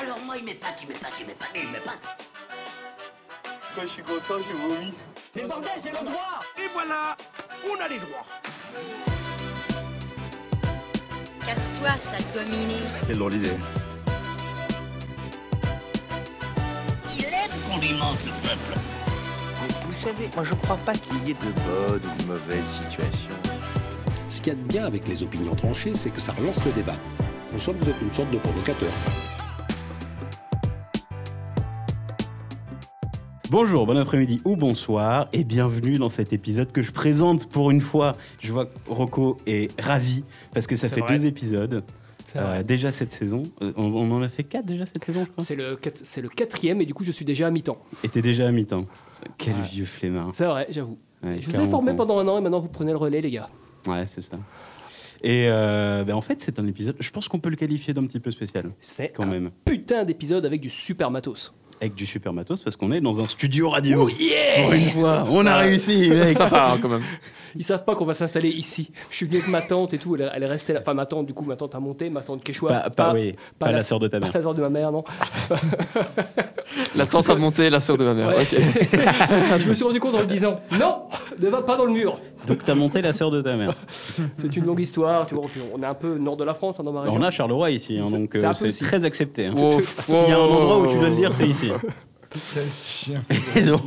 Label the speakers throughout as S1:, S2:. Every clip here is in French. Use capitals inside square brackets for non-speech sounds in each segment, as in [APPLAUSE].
S1: Alors moi, il m'épate, il m'épate, il m'épate, mais il m'épate.
S2: Quand je suis content, je vomis.
S3: Mais bordel, c'est le droit
S4: Et voilà, on a les droits.
S5: Casse-toi, sale dominé.
S6: Quelle drôle d'idée.
S1: Il aime qu'on lui manque le peuple.
S6: Mais vous savez, moi je crois pas qu'il y ait de bonnes ou de mauvaises situations.
S7: Ce qu'il y a de bien avec les opinions tranchées, c'est que ça relance le débat. Nous sommes aucune sorte de provocateur.
S8: Bonjour, bon après-midi ou bonsoir et bienvenue dans cet épisode que je présente pour une fois. Je vois que Rocco est ravi parce que ça
S9: C'est
S8: fait
S9: vrai.
S8: deux épisodes.
S9: C'est
S8: euh,
S9: vrai.
S8: déjà cette saison, Euh, on, on en a fait quatre déjà cette saison, je crois.
S9: C'est le, quat- c'est le quatrième et du coup je suis déjà à mi-temps.
S8: Et t'es déjà à mi-temps. Quel
S9: Ouais.
S8: vieux flemmard.
S9: C'est vrai, j'avoue.
S8: Ouais,
S9: je vous ai
S8: 40
S9: formé
S8: ans.
S9: pendant un an et maintenant vous prenez le relais les gars.
S8: Ouais, c'est ça. Et euh, ben, en fait, c'est un épisode, je pense qu'on peut le qualifier d'un petit peu spécial.
S9: C'était
S8: Quand
S9: un
S8: même.
S9: putain d'épisode avec du super matos.
S8: Avec du super matos parce qu'on est dans un studio radio.
S9: yeah
S8: Pour une fois, on a réussi, mec.
S3: Ça part Ah, quand même.
S9: Ils savent pas qu'on va s'installer ici. Je suis venu avec ma tante et tout, elle, elle est restée là. Enfin ma tante du coup, ma tante a monté, ma tante Quechua.
S8: Pas, pas- oui, pas, la sœur de ta mère.
S9: Pas la sœur de ma mère, non.
S3: La tente a monté, la sœur de ma mère.
S9: Ouais.
S3: ok.
S9: je me suis rendu compte en le disant, non, ne va pas dans le mur.
S8: Donc t'as monté la sœur de ta mère.
S9: C'est une longue histoire, tu vois, on est un peu nord de la France hein, dans ma région.
S8: On a Charleroi ici, hein,
S9: C'est-
S8: donc euh,
S9: c'est un peu
S8: c'est
S9: aussi.
S8: très accepté. hein.
S3: Wow,
S8: [LAUGHS] S'il y a un
S3: wow.
S8: endroit où tu dois le dire, c'est ici. Et donc,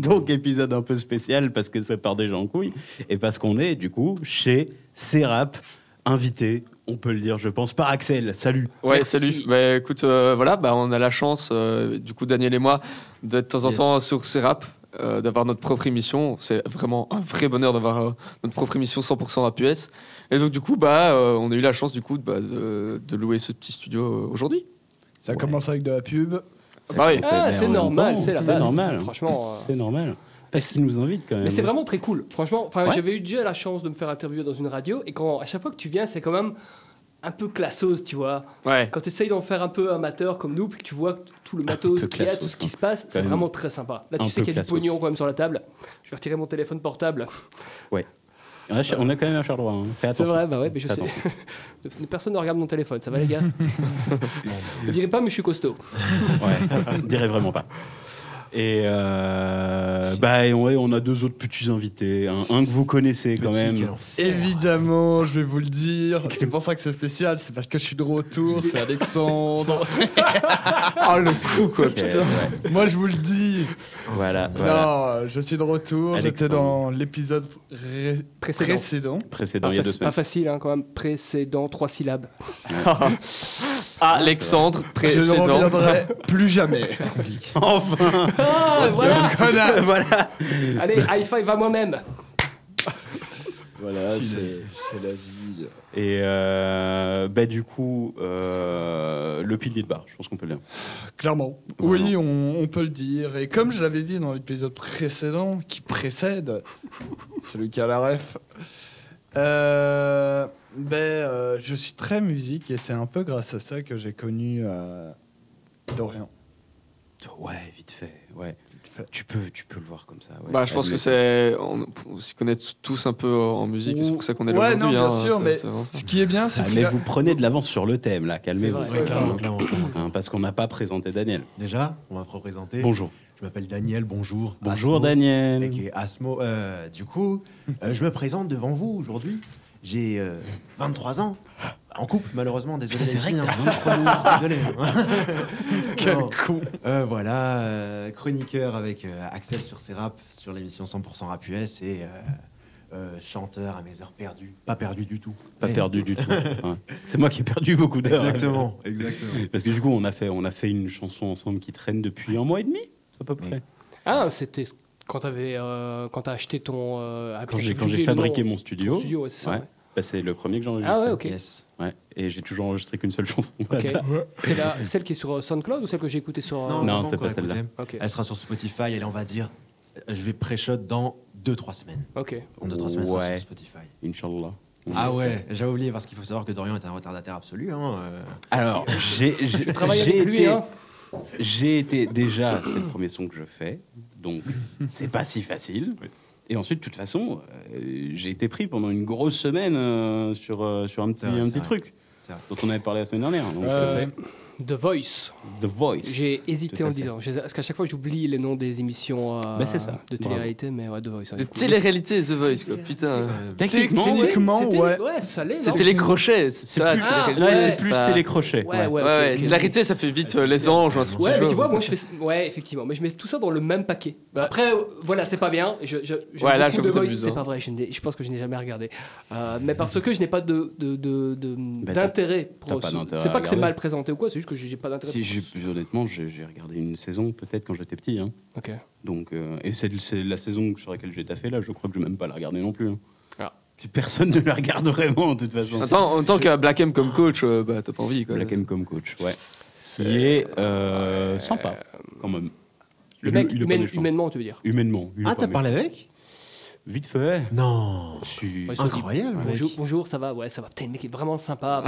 S8: donc, épisode un peu spécial parce que ça part déjà en couille et parce qu'on est du coup chez Serap, invité, on peut le dire, je pense, par Axel. Salut.
S3: Ouais,
S9: Merci.
S3: salut. Bah, écoute, euh, voilà, bah, on a la chance, euh, du coup, Daniel et moi, d'être de temps en
S8: Yes.
S3: temps sur Serap, euh, d'avoir notre propre émission. C'est vraiment un vrai bonheur d'avoir euh, notre propre émission 100% rap US. Et donc, du coup, bah, euh, on a eu la chance, du coup, de- bah, de, de louer ce petit studio euh, aujourd'hui.
S10: Ça commence avec de la pub.
S8: Ça
S3: Bah oui.
S8: commence à-
S9: Ah,
S8: mais
S9: c'est
S8: en même
S9: normal,
S8: temps,
S9: c'est la base.
S8: C'est normal.
S9: Franchement. euh,
S8: C'est normal. Parce qu'il nous invite quand même.
S9: Mais c'est vraiment très cool. Franchement, enfin,
S8: Euh, Ouais.
S9: j'avais eu déjà la chance de me faire interviewer dans une radio et quand à chaque fois que tu viens, c'est quand même un peu classos, tu vois.
S3: Ouais.
S9: Quand tu essayes d'en faire un peu amateur comme nous, puis que tu vois tout le
S8: peu
S9: matos qu'il y a,
S8: classos,
S9: tout ce
S8: hein.
S9: qui se passe, c'est
S8: même.
S9: vraiment très sympa. Là,
S8: Un
S9: tu sais
S8: peu
S9: qu'il y a du
S8: classos.
S9: pognon quand même sur la table. Je vais retirer mon téléphone portable.
S8: On a, on a quand même un Charleroi. hein. Fais
S9: C'est
S8: attention.
S9: vrai, bah ouais, mais je
S8: Attends.
S9: sais. [LAUGHS] Personne ne regarde mon téléphone, ça va les gars
S8: [LAUGHS]
S9: Je dirais pas, mais je suis costaud.
S8: Ouais, [LAUGHS] dirais vraiment pas. Et euh, bah et ouais, on a deux autres petits invités, un, un que vous connaissez quand
S10: Petit,
S8: même.
S10: quel enfer. Évidemment, je vais vous le dire. C'est pour ça que c'est spécial, c'est parce que je suis de retour, c'est Alexandre.
S3: Ah, le coup, quoi,
S8: Ok,
S3: putain.
S8: ouais,
S10: Moi, je vous le dis.
S8: voilà, voilà.
S10: Non, je suis de retour. J'étais
S8: Alexandre.
S10: dans l'épisode ré-
S9: Précédent.
S10: précédent.
S8: Précédent
S9: Pas,
S8: il y a deux
S9: faci- pas
S8: semaines.
S9: facile, hein, quand même. Précédent, trois syllabes.
S3: Alexandre,
S10: Je ne
S3: précédent.
S10: reviendrai plus jamais.
S8: [LAUGHS] Enfin,
S9: Ah, voilà
S10: Connard.
S8: voilà.
S9: Allez, high five à moi-même
S10: voilà, c'est c'est la vie.
S8: Et euh, bah du coup, euh, le pilier de bar, je pense qu'on peut le dire.
S10: Clairement. Oui, on, on peut le dire. Et comme je l'avais dit dans l'épisode précédent, qui [LAUGHS] précède celui qui a la ref, euh, ben, euh, je suis très musique et c'est un peu grâce à ça que j'ai connu euh, Dorian.
S8: Ouais, vite fait. Ouais.
S10: fait.
S8: Tu peux, tu peux le voir comme ça. ouais.
S3: Bah, je pense que c'est. On, on s'y connaît tous un peu en musique, et c'est pour ça qu'on est là
S10: Ouais, non,
S3: aujourd'hui.
S10: bien
S3: hein,
S10: sûr,
S3: c'est-
S10: mais
S3: c'est vraiment ça.
S10: ce qui est bien, c'est
S8: Ah,
S10: que
S8: mais vous prenez de l'avance sur le thème là, calmez-vous.
S9: vrai. Ouais,
S8: Hein, hein, parce qu'on n'a pas présenté Daniel. Ah,
S11: Déjà, on va représenter.
S8: Bonjour.
S11: Je m'appelle Daniel, bonjour.
S8: Bonjour
S11: Asmo,
S8: Daniel.
S11: aka Asmo. Euh, du coup, euh, je me présente devant vous aujourd'hui. J'ai euh, 23 ans. En couple, malheureusement, désolé.
S8: Putain, c'est
S11: les
S8: vrai
S11: filles, hein, 23 ans, [LAUGHS] désolé. hein.
S8: [LAUGHS]
S10: quel
S11: Non.
S10: con.
S11: Euh, voilà, euh, chroniqueur avec euh, Axel sur ses raps, sur l'émission 100% Rap US et euh, euh, chanteur à mes heures perdues. Pas perdu du tout. Eh,
S8: Pas
S11: Mais-
S8: perdu [LAUGHS] du tout. Ouais. C'est moi qui ai perdu beaucoup d'heures. [LAUGHS]
S11: Exactement, exactement.
S8: Parce que du coup, on a fait, on a fait une chanson ensemble qui traîne depuis un mois et demi, à peu près.
S9: Ah, c'était quand t'avais, euh, quand t'as acheté ton. euh,
S8: Quand
S9: j'ai
S8: j'ai quand j'ai
S9: oublié le
S8: fabriqué
S9: nom.
S8: mon studio.
S9: Ton studio, ouais, c'est ça,
S8: Ouais.
S9: ouais.
S8: Bah, c'est le premier que j'ai enregistré.
S9: Ah ouais, ok.
S11: Yes.
S8: Ouais. Et j'ai toujours enregistré qu'une seule chanson.
S9: Ok. C'est la- celle qui est sur euh, SoundCloud ou celle que j'ai écoutée sur. euh,
S11: Non,
S8: Non,
S11: non
S8: c'est pas
S11: encore
S8: celle-là.
S11: écouté.
S9: Ok.
S11: Elle sera sur Spotify. Elle, on va dire, euh, je vais pré-shot dans 2-3 semaines.
S9: Ok.
S11: En 2-3 semaines, elle sera
S8: Ouais.
S11: sur Spotify.
S8: Inch'Allah.
S11: Ah ouais, j'avais oublié parce qu'il faut savoir que Dorian est un retardataire absolu. Hein. euh.
S8: Alors, j'ai j'ai-
S9: Travaille
S8: j'ai
S9: avec lui,
S8: été,
S9: hein.
S8: j'ai été déjà, c'est le premier son que je fais, donc c'est pas si facile. Et ensuite, de toute façon, euh, j'ai été pris pendant une grosse semaine euh, sur, euh, sur un petit,
S11: C'est vrai,
S8: un
S11: c'est
S8: petit
S11: vrai.
S8: truc
S11: C'est vrai.
S8: dont on avait parlé la semaine dernière. Donc,
S10: Euh,
S9: The Voice.
S8: The Voice.
S9: J'ai hésité
S8: Tout à
S9: en le
S8: fait.
S9: disant. Je- Parce qu'à chaque fois, j'oublie les noms des émissions euh,
S8: Bah, c'est ça.
S9: de
S8: Bravo.
S9: télé-réalité, mais ouais, The Voice. ouais,
S3: De
S9: du coup,
S3: télé-réalité, The Voice, quoi. Putain.
S8: Techniquement,
S9: C'était-
S8: Techniquement,
S9: c'était-
S8: ouais.
S9: ça l'est, non
S3: C'était les crochets, c'est ça,
S9: plus-
S3: télé-réalité,
S9: Ah, ouais, c'est
S8: plus
S3: pas-
S8: télé-crochet,
S9: Ouais, ouais, ouais,
S3: ouais.
S9: ok, ok.
S3: La réalité, ça fait vite euh, les anges, un truc
S9: Ouais,
S3: du
S9: mais tu
S3: genre.
S9: vois, moi je fais. Ouais, effectivement. Mais je mets tout ça dans le même paquet.
S8: Bah.
S9: Après, euh, voilà, c'est pas bien. Je, je, j'aime
S3: Ouais, là, je
S9: beaucoup
S3: vous
S9: The Voice,
S3: t'abuse,
S9: C'est
S3: hein.
S9: pas vrai, je, n'ai- je pense que je n'ai jamais regardé. Euh, mais parce que je n'ai pas de, de, de- de-
S8: Bah, t'as-
S9: d'intérêt
S8: t'as
S9: pour.
S8: pas d'intérêt
S9: c'est
S8: à
S9: pas que c'est
S8: regarder.
S9: mal présenté ou quoi, c'est juste que j'ai j'ai pas d'intérêt.
S8: Si,
S9: pour-
S8: j'ai- j'ai- honnêtement, j'ai j'ai regardé une saison peut-être quand j'étais petit. hein.
S9: Ok.
S8: Donc, euh, et c'est c'est la saison sur laquelle j'ai taffé là, je crois que je vais même pas la regarder non plus. hein.
S9: Ah.
S8: Puis Personne [LAUGHS] ne la regarde vraiment, de toute façon.
S3: Attends, en tant que Black M comme coach, euh, bah, t'as pas envie, quoi.
S8: Black M comme coach, ouais. Qui est euh, sympa, quand même.
S9: Le
S8: Il-
S9: mec,
S8: il est pas
S9: humaine-
S8: méchant.
S9: humainement, tu veux dire
S8: Humainement. il est
S11: Ah,
S8: pas
S11: t'as
S8: méchant.
S11: parlé avec
S8: Vite fait.
S11: Non.
S8: Si.
S9: Ouais, ils sont
S11: Incroyable,
S9: dit,
S11: mec.
S9: Bonjour, bonjour, ça va, ouais, ça va. Putain, le mec est
S8: [LAUGHS]
S9: vraiment sympa.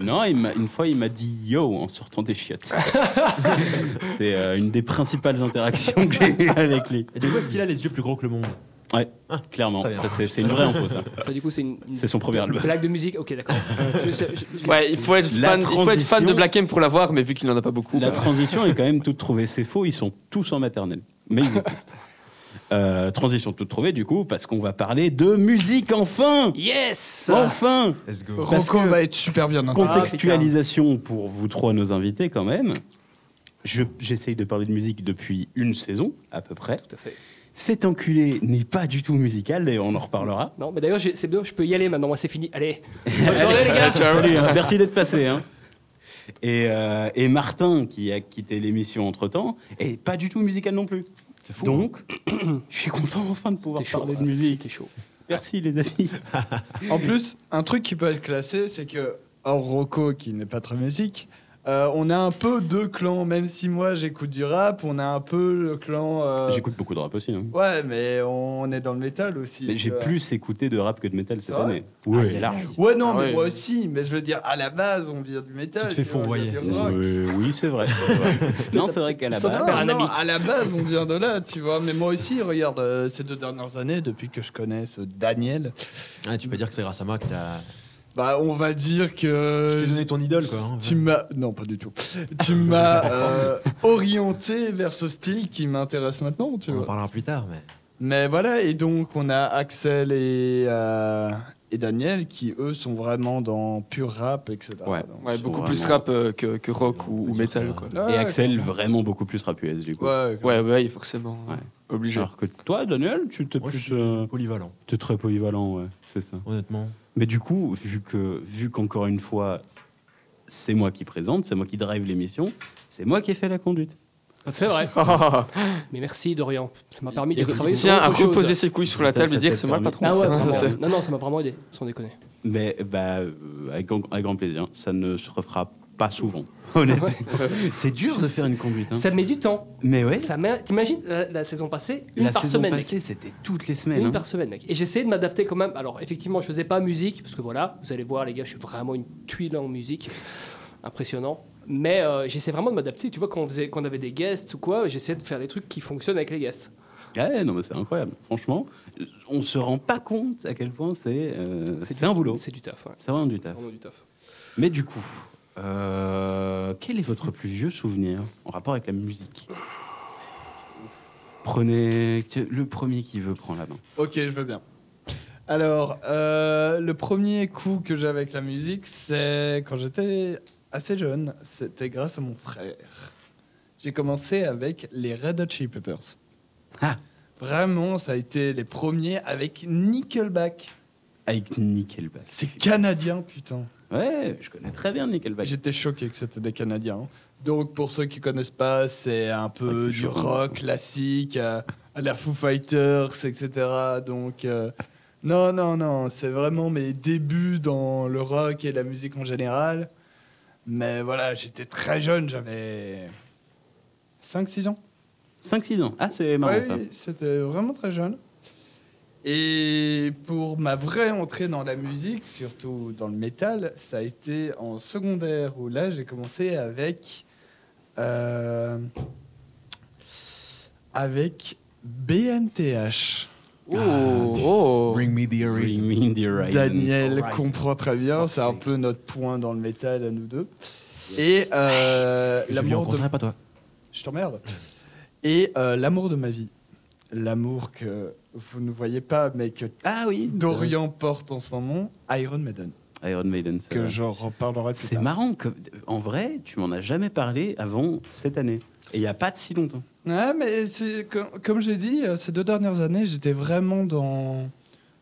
S8: Non, il m'a- une fois, il m'a dit yo en sortant des
S9: [LAUGHS]
S8: chiottes. C'est euh, une des principales interactions que j'ai eues avec lui.
S11: Et du coup, est-ce qu'il a les yeux plus gros que le monde
S8: Ouais, clairement.
S11: Ah, très bien.
S8: Ça, c'est c'est une vraie info,
S11: [LAUGHS]
S8: ça.
S9: ça, du coup, c'est une, une
S8: C'est son premier album.
S9: blague de musique. Ok,
S8: [LAUGHS]
S9: d'accord. Euh, Je- je- je-
S3: Ouais, il faut être,
S8: La
S3: fan, il faut être fan de
S8: transition-
S3: Black M pour l'avoir, mais vu qu'il n'en a pas beaucoup.
S8: La
S3: bah,
S8: transition est quand même toute trouvée. C'est faux, ils sont tous en maternelle. Mais ils existent. Euh, transition toute trouvée, du coup, parce qu'on va parler de musique enfin
S9: Yes Ah,
S8: Enfin
S11: Let's go.
S8: Parce
S10: Rocco
S8: que-
S10: va être super bien intégré.
S8: Contextualisation pour vous trois, nos invités, quand même. Je- J'essaye de parler de musique depuis une saison, à peu près.
S9: Tout à fait.
S8: Cet enculé n'est pas du tout musical, et on en reparlera.
S9: Non, mais d'ailleurs, j'ai- c'est bien, je peux y aller maintenant. Moi, c'est fini.
S8: [LAUGHS]
S9: Allez. Bonne journée, les gars.
S8: Salut, hein. merci d'être passé. hein. Et, euh, et Martin, qui a quitté l'émission entre-temps, est pas du tout musical non plus.
S11: C'est fou.
S8: Donc, [COUGHS] je suis content enfin de pouvoir
S9: T'es chaud,
S8: parler de
S9: ouais.
S8: musique.
S9: T'es chaud.
S8: Merci les amis.
S10: En plus, un truc qui peut être classé, c'est que, hors Rocco, qui n'est pas très musique, euh, on a un peu deux clans. Même si moi j'écoute du rap, on a un peu le clan. euh,
S8: J'écoute beaucoup de rap aussi. hein.
S10: Ouais, mais on est dans le métal aussi.
S8: Mais j'ai
S10: tu vois.
S8: plus écouté de rap que de métal cette
S10: C'est vrai
S8: année. Oui,
S11: Aïe, aïe,
S8: large.
S10: Ouais, non,
S3: Ah
S10: mais
S3: ouais.
S10: moi aussi. Mais je veux dire, à la base, on vient du métal.
S11: Tu te fais
S10: vois, on
S11: fourvoyer.
S10: vient du
S11: C'est
S10: rock.
S8: Euh, oui, c'est vrai. c'est
S10: [LAUGHS]
S8: vrai. non, c'est vrai qu'à la
S9: Son
S8: base.
S10: Non,
S9: Par un
S10: non,
S9: ami.
S10: à la base, on vient de là, tu vois. Mais moi aussi, regarde, euh, ces deux dernières années, depuis que je connais ce Daniel,
S11: Ah, tu peux dire que c'est grâce à moi que t'as.
S10: bah, on va dire
S11: Je
S10: que.
S11: t'ai donné ton idole, quoi. hein.
S10: Euh, Tu m'as. Non, pas du tout. Tu m'as
S11: [LAUGHS]
S10: euh, orienté vers ce style qui m'intéresse maintenant, tu
S11: On en
S10: vois.
S11: parlera plus tard, mais.
S10: Mais voilà, et donc, on a Axel et. euh, et Daniel, qui eux sont vraiment dans pur rap, etc.
S8: Ouais.
S10: Donc,
S3: ouais,
S8: Ils
S3: beaucoup
S8: sont
S3: plus
S8: vraiment-
S3: rap euh, que, que rock ou,
S11: On
S3: ou
S11: peut dire
S3: metal,
S11: ça.
S3: quoi.
S10: ouais,
S8: Et Axel, vraiment beaucoup plus rap US du coup.
S10: ah,
S3: Ouais,
S10: Ouais,
S3: ouais, forcément.
S8: Ouais.
S3: Obligé.
S8: Alors que toi, Daniel, tu t'es
S11: Moi, je
S8: plus.
S11: suis
S8: euh,
S11: polyvalent,
S8: t'es très polyvalent, ouais, c'est ça.
S11: honnêtement.
S8: Mais du coup, vu que vu qu'encore une fois, c'est moi qui présente, c'est moi qui drive l'émission, c'est moi qui ai fait la conduite.
S9: C'est vrai.
S3: [LAUGHS] Ah,
S9: Mais merci, Dorian. Ça m'a permis
S8: Et
S9: de
S8: re-
S9: travailler.
S3: Tiens,
S9: sur
S3: à
S9: autre chose.
S3: reposer ses couilles sur la
S8: Ça
S3: table et
S8: t'a
S3: dire c'est moi le
S8: permis.
S3: patron.
S9: Ah ouais,
S3: ça.
S9: vraiment.
S3: C'est-
S9: non, non, ça m'a vraiment aidé, sans déconner.
S8: Mais bah euh, avec, grand- avec grand plaisir, ça ne se refera pas souvent, [LAUGHS] honnêtement. c'est dur de faire une conduite. hein.
S9: Ça met du temps.
S8: Mais ouais,
S9: Ça met- T'imagines, la, la saison passée, une
S8: la
S9: par
S8: saison
S9: semaine,
S8: passée, c'était toutes les
S9: mec.
S8: semaines.
S9: Une
S8: hein.
S9: par semaine, mec. Et j'essayais de m'adapter quand même. Alors, effectivement, je faisais pas musique, parce que voilà, vous allez voir, les gars, je suis vraiment une tuile en musique. Impressionnant. Mais euh, j'essaie vraiment de m'adapter. Tu vois, quand on, faisait, quand on avait des guests ou quoi, j'essayais de faire des trucs qui fonctionnent avec les guests.
S8: Ouais, non, mais c'est incroyable. Franchement, on se rend pas compte à quel point c'est euh, c'est un boulot.
S9: C'est du taf, ouais.
S8: C'est vraiment du
S9: C'est
S8: taf.
S9: vraiment du taf.
S8: Mais du coup, euh, quel est votre plus vieux souvenir en rapport avec la musique Prenez tiens, le premier qui veut prend la main.
S10: Ok, je veux bien. Alors, euh, le premier coup que j'ai avec la musique, c'est quand j'étais assez jeune. C'était grâce à mon frère. J'ai commencé avec les Red Hot Chili Peppers.
S8: Ah.
S10: Vraiment, ça a été les premiers avec Nickelback.
S8: Avec Nickelback.
S10: C'est canadien, putain.
S8: Ouais, je connais très bien Nickelback.
S10: J'étais choqué que c'était des Canadiens. hein. Donc, pour ceux qui connaissent pas, c'est un
S8: vrai que
S10: peu
S8: Ah, c'est
S10: du
S8: choquant.
S10: rock classique, à, à la Foo Fighters, etc. Donc, euh, non, non, non, c'est vraiment mes débuts dans le rock et la musique en général. Mais voilà, j'étais très jeune, j'avais 5-6 ans.
S8: 5-6 ans. Ah, c'est marrant
S10: Ouais,
S8: ça.
S10: c'était vraiment très jeune. Et pour ma vraie entrée dans la musique, surtout dans le métal, ça a été en secondaire où là j'ai commencé avec euh, avec BMTH. Ah,
S3: Oh, oh.
S11: Bring me the
S8: Bring
S11: horizon.
S8: me the horizon.
S10: Daniel
S11: Horizon.
S10: comprend très bien, c'est un
S11: Forcé.
S10: peu notre point dans le métal à nous deux. Et euh,
S11: J'ai vu en
S10: l'amour de...
S11: concert, pas toi.
S10: Je t'emmerde. Et euh, l'amour de ma vie. L'amour que vous ne voyez pas, mais que
S8: Ah
S10: Dorian porte en ce moment, Iron Maiden.
S8: Iron Maiden. c'est
S10: Que
S8: vrai.
S10: j'en reparlerai plus
S8: C'est
S10: tard.
S8: marrant, que, en vrai, tu m'en as jamais parlé avant cette année. Et il n'y a pas de si longtemps.
S10: Ouais, mais c'est, com- comme, j'ai dit, euh, ces deux dernières années, j'étais vraiment dans,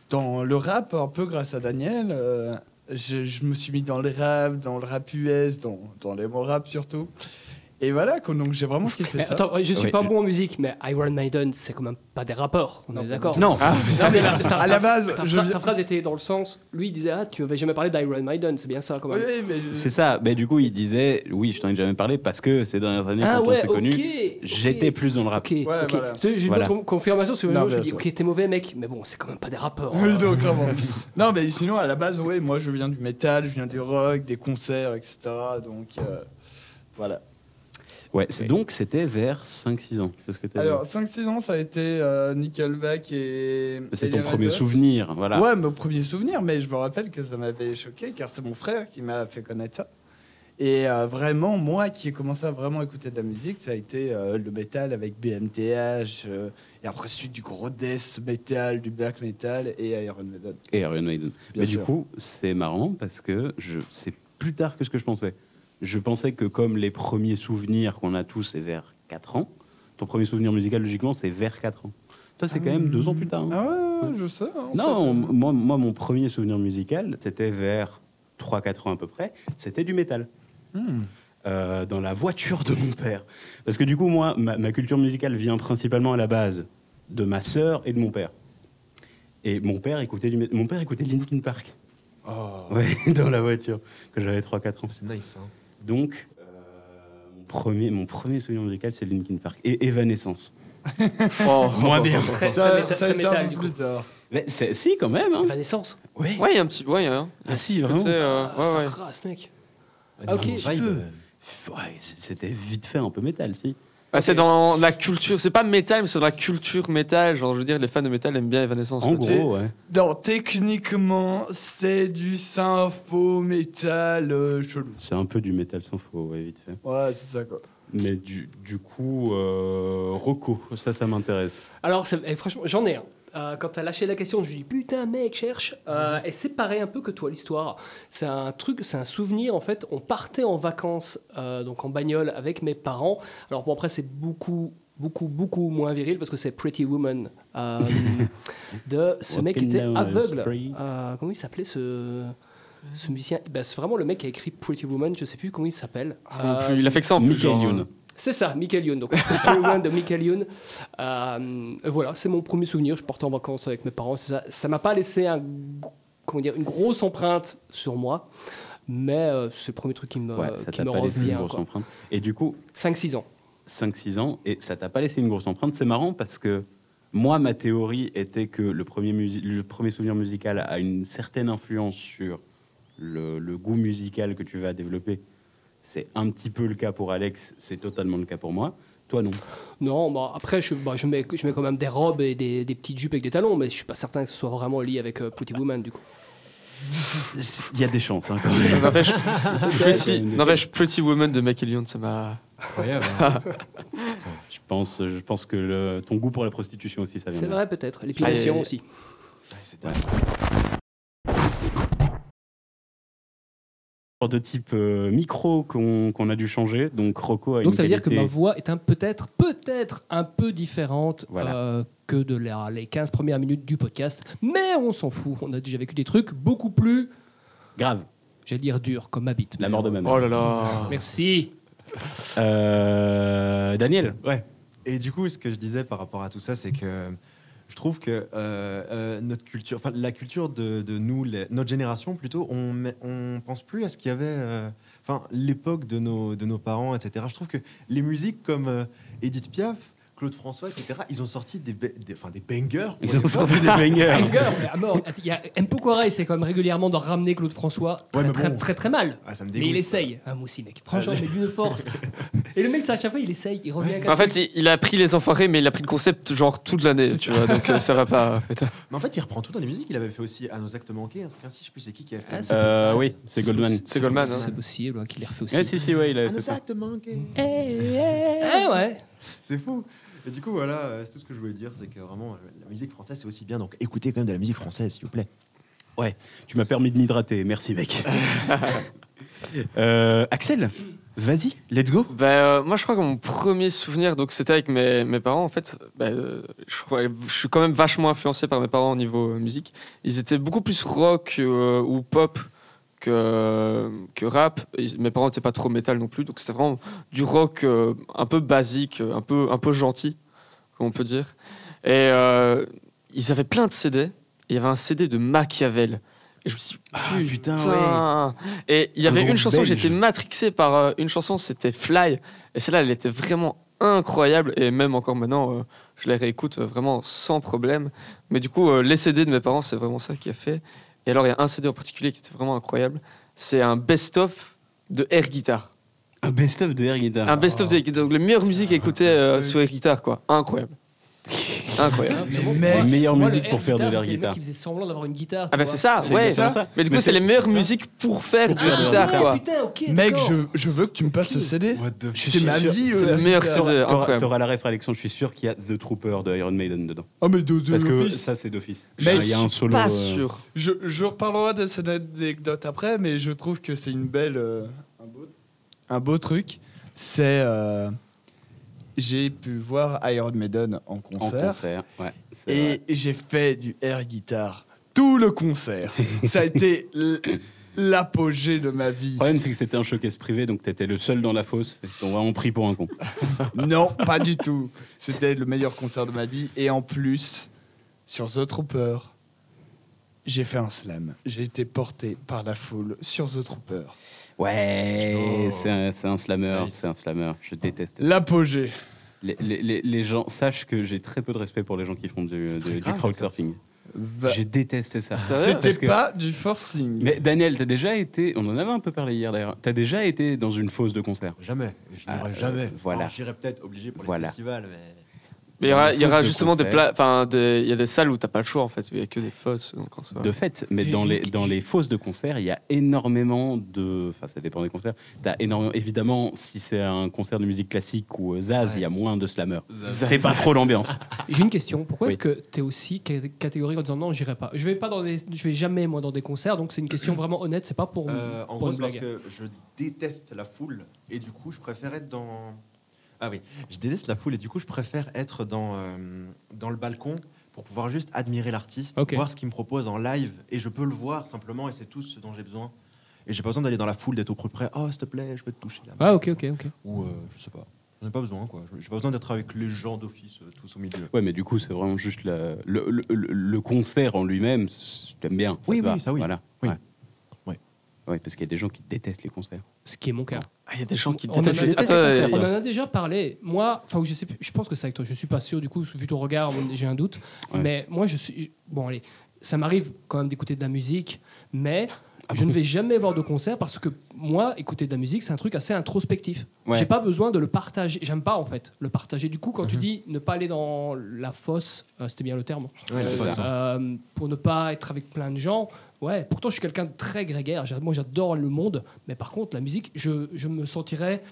S10: dans le rap, un peu grâce à Daniel. Euh, je, je me suis mis dans le rap, dans le rap US, dans, dans les mots rap surtout. Et voilà, quoi, donc j'ai vraiment
S8: [LAUGHS]
S10: kiffé
S9: Mais
S10: ça.
S9: attends, je suis pas bon en musique, mais Iron Maiden, c'est quand même pas des rappeurs, on est d'accord
S10: Non.
S8: [LAUGHS]
S10: Ah.
S9: mais là, ta-
S10: À la
S9: ta-
S10: base,
S9: ta,
S10: je
S9: ta-
S10: viens-
S9: ta phrase était dans le sens, lui il disait Ah, tu avais jamais parlé d'Iron Maiden, c'est bien ça quand même.
S10: Oui, mais.
S8: C'est ça. Mais du coup, il disait Oui, je t'en ai jamais parlé parce que ces dernières années,
S9: Ah
S8: quand
S9: ouais,
S8: on s'est
S9: ok,
S8: connus, j'étais plus dans le rap.
S9: Ok, ok. J'ai une
S8: Voilà.
S9: con- confirmation sur le
S10: Non,
S9: mot, je
S10: mais
S9: me dis
S10: ça-
S9: Ok, t'es mauvais mec, mais bon, c'est quand même pas des rappeurs. hein.
S10: Oui, donc, [LAUGHS] clairement. non, mais sinon, à la base, ouais, moi je viens du métal, je viens du rock, des concerts, etc. Donc euh, voilà.
S8: Ouais, c'est donc c'était vers 5-6 ans. C'est ce que t'as dit.
S10: Alors, 5-6 ans, ça a été euh, Nickelback et.
S8: C'est
S10: et
S8: ton
S10: les
S8: premier
S10: Red Hot.
S8: souvenir, voilà.
S10: Ouais, mon premier souvenir, mais je me rappelle que ça m'avait choqué car c'est mon frère qui m'a fait connaître ça. Et euh, vraiment, moi qui ai commencé à vraiment écouter de la musique, ça a été euh, le métal avec BMTH, euh, et après suite du gros death metal, du black metal et Iron Maiden.
S8: Et Iron Maiden.
S10: Bien
S8: Mais
S10: sûr.
S8: du coup, c'est marrant parce que je c'est plus tard que ce que je pensais. Je pensais que comme les premiers souvenirs qu'on a tous, c'est vers 4 ans, ton premier souvenir musical, logiquement, c'est vers 4 ans. Toi, c'est quand même 2 ans plus tard. hein.
S10: Ah ouais, je sais. hein, en
S8: Non, on- moi, moi, mon premier souvenir musical, c'était vers 3-4 ans à peu près, c'était du métal.
S10: fait. Hmm.
S8: Euh, dans la voiture de mon père. Parce que du coup, moi, ma, ma culture musicale vient principalement à la base de ma sœur et de mon père. Et mon père écoutait, du, mé- mon père écoutait Linkin Park.
S10: Oh.
S8: Ouais, [LAUGHS] dans la voiture, quand j'avais 3-4 ans.
S11: C'est nice. Hein.
S8: Donc, euh, mon, premier, mon premier souvenir musical, c'est Linkin Park. Et Evanescence.
S3: Oh.
S8: Moins bien.
S9: Très,
S10: Ça-
S9: très, méta-
S10: ça a
S9: très
S10: été un
S9: métal,
S10: peu
S9: du coup.
S10: plus tard.
S8: Mais c'est- si, quand même. Hein.
S9: Evanescence. Ah,
S8: Ouais.
S3: Ouais, il y a un petit. Ouais, il y a un.
S8: Ah si,
S3: petit
S8: vraiment.
S3: côté, euh,
S9: ça
S3: ouais, ouais.
S9: rase, mec.
S11: Un
S9: Ah, ok,
S11: nouveau
S9: je
S11: vibe,
S9: peux.
S11: euh,
S8: [LAUGHS] Ouais, c- c'était vite fait un peu métal, si.
S3: Ah, c'est dans la culture, c'est pas métal, mais c'est dans la culture métal. Genre, je veux dire, les fans de métal aiment bien Evanescence.
S8: En
S3: quoi.
S8: gros, ouais.
S10: Non, techniquement, c'est du sympho métal euh, chelou.
S8: C'est un peu du métal sans faux, ouais, vite fait.
S10: Ouais, c'est ça quoi.
S8: Mais du, du coup, euh, Rocco, ça, ça m'intéresse.
S9: Alors, ça- eh, franchement, j'en ai un. Euh, quand t'as lâché la question, je lui dis putain mec cherche. Euh,
S8: Mm.
S9: et c'est pareil un peu que toi l'histoire. C'est un truc, c'est un souvenir en fait. On partait en vacances euh, donc en bagnole avec mes parents. Alors bon après c'est beaucoup beaucoup beaucoup moins viril parce que c'est Pretty Woman
S8: [LAUGHS]
S9: euh, de ce mec qui
S8: Walking
S9: était
S8: down the
S9: aveugle.
S8: street. Mm.
S9: Euh, comment il s'appelait ce ce musicien Bah, C'est vraiment le mec qui a écrit Pretty Woman. Je sais plus comment il s'appelle.
S3: Ah, non
S9: Euh,
S3: plus, il a fait que ça en plus.
S8: Michael
S3: genre,
S8: Youn.
S3: euh,
S9: c'est ça, Michael Youn. Donc, Pretty Woman de Michael Youn. Euh, voilà, c'est mon premier souvenir. Je partais en vacances avec mes parents. c'est Ça Ça m'a pas laissé un, comment dire, une grosse empreinte sur moi. Mais euh, c'est le premier truc qui me,
S8: Ouais, ça
S9: qui
S8: t'a
S9: me
S8: pas laissé une
S9: revient.
S8: grosse empreinte. Et du coup,
S9: 5-6 ans.
S8: 5-6 ans, et ça t'a pas laissé une grosse empreinte. C'est marrant parce que moi, ma théorie était que le premier, musi- le premier souvenir musical a une certaine influence sur le, le goût musical que tu vas développer. C'est un petit peu le cas pour Alex, c'est totalement le cas pour moi. Toi, non.
S9: Non, bah, après, je, bah, je, mets, je mets quand même des robes et des, des petites jupes avec des talons. Mais je suis pas certain que ce soit vraiment lié avec euh, Pretty Woman, du coup.
S8: Il y a des chances, hein, quand même.
S3: euh,
S8: [LAUGHS]
S3: N'empêche,
S8: C'est
S3: Pretty,
S8: une des-
S3: n'empêche, Pretty Woman de Michael Youn, ça m'a.
S11: Incroyable. hein.
S8: Je pense, je pense que le- ton goût pour la prostitution aussi, ça vient.
S9: C'est
S8: de là.
S9: vrai, peut-être. L'épilation
S3: Allez.
S9: aussi.
S11: Ouais, c'est dingue.
S8: Genre de type euh, micro qu'on qu'on a dû changer. Donc Rocco a une
S9: Donc ça veut dire que
S8: qualité-
S9: ma voix est un peut-être peut-être un peu différente
S8: Voilà.
S9: euh, que de la- les 15 premières minutes du podcast, mais on s'en fout. On a déjà vécu des trucs beaucoup plus,
S8: grave.
S9: j'allais dire dur, comme ma bite.
S8: La mort de ma mère.
S3: Oh là là.
S9: Merci.
S8: Euh, Daniel,
S11: Ouais. Et du coup, ce que je disais par rapport à tout ça, c'est que euh, je trouve que euh, euh, notre culture, enfin la culture de, de nous, les- notre génération plutôt, on, met- on pense plus à ce qu'il y avait, euh, enfin l'époque de nos, de nos parents, etc. Je trouve que les musiques comme euh, Edith Piaf Claude François, etc. Ils ont sorti des, ba- des, enfin, des bangers. pour
S8: Ils ont
S11: l'époque.
S8: sorti des bangers.
S3: [LAUGHS]
S9: Banger, Ah, mais à mort. Il y a M. Poiré, c'est quand même régulièrement d'en ramener Claude François très,
S11: Ouais, mais
S9: très,
S11: bon.
S9: très, très mal.
S11: [LAUGHS] Ah, ça me
S9: mais
S11: dégoûte.
S9: il
S11: ça.
S9: essaye. Ah, moi aussi, mec. Franchement, mais d'une force. Et le mec, ça, à chaque fois, il essaye. Il revient. à
S3: En fait, il, il a pris les enfoirés, mais il a pris le concept genre toute l'année, tu vois. Donc euh, ça va
S8: [LAUGHS]
S3: pas. putain.
S11: Mais en fait, il reprend tout dans les musiques. Il avait fait aussi À nos actes manqués, un truc ainsi. Je sais plus c'est qui qui a fait.
S9: Ah,
S11: une-
S9: c'est-
S8: Euh, oui, c'est Goldman.
S3: C'est Goldman. hein.
S9: C'est possible hein, qu'il les refait aussi.
S8: Ouais, si, si, ouais, il a
S9: Ah,
S11: À
S8: fait
S11: nos
S8: ça.
S11: actes manqués.
S9: Eh ouais.
S11: C'est fou. Et du coup, voilà, euh, c'est tout ce que je voulais dire. C'est que vraiment, euh, la musique française, c'est aussi bien. Donc écoutez quand même de la musique française, s'il vous plaît.
S8: Ouais, tu m'as permis de m'hydrater.
S3: [LAUGHS]
S8: Merci, mec. Euh, Axel, vas-y, let's go.
S3: Ben, euh, moi, je crois que mon premier souvenir, donc c'était avec mes, mes parents, en fait. Ben, euh, je, crois- je suis quand même vachement influencé par mes parents au niveau euh, musique. Ils étaient beaucoup plus rock euh, ou pop que, euh, que rap. Ils- mes parents n'étaient pas trop métal non plus, donc c'était vraiment du rock euh, un peu basique, euh, un peu, un peu gentil, comme on peut dire. Et euh, ils avaient plein de CD. Il y avait un CD de Machiavel. Et je me suis dit,
S8: putain,
S3: Putain. Et il y
S8: Un
S3: avait
S8: groupe
S3: une chanson,
S8: belge.
S3: j'étais matrixé par euh, une chanson, c'était Fly. Et celle-là, elle était vraiment incroyable. Et même encore maintenant, euh, je la réécoute euh, vraiment sans problème. Mais du coup, euh, les CD de mes parents, c'est vraiment ça qui a fait. Et alors, il y a un CD en particulier qui était vraiment incroyable. C'est un best-of de air guitar.
S8: Un best-of de air guitar.
S3: un best-of de air guitar. Donc, la meilleure musique à écouter euh, sur air guitar, quoi.
S8: [LAUGHS]
S3: Incroyable. incroyable.
S8: La
S10: mec,
S8: meilleure
S9: Ah, Moi,
S8: musique
S9: le
S8: pour faire de
S9: air
S8: l'air
S9: c'était le mec
S8: guitar.
S9: qui faisait semblant d'avoir une guitare.
S3: Ah,
S9: tu
S3: bah,
S9: vois.
S3: c'est ça, ouais.
S8: exactement ça.
S3: Mais du coup,
S8: Mais
S3: c'est les
S8: c'est-
S3: meilleures
S8: c'est ça.
S3: musiques pour faire du
S9: Ah,
S3: guitare,
S9: ouais,
S3: quoi.
S9: putain, ok.
S10: mec,
S9: d'accord.
S10: je, je veux que tu me passes ce CD.
S11: What the
S10: C'est ma
S8: sûr,
S10: vie.
S3: C'est
S10: euh,
S3: le meilleur
S10: la-
S3: CD,
S8: T'auras,
S3: incroyable.
S8: t'auras la ref, Alex, je suis sûr qu'il y a The Trooper de Iron Maiden dedans.
S10: Ah, mais de, de
S8: Parce que
S10: l'office.
S8: ça, c'est d'office.
S10: Mais
S8: Enfin, il y a un solo.
S3: Pas
S8: euh,
S3: sûr.
S10: Je, je reparlerai de cette anecdote après, mais je trouve que c'est une belle, euh, un, beau, un beau truc. C'est euh, j'ai pu voir Iron Maiden
S8: En
S10: en concert,
S8: concert, ouais. c'est vrai.
S10: et j'ai fait du air guitar tout le concert. Ça a été l- l'apogée de ma vie.
S8: Le problème, c'est que c'était un showcase privé, donc t'étais le seul dans la fosse. et On vraiment pris pour un con.
S10: Non, pas du tout. C'était le meilleur concert de ma vie. Et en plus, sur The Trooper, j'ai fait un slam. J'ai été porté par la foule sur The Trooper.
S8: [LAUGHS] Ouais,
S11: Oh.
S8: c'est un, c'est un slammer,
S11: Nice.
S8: c'est un slammer. Je déteste.
S10: L'apogée.
S8: Les, les- les- les gens, sache que j'ai très peu de respect pour les gens qui font du,
S11: C'est
S8: du,
S11: très
S8: du
S11: grave,
S8: crowdsurfing.
S10: Va-
S8: Je déteste ça.
S3: C'est vrai
S8: Parce que-
S10: Bah, C'était pas du forcing.
S8: Mais Daniel, t'as déjà été, on en avait un peu parlé hier d'ailleurs, t'as déjà été dans une fosse de concert.
S11: Jamais. Je
S8: Ah,
S11: n'irai
S8: euh,
S11: jamais.
S8: voilà.
S11: Enfin, J'irai peut-être obligé pour les
S8: Voilà.
S11: festivals, mais.
S3: Mais il y aura,
S8: Une
S3: il y aura
S8: fosse de
S3: justement des pla-
S8: concert.
S3: enfin, des- il y a des salles où t'as pas le choix en fait, où il y a que des fosses. donc en soi.
S8: De fait, mais
S9: J'ai-
S8: dans
S9: j'ai-
S8: les, dans les fosses de concert, il y a énormément de. Enfin, ça dépend des concerts. T'as énormément. Évidemment, si c'est un concert de musique classique ou euh, Zaz, il y a moins de slammers.
S11: Zaz.
S8: C'est pas trop l'ambiance.
S9: J'ai une question. Pourquoi
S8: Oui.
S9: est-ce que t'es aussi ca- catégorique en disant non, j'irai pas. Je vais pas dans des, je vais jamais moi dans des concerts. Donc c'est une question vraiment honnête. C'est pas pour.
S11: Euh,
S9: pour
S11: en gros,
S9: une
S11: c'est parce
S9: blague.
S11: que je déteste la foule et du coup, je préfère être dans. Ah oui, je déteste la foule et du coup, je préfère être dans, euh, dans le balcon pour pouvoir juste admirer l'artiste,
S9: Ok.
S11: voir ce qu'il me propose en live et je peux le voir simplement et c'est tout ce dont j'ai besoin. Et j'ai pas besoin d'aller dans la foule, d'être au plus près. Oh, s'il te plaît, je veux te toucher là.
S9: Ah ok ok ok.
S11: Ou euh, je sais pas. J'en ai pas besoin, quoi. J'ai pas besoin d'être avec les gens d'office, euh, tous au milieu.
S8: Ouais, mais du coup, c'est vraiment juste la- le, le- le- le concert en lui-même. c'est- T'aimes bien. te
S11: Oui, oui,
S8: va,
S11: ça, oui.
S8: Voilà.
S11: Oui.
S8: Ouais.
S11: Ouais.
S8: Ouais, parce qu'il y a des gens qui détestent les concerts.
S9: Ce qui est mon cas.
S3: Ah, il y a des gens qui
S9: On en a-
S3: détestent.
S9: on
S3: Attends,
S8: Ah,
S9: en
S3: euh,
S9: a déjà parlé. Moi, enfin, je sais plus, je pense que c'est avec toi. Je suis pas sûr du coup, vu ton regard, j'ai un doute.
S8: Ouais.
S9: Mais moi, je suis. Bon, allez, ça m'arrive quand même d'écouter de la musique, mais je
S8: Ah bon
S9: ne vais jamais voir de concert parce que moi, écouter de la musique, c'est un truc assez introspectif.
S8: Ouais.
S9: J'ai pas besoin de le partager. J'aime pas en fait le partager. Du coup, quand tu dis ne pas aller dans la fosse, euh, c'était bien le terme.
S11: Ouais,
S8: c'est
S11: c'est ça.
S9: Euh, pour ne pas être avec plein de gens. Ouais, pourtant je suis quelqu'un de très grégaire. J'a- Moi j'adore le monde, mais par contre la musique, je, je me sentirais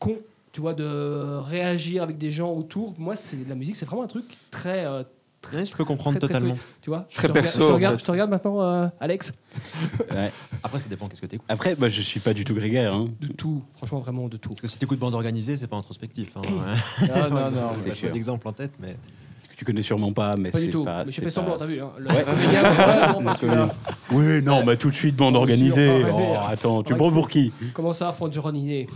S9: con, tu vois, de réagir avec des gens autour. Moi, c'est la musique, c'est vraiment un truc très, euh, très,
S11: Ouais, je peux comprendre
S9: très, très
S11: totalement.
S9: peu- tu vois,
S3: Très
S9: je te
S3: perso, en
S9: regarde- je te regarde,
S3: fait.
S9: je te regarde maintenant, euh, Alex.
S8: Ouais.
S11: Après, ça dépend qu'est-ce que t'écoutes.
S8: Après, moi, je suis pas du tout grégaire. hein.
S9: De tout, franchement vraiment de tout.
S11: Parce que si t'écoutes bande organisée, c'est pas introspectif. Hein.
S10: Non,
S8: [LAUGHS]
S10: non, non.
S11: J'ai
S8: sûr.
S11: pas d'exemple en tête, mais.
S8: Tu connais sûrement pas, mais
S9: Pas du
S8: c'est
S9: tout.
S8: pas.
S9: mais je
S8: c'est
S9: fais
S8: pas-
S9: semblant, t'as vu. Hein, le-
S8: Ouais.
S9: le gars, vraiment, parce que là,
S8: Oui, non, mais tout de suite, bande
S9: Je suis
S8: organisée.
S9: encore rêvé,
S8: Oh,
S9: là.
S8: attends, tu
S9: Ouais,
S8: prends pour qui
S9: Comment ça, Franck Gironnier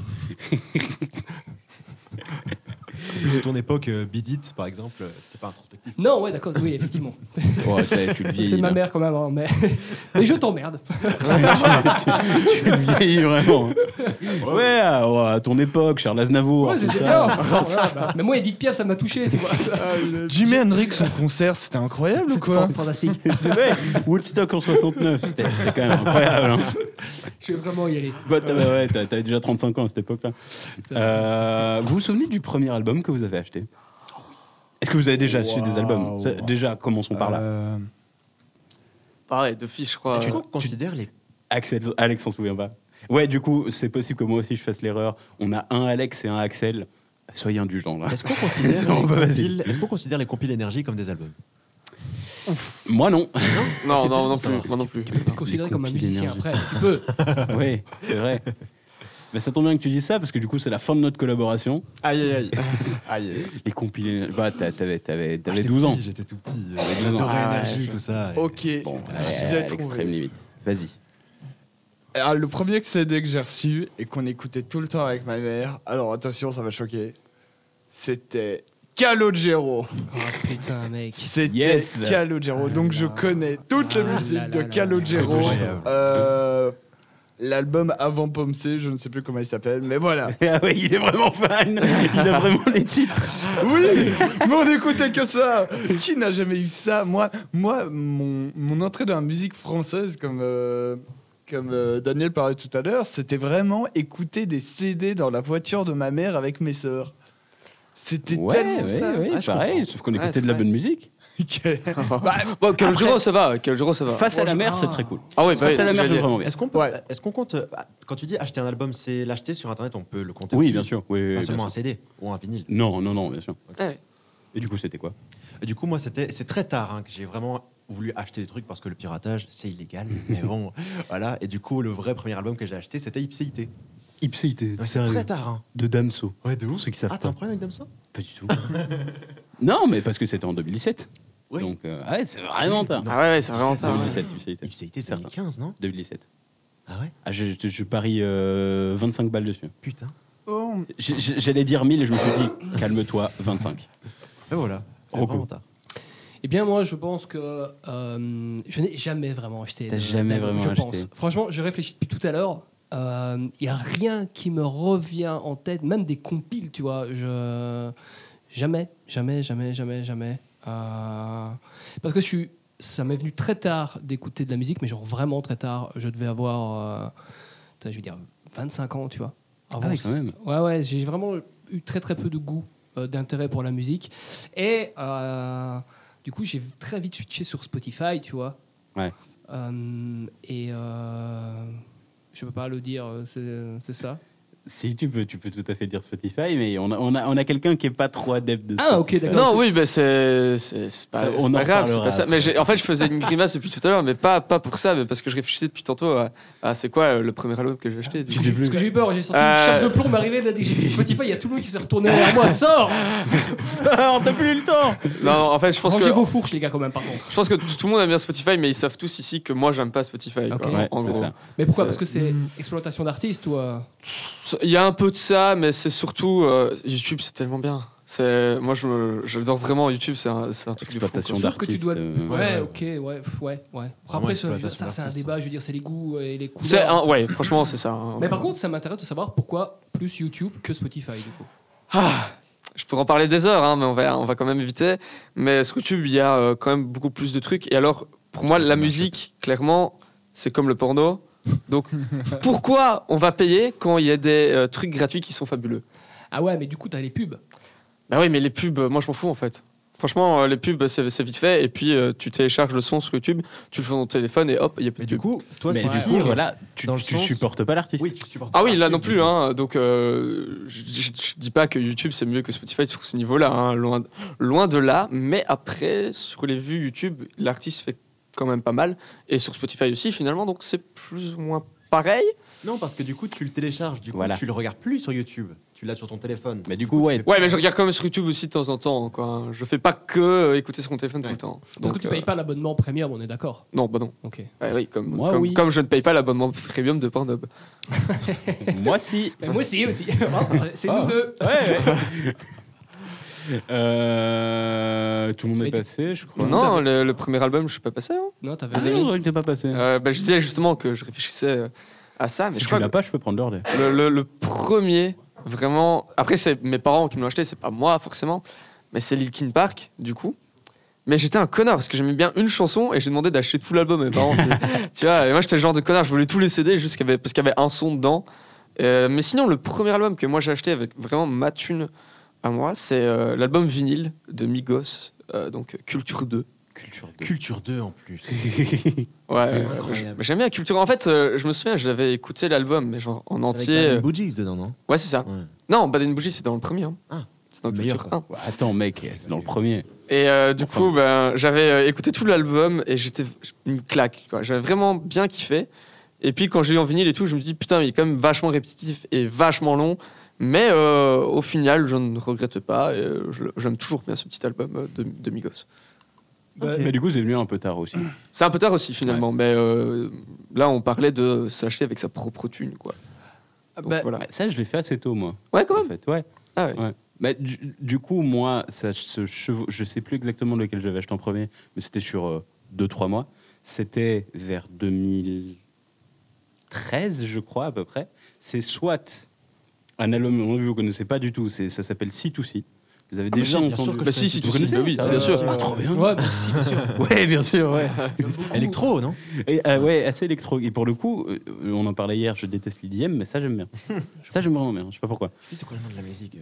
S11: plus de ton époque, euh, Beat It, par exemple, euh, c'est pas introspectif.
S9: Non, ouais, d'accord, oui, effectivement.
S8: [LAUGHS] Ouais, t'as- tu le vieillis,
S9: C'est ma
S8: là.
S9: mère quand même, hein, mais... [LAUGHS] mais je t'emmerde.
S8: [LAUGHS] tu, tu le vieillis vraiment. Ouais, à, à ton époque, Charles Aznavour.
S9: Ouais,
S8: tout
S9: c'était
S8: ça.
S9: bien. [LAUGHS] Voilà, bah, mais moi, Edith Piaf, ça m'a touché, tu vois.
S10: Jimi Hendrix, son concert, c'était incroyable ou quoi
S9: Fantastique.
S8: Ouais, Woodstock en 69, c'était c'était quand même incroyable. hein.
S9: Je vais vraiment y aller.
S8: Bah, t'as- ouais, t'as- t'avais déjà 35 ans à cette époque-là. Euh, vous vous souvenez du premier album que vous avez acheté Est-ce que vous avez déjà su des albums Ça- Déjà, commençons par là.
S10: Euh,
S3: Pareil, de fiches, je
S10: Ah,
S3: crois.
S8: Est-ce qu'on
S11: considère les.
S8: Axel, Alex s'en souvient pas. Ouais, du coup, c'est possible que moi aussi je fasse l'erreur. On a un Alex et un Axel. Soyez indulgents là.
S11: Est-ce [LAUGHS] qu'on considère,
S8: C'est
S11: les
S8: vraiment pas facile.
S11: compiles- bah, est-ce qu'on considère les compiles énergie comme des albums
S8: Moi [LAUGHS] non.
S3: [LAUGHS] Non,
S11: Qu'est-ce que
S3: non, non
S11: c'est que
S3: plus.
S11: ça
S3: Moi non plus.
S9: Considéré comme un
S8: copies
S9: musicien
S8: d'énergie.
S9: après, tu peux.
S8: oui, c'est vrai. Mais ça tombe bien que tu dis ça parce que du coup, c'est la fin de notre collaboration.
S11: Aïe,
S8: [LAUGHS]
S11: aïe, aïe. aïe, aïe.
S8: Les compilés. Bah, t'a- t'avais, t'avais,
S11: Ah,
S8: t'avais
S11: j'étais
S8: 12 ans.
S11: petit, J'étais tout petit. euh,
S8: T'avais 12 ans.
S11: J'adorais
S8: Ah,
S11: énergie, tout ça. et-
S10: Ok.
S8: Bon,
S10: j'ai
S8: à
S10: trouvé.
S8: l'extrême limite. Vas-y. [LAUGHS]
S10: Alors, le premier CD que j'ai reçu et qu'on écoutait tout le temps avec ma mère, alors attention, ça va choquer, c'était Calogero.
S9: Oh putain, mec.
S10: C'était
S8: Yes.
S10: Calogero. Donc, je connais toute la
S9: Ah là
S10: musique
S9: là
S10: de
S9: là là.
S10: Calogero.
S11: Incroyable.
S10: Euh, L'album avant Pomsé, je ne sais plus comment il s'appelle, mais voilà.
S8: Ah ouais, il est vraiment [LAUGHS] fan. Il a vraiment les titres.
S10: Oui, [LAUGHS] mais on n'écoutait que ça. Qui n'a jamais eu ça Moi, moi, mon, mon entrée dans la musique française, comme euh, comme euh, Daniel parlait tout à l'heure, c'était vraiment écouter des CD dans la voiture de ma mère avec mes sœurs. C'était
S8: Ouais,
S10: tellement
S8: ouais,
S10: ça.
S8: ouais, bah.
S10: Ah, je
S8: pareil, sauf qu'on
S3: Ouais,
S8: écoutait
S3: c'est
S8: de la
S3: vrai.
S8: bonne musique. [LAUGHS]
S10: comprends. Ok. Bah,
S3: Bon, Calogero, ça va. Calogero, ça va.
S8: Face à la mer,
S9: ah.
S8: c'est très cool.
S3: Ah oui, bah oui,
S8: Face
S3: c'est
S8: à la mer,
S3: génial.
S8: j'aime vraiment bien.
S11: Est-ce qu'on peut-
S10: Ouais.
S11: est-ce qu'on compte. euh, Quand tu dis acheter un album, c'est l'acheter sur internet, on peut le compter
S8: Oui,
S11: aussi.
S8: bien sûr. Oui, oui,
S11: Pas
S8: bien
S11: seulement
S8: sûr.
S11: un CD ou un vinyle.
S8: Non, non, non, bien sûr.
S3: Ouais.
S8: Et du coup, c'était quoi
S11: Et Du coup, moi, c'était c'est très tard hein, que j'ai vraiment voulu acheter des trucs parce que le piratage, c'est illégal.
S8: [LAUGHS]
S11: mais bon, voilà. Et du coup, le vrai premier album que j'ai acheté, c'était Ipséité.
S8: Ipséité.
S11: Ouais, C'est très tard. hein.
S8: De Damso.
S11: Ouais, de ouf.
S8: Ceux qui savent
S11: Ah, t'as un
S8: pas.
S11: problème avec Damso
S8: Pas
S11: [LAUGHS]
S8: du tout. non, mais parce que c'était en 2017.
S11: Oui.
S8: Donc, euh, ouais, c'est vraiment tard.
S3: Ah ouais, ouais, c'est vraiment tard. ouais.
S8: 2017, Ipséité.
S11: Ipséité,
S8: Certain.
S11: 2015, non
S8: 2017.
S11: Ah ouais
S8: Ah, je, je- je parie euh, 25 balles dessus.
S11: Putain.
S10: oh,
S8: J'ai-
S11: Ah.
S8: j'ai- J'allais dire 1000 et je me suis
S11: [LAUGHS]
S8: dit, calme-toi, 25.
S11: Et voilà. C'est
S8: Rocco.
S11: vraiment tard.
S9: Eh bien, moi, je pense que euh, je n'ai jamais vraiment acheté.
S8: T'as
S9: de-
S8: jamais
S9: d'album,
S8: vraiment
S9: je
S8: acheté.
S9: Pense. Franchement, je réfléchis depuis tout à l'heure. Il n'y a rien qui me revient en tête, même des compiles, tu vois. Je... Jamais, jamais, jamais, jamais, jamais. Euh, Parce que je suis... ça m'est venu très tard d'écouter de la musique, mais genre vraiment très tard. Je devais avoir, euh, putain, je veux dire, 25 ans, tu vois. Avant,
S8: oui, quand
S9: c-
S8: même.
S9: Ouais, ouais, j'ai vraiment eu très très peu de goût, euh, d'intérêt pour la musique. Et euh, du coup, j'ai très vite switché sur Spotify, tu vois.
S8: Ouais.
S9: Euh, et euh, je peux pas le dire, euh, c'est c'est ça.
S8: Si tu peux, tu peux tout à fait dire Spotify, mais on a, on a, on a quelqu'un qui est pas trop adepte de Spotify.
S9: Ah, ok, d'accord.
S3: Non, oui, mais c'est c'est- c'est pas,
S8: Ça, on
S3: c'est pas
S8: en
S3: grave, c'est
S8: reparlera
S3: pas ça. Mais j'ai- en fait, je faisais une grimace depuis tout à l'heure, mais pas, pas pour ça, mais parce que je réfléchissais depuis tantôt à, à c'est quoi euh, le premier album que j'ai acheté. du
S8: Tu
S3: coup.
S8: sais plus.
S9: Parce que j'ai eu peur, j'ai sorti
S3: Euh.
S9: une chape de plomb m'arriver dès que j'ai vu Spotify, il y a tout le monde qui s'est retourné vers moi. Sors
S8: on t'a plus eu le temps
S3: Non, non, en fait, je pense que
S9: Rangez vos fourches, les gars, quand même, par contre.
S3: je pense que tout tout le monde aime bien Spotify, mais ils savent tous ici que moi, j'aime pas Spotify.
S9: Ok.
S3: quoi,
S8: Ouais,
S3: en
S8: c'est
S3: gros.
S8: ça.
S9: Mais pourquoi
S3: C'est-
S9: Parce que c'est
S11: Mm.
S9: exploitation d'artistes ou. euh,
S3: Il y a un peu de ça, mais c'est surtout euh, YouTube, c'est tellement bien. C'est moi, je me, j'adore vraiment YouTube. C'est un, c'est un truc de fou. quoi.
S8: Exploitation
S9: Sauf que tu
S8: d'artistes.
S9: dois-
S8: euh,
S9: Ouais,
S11: Ouais, ouais,
S9: ok, ouais, pff, ouais, ouais. Après, ça,
S11: exploitation
S9: ça, c'est un
S11: d'artistes, hein.
S9: débat, je veux dire, c'est les goûts euh, et les couleurs.
S3: C'est un, ouais, franchement, c'est ça. hein.
S9: Mais par contre, ça m'intéresse de savoir pourquoi plus YouTube que Spotify, du coup.
S3: Ah, je pourrais en parler des heures, hein, mais on va, on va quand même éviter. Mais sur YouTube, il y a euh, quand même beaucoup plus de trucs. Et alors, pour moi, la musique, clairement, c'est comme le porno. Donc, pourquoi on va payer quand il y a des euh, trucs gratuits qui sont fabuleux
S9: Ah ouais, mais du coup, t'as les pubs.
S3: Bah oui, mais les pubs, euh, moi, je m'en fous en fait. Franchement, euh, les pubs, c'est c'est vite fait. Et puis, euh, tu télécharges le son sur YouTube, tu le fais dans ton téléphone et hop, il y a plus
S11: Mais
S3: de
S11: du
S3: pubs.
S11: coup, toi,
S8: mais
S11: c'est
S8: du
S9: ouais,
S8: coup,
S9: ok.
S8: voilà, tu,
S11: Dans le
S8: tu
S11: sens-
S8: supportes pas l'artiste.
S11: Oui, tu supportes
S3: Ah oui, là
S11: l'artiste,
S3: non
S11: du
S3: plus.
S11: coup.
S3: Hein, donc, euh, je- je je dis pas que YouTube c'est mieux que Spotify sur ce niveau-là, hein, loin, loin de là. Mais après, sur les vues YouTube, l'artiste fait quand même pas mal. Et sur Spotify aussi, finalement. Donc, c'est plus ou moins pareil.
S11: Non, parce que du coup, tu le télécharges, du coup,
S8: Voilà.
S11: tu le regardes plus sur YouTube. Tu l'as sur ton téléphone.
S8: Mais du coup,
S11: [LAUGHS]
S8: ouais.
S3: Ouais, mais je regarde quand même sur YouTube aussi de temps en temps. Quoi. hein. Je fais pas que euh, écouter sur mon téléphone tout le temps.
S9: Parce
S3: Donc,
S9: que tu
S3: euh,
S9: payes pas l'abonnement premium, on est d'accord.
S3: Non, bah non.
S9: Ok.
S3: Ouais, oui, comme,
S8: Moi,
S3: comme,
S8: oui.
S3: comme je ne paye pas l'abonnement premium de Pornhub.
S8: Moi, si.
S9: [LAUGHS]
S8: Ah.
S9: moi aussi, aussi. c'est nous deux.
S8: Ouais, ouais. [LAUGHS] Euh, tout le monde est passé, je crois.
S3: Non, le, le premier album, je suis pas passé. hein.
S9: Non, t'avais
S8: Ah, non, j'aurais que t'es pas passé.
S3: Euh, bah, je disais justement que je réfléchissais euh, à ça, mais
S8: si
S3: je
S8: tu
S3: crois
S8: l'as pas, je peux prendre l'ordre.
S3: Le, le- le premier, vraiment. Après, c'est mes parents qui me l'ont acheté, c'est pas moi forcément, mais c'est Linkin Park, du coup. Mais j'étais un connard parce que j'aimais bien une chanson et j'ai demandé d'acheter tout l'album à mes parents. tu- tu vois, et moi j'étais le genre de connard, je voulais tous les CD juste qu'il y avait- parce qu'il y avait un son dedans. Euh, mais sinon, le premier album que moi j'ai acheté avec vraiment ma thune à moi, c'est euh, l'album vinyle de Migos, euh, donc euh, Culture 2.
S11: Culture 2. Culture 2 en
S8: [LAUGHS]
S11: plus.
S3: Ouais, euh,
S11: Incroyable.
S3: j'aime bien Culture. En fait, euh, je me souviens, je l'avais écouté l'album, mais genre en
S11: Avec
S3: entier.
S11: les
S3: euh,
S11: Bee Gees dedans, non
S3: Ouais, c'est ça.
S11: Ouais.
S3: Non, Baden Bougie, c'est dans le premier. hein.
S11: Ah.
S3: c'est dans
S11: Meilleur,
S3: Culture 1.
S8: Ouais, Attends, mec, c'est dans le premier.
S3: Et euh, du
S8: Enfin.
S3: coup, ben, j'avais euh, écouté tout l'album et j'étais une claque. quoi. J'avais vraiment bien kiffé. Et puis quand j'ai eu en vinyle et tout, je me dis putain, il est quand même vachement répétitif et vachement long. Mais euh, au final, je ne regrette pas. et, euh, je le- J'aime toujours bien ce petit album euh, de, de Migos.
S10: bah,
S8: Mais du coup, c'est venu un peu tard aussi.
S3: C'est un peu tard aussi finalement, mais euh, là on parlait de s'acheter avec sa propre thune, quoi. Donc,
S8: Bah,
S3: voilà.
S8: bah, Ça, je l'ai fait assez tôt, moi.
S3: Ouais, quand
S8: en
S3: même.
S8: fait, ouais.
S3: Ah ouais.
S8: Ouais. Bah, du, du coup, moi, ça, ce chevaux, je sais plus exactement lequel j'avais acheté en premier, mais c'était sur 2-3 mois. C'était vers 2013, je crois, à peu près. C'est soit un album, on- vous ne connaissez pas du tout, c'est- ça s'appelle Si to Si. Vous avez
S11: Ah, mais si,
S8: déjà
S11: bien
S8: entendu
S11: sûr que je
S8: Bah,
S11: connais Si
S8: vous
S11: to Si,
S8: connaissez,
S11: bah oui,
S8: ça,
S11: bien
S8: euh,
S11: sûr.
S8: Ah, trop bien.
S9: Ouais, bah, si, bien sûr.
S8: Ouais, bien sûr,
S11: [LAUGHS]
S8: ouais.
S11: Electro, non
S8: Et, euh, ouais, assez électro. Et pour le coup, euh, on en parlait hier, je déteste l'IDM, mais ça, j'aime bien.
S11: [LAUGHS]
S8: ça, j'aime vraiment bien. Je sais pas pourquoi.
S11: Je sais quoi le nom de la musique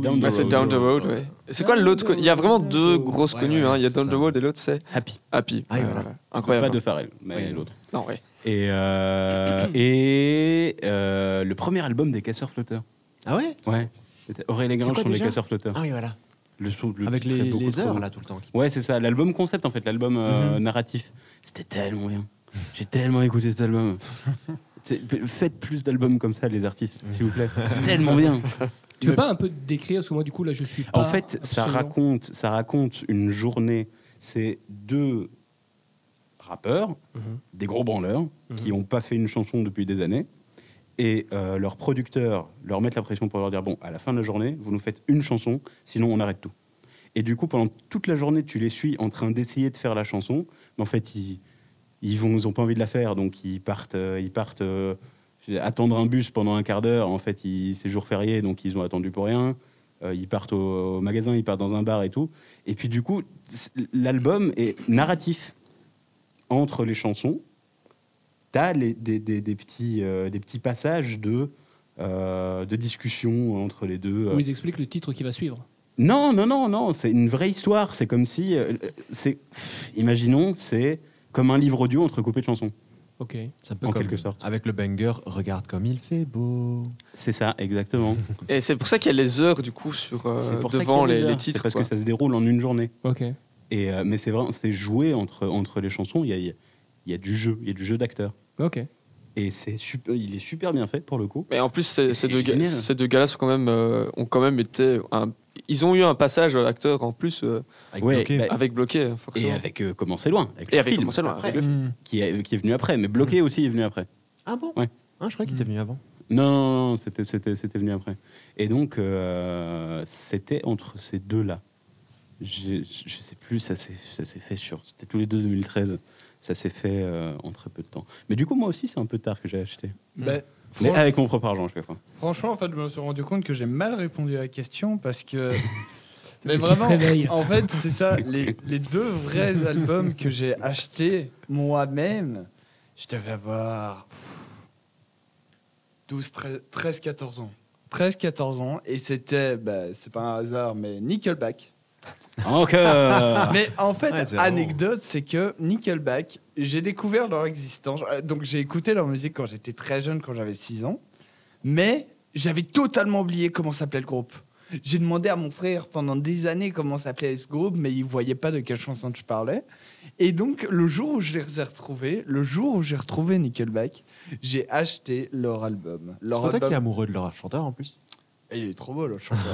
S8: Down the
S3: Bah, c'est
S8: road. euh,
S3: Down the Road, ouais. Et C'est quoi l'autre co- Il y a vraiment deux grosses
S11: Ouais,
S3: connues.
S11: ouais,
S3: hein. Il y a
S11: c'est
S3: Down the
S11: ça.
S3: Road et l'autre c'est
S8: Happy.
S3: Happy.
S11: Ah, et
S3: Ouais,
S11: voilà.
S3: ouais, ouais. Incroyable.
S8: Pas de Pharrell, mais
S11: Ouais,
S8: l'autre.
S3: Non, ouais.
S8: Et, euh, et euh, le premier album des Casseurs Flotteurs.
S11: Ah ouais
S8: Ouais. C'était Aurélie
S11: C'est
S8: Lagrange
S11: quoi
S8: sont les
S11: déjà
S8: Casseurs Flotteurs.
S11: Ah oui, voilà.
S8: Le son- le
S11: Avec
S8: titre est
S11: les,
S8: beaucoup
S11: les
S8: trop
S11: heures,
S8: long.
S11: là, tout le temps. qui-
S8: Ouais, c'est ça, l'album concept en fait, l'album euh,
S11: Mhm.
S8: narratif. C'était tellement bien. J'ai tellement écouté cet
S11: [LAUGHS]
S8: album. C'est- Faites plus d'albums comme ça, les artistes, s'il vous
S11: [LAUGHS]
S8: plaît. C'est tellement bien.
S9: Tu veux pas un peu décrire Parce que moi, du coup, là, je suis pas.
S8: En fait, ça
S9: absolument-
S8: raconte, ça raconte une journée. C'est deux rappeurs,
S9: Mhm.
S8: des gros branleurs, qui n'ont pas fait une chanson depuis des années. Et euh, leurs producteurs leur mettent la pression pour leur dire Bon, à la fin de la journée, vous nous faites une chanson, sinon on arrête tout. Et du coup, pendant toute la journée, tu les suis en train d'essayer de faire la chanson. Mais en fait, ils ils vont, ils ont pas envie de la faire, donc ils partent, euh, ils partent euh, attendre un bus pendant un quart d'heure. En fait, ils- c'est jour férié, donc ils ont attendu pour rien. Euh, ils partent au, au magasin, ils partent dans un bar et tout. Et puis du coup, c'est- l'album est narratif entre les chansons. T'as les, des, des- des petits, euh, des petits passages de, euh, de discussion entre les deux.
S9: Où ils expliquent le titre qui va suivre.
S8: Non, non, non, non, c'est une vraie histoire. C'est comme si, euh, c'est, pff, imaginons, c'est comme un livre audio entrecoupé de chansons.
S9: Ok.
S11: C'est un peu
S8: En
S11: comme-
S8: quelque sorte.
S11: Avec le banger, regarde comme il fait beau.
S8: C'est ça, exactement.
S3: Et c'est pour ça qu'il y a les heures du coup sur euh,
S8: c'est pour ça
S3: devant
S8: qu'il y a
S3: les,
S8: des
S3: les
S8: heures.
S3: titres.
S8: C'est parce
S3: quoi.
S8: que ça se déroule en une journée.
S9: Ok.
S8: Et euh, mais c'est vrai, c'est joué entre entre les chansons. Il y a, il y a du jeu, il y a du jeu d'acteurs.
S9: Ok.
S8: Et c'est super, il est super bien fait pour le coup.
S3: Mais en plus, ces,
S8: Et
S3: ces
S8: c'est
S3: deux, gars,
S8: génial.
S3: ces deux gars-là sont quand même, euh, ont quand même été. un- ils ont eu un passage euh, acteur en plus euh,
S11: Avec
S8: Ouais,
S11: Bloqué.
S8: bah,
S3: avec Bloqué, hein, forcément.
S8: Et avec euh, Comment c'est loin, avec
S3: Et
S8: le
S3: avec
S8: film,
S3: Comment c'est loin,
S8: après,
S3: avec le
S10: hmm,
S3: Mm.
S8: qui, est, qui est venu après. Mais bloqué aussi est venu après.
S11: Ah bon
S8: Ouais.
S11: Hein, je croyais qu'il était venu avant.
S8: Non, non, non, c'était c'était c'était venu après. Et donc euh, c'était entre ces deux là. Je, je sais plus, ça s'est ça s'est fait sur. C'était tous les deux 2013. Ça s'est fait euh, en très peu de temps. Mais du coup, moi aussi, c'est un peu tard que j'ai acheté.
S10: Ben,
S8: Mais
S10: franch-
S8: avec mon propre argent, à chaque fois.
S10: Franchement, en fait, je me suis rendu compte que j'ai mal répondu à la question parce que. Mais
S9: Parce qu'il se
S10: vraiment,
S9: réveille.
S10: en fait, c'est ça. Les, les deux
S9: [LAUGHS]
S10: vrais albums que j'ai achetés moi-même, je devais avoir pff, 12, 13, 13, 14 ans. 13, 14 ans, et c'était, bah, c'est pas un hasard, mais Nickelback.
S8: Encore
S10: Mais en fait,
S11: Ah. Ouais, c'est
S10: anecdote, c'est que Nickelback, j'ai découvert leur existence. Euh, Donc j'ai écouté leur musique quand j'étais très jeune, quand j'avais 6 ans. Mais j'avais totalement oublié comment s'appelait le groupe. J'ai demandé à mon frère pendant des années comment s'appelait ce groupe, mais il voyait pas de quelle chanson je parlais. Et donc, le jour où je les ai retrouvés, le jour où j'ai retrouvé Nickelback, j'ai acheté leur album.
S11: C'est
S10: Leur
S11: pour toi qui est
S10: album.
S11: amoureux de leur chanteur en plus.
S10: Et il est trop
S11: [LAUGHS]
S10: beau, l'autre chanteur.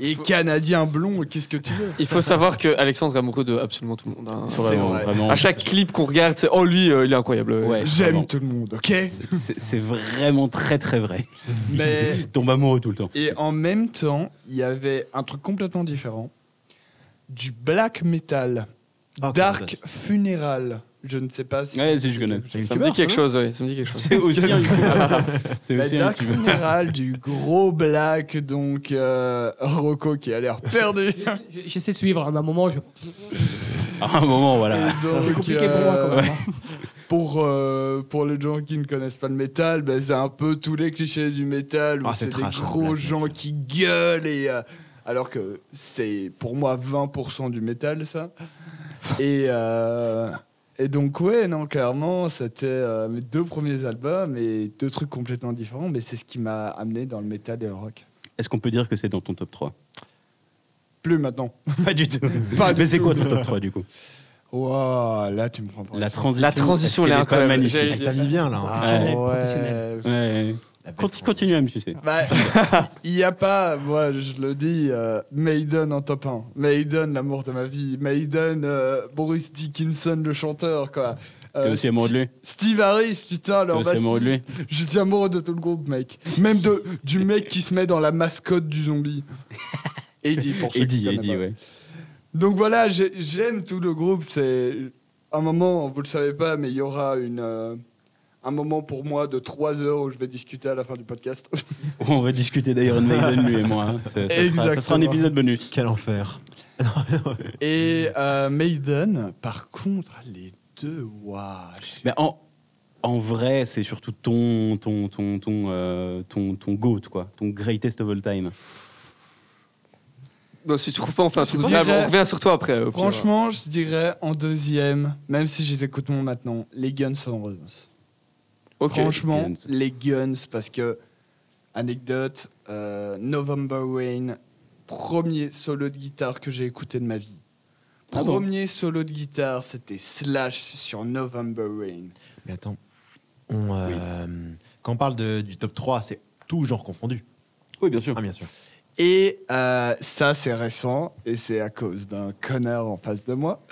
S10: Il est canadien blond, qu'est-ce que tu veux
S3: Il faut savoir que Alexandre est amoureux de absolument tout le monde. hein.
S10: [LAUGHS] C'est Vraiment, vrai. vraiment.
S3: À chaque clip qu'on regarde, c'est oh lui, euh, il est incroyable.
S10: J'aime tout le monde, ok
S8: C'est c'est vraiment très très vrai.
S10: Mais-
S8: Il tombe amoureux tout le temps.
S10: Et en même temps, il y avait un truc complètement différent du black metal, dark funeral. Je ne sais pas si.
S8: Ouais, si, je connais.
S10: Ça
S8: me
S3: Ça me dit
S10: hein.
S3: quelque chose, oui. Ça me dit quelque
S8: [LAUGHS]
S3: chose.
S8: C'est aussi un youtubeur.
S10: [LAUGHS]
S8: C'est
S10: La
S8: aussi un
S10: dark
S8: youtubeur.
S10: funeral du gros black, donc euh, Rocco qui a l'air perdu.
S9: J- J'essaie de suivre. hein, À un moment, je...
S8: À un moment, voilà.
S10: Et donc, euh,
S9: C'est compliqué pour moi, quand même, hein.
S10: Pour, euh, pour les gens qui ne connaissent pas le métal, ben, c'est un peu tous les clichés du métal où
S11: Ah, c'est
S10: c'est des
S11: trash, hein,
S10: gros
S11: black
S10: gens qui gueulent et. euh, alors que c'est pour moi 20% du métal, ça. Et, euh, et donc, ouais, non, clairement, c'était euh, mes deux premiers albums et deux trucs complètement différents, mais c'est ce qui m'a amené dans le métal et le rock.
S8: Est-ce qu'on peut dire que c'est dans ton top 3
S10: Plus maintenant.
S8: Pas du tout.
S10: Pas du
S8: Mais c'est
S10: tout.
S8: quoi ton top 3 du coup
S10: Waouh, là, tu me prends pour
S8: La
S10: fou.
S8: transition.
S3: La transition,
S8: est-ce
S3: elle est
S8: qu'elle pas
S3: incroyable.
S8: magnifique.
S3: J'allais
S11: T'as mis bien là. hein.
S10: Ah,
S8: Ouais.
S10: ouais.
S8: Ouais. Conti- Continue à me sucer.
S10: Bah, il n'y a pas, moi je le dis, euh, Maiden en top 1. Maiden, l'amour de ma vie. Maiden, euh, Bruce Dickinson, le chanteur, quoi. Euh,
S8: T'es aussi amoureux de lui
S10: Steve Harris, putain,
S8: T'es
S10: leur
S8: aussi amoureux de lui
S10: bassiste. Je suis amoureux de tout le groupe, mec. Même de, du mec qui se met dans la mascotte
S8: [LAUGHS]
S10: du zombie. Eddie, pour ceux qui
S8: Eddie,
S10: connaissent
S8: Eddie,
S10: pas.
S8: ouais.
S10: Donc voilà, j'ai- j'aime tout le groupe. C'est un moment, vous le savez pas, mais il y aura une, euh, un moment pour moi de 3 heures où je vais discuter à la fin du podcast.
S8: On va discuter d'ailleurs de Maiden, lui et moi. hein. Ça, ça sera, ça sera un
S10: Exactement.
S8: épisode bonus.
S11: Quel enfer.
S10: Et euh, Maiden, par contre, les deux, waouh.
S8: Mais en, en vrai, c'est surtout ton, ton, ton, ton, euh, ton, ton GOAT, quoi. Ton greatest of all time.
S3: Non, si tu trouves pas, on fait un
S10: Je
S3: truc
S10: sais
S3: de grave.
S10: pas.
S3: On revient sur toi après. au pire.
S10: Franchement, je dirais en deuxième, même si je les écoute moins maintenant, les Guns N' Roses.
S3: Ok.
S10: Franchement,
S8: Guns.
S10: les Guns, parce que, anecdote, euh, November Rain, premier solo de guitare que j'ai écouté de ma vie.
S8: Ah bon
S10: Premier solo de guitare, c'était Slash sur November Rain.
S11: Mais attends, on, euh, quand on parle de- du top 3, c'est tout genre confondu.
S8: Oui, bien sûr.
S11: Ah, bien sûr.
S10: Et euh, ça, c'est récent, et c'est à cause d'un connard en face de moi.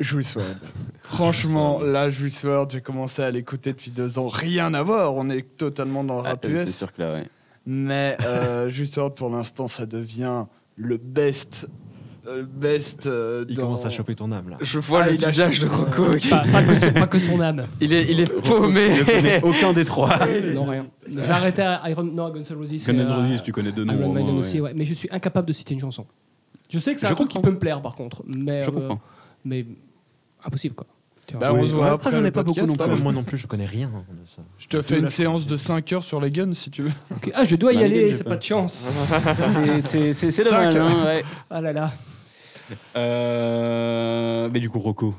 S10: Juice [LAUGHS] WRLD. Franchement, là, Juice WRLD, j'ai commencé à l'écouter depuis deux ans. Rien à voir, on est totalement dans le rap
S8: Ah, euh, c'est
S10: US.
S8: sûr que là, ouais.
S10: [LAUGHS] Mais euh, Juice WRLD, pour l'instant, ça devient le best. euh, best euh,
S11: Il
S10: dans-
S11: commence à choper ton âme là.
S3: Je vois
S10: Ah,
S3: le
S10: il a
S3: visage de
S10: changé.
S3: Rocco. ok.
S9: pas, pas que, pas que
S8: [LAUGHS]
S9: son âme.
S3: Il est, il est paumé. [LAUGHS]
S8: Je connais aucun des trois.
S9: Non, rien. J'ai arrêté à Iron... Non, à Guns N' Roses.
S8: Guns N'
S9: euh,
S8: Roses, tu connais deux noms.
S9: Iron
S8: au
S9: Maiden
S8: moins, [LAUGHS]
S9: aussi,
S8: ouais.
S9: ouais. Mais je suis incapable de citer une chanson. Je sais que c'est
S8: Je
S9: un truc qui
S8: comprends.
S9: peut me plaire, par contre. Mais,
S8: Je
S9: euh,
S8: comprends.
S9: mais impossible, quoi. Tu vois.
S10: Bah, on
S11: Oui.
S10: se voit
S11: Ouais, Ah,
S10: après,
S11: j'en
S10: le
S11: ai pas beaucoup
S10: podcast,
S11: non
S10: hein.
S11: plus. Moi non plus, je connais rien. hein, de ça.
S10: Je te fais une séance de 5 heures sur les guns, si tu veux.
S9: Ok. Ah, je dois y
S8: Bah, les
S9: aller,
S8: gars,
S9: c'est
S8: je-
S9: pas de chance.
S8: C'est- C'est c'est- c'est
S10: Cinq.
S8: dommage, hein, ouais.
S9: Ah là là.
S8: Euh, mais du coup, Rocco.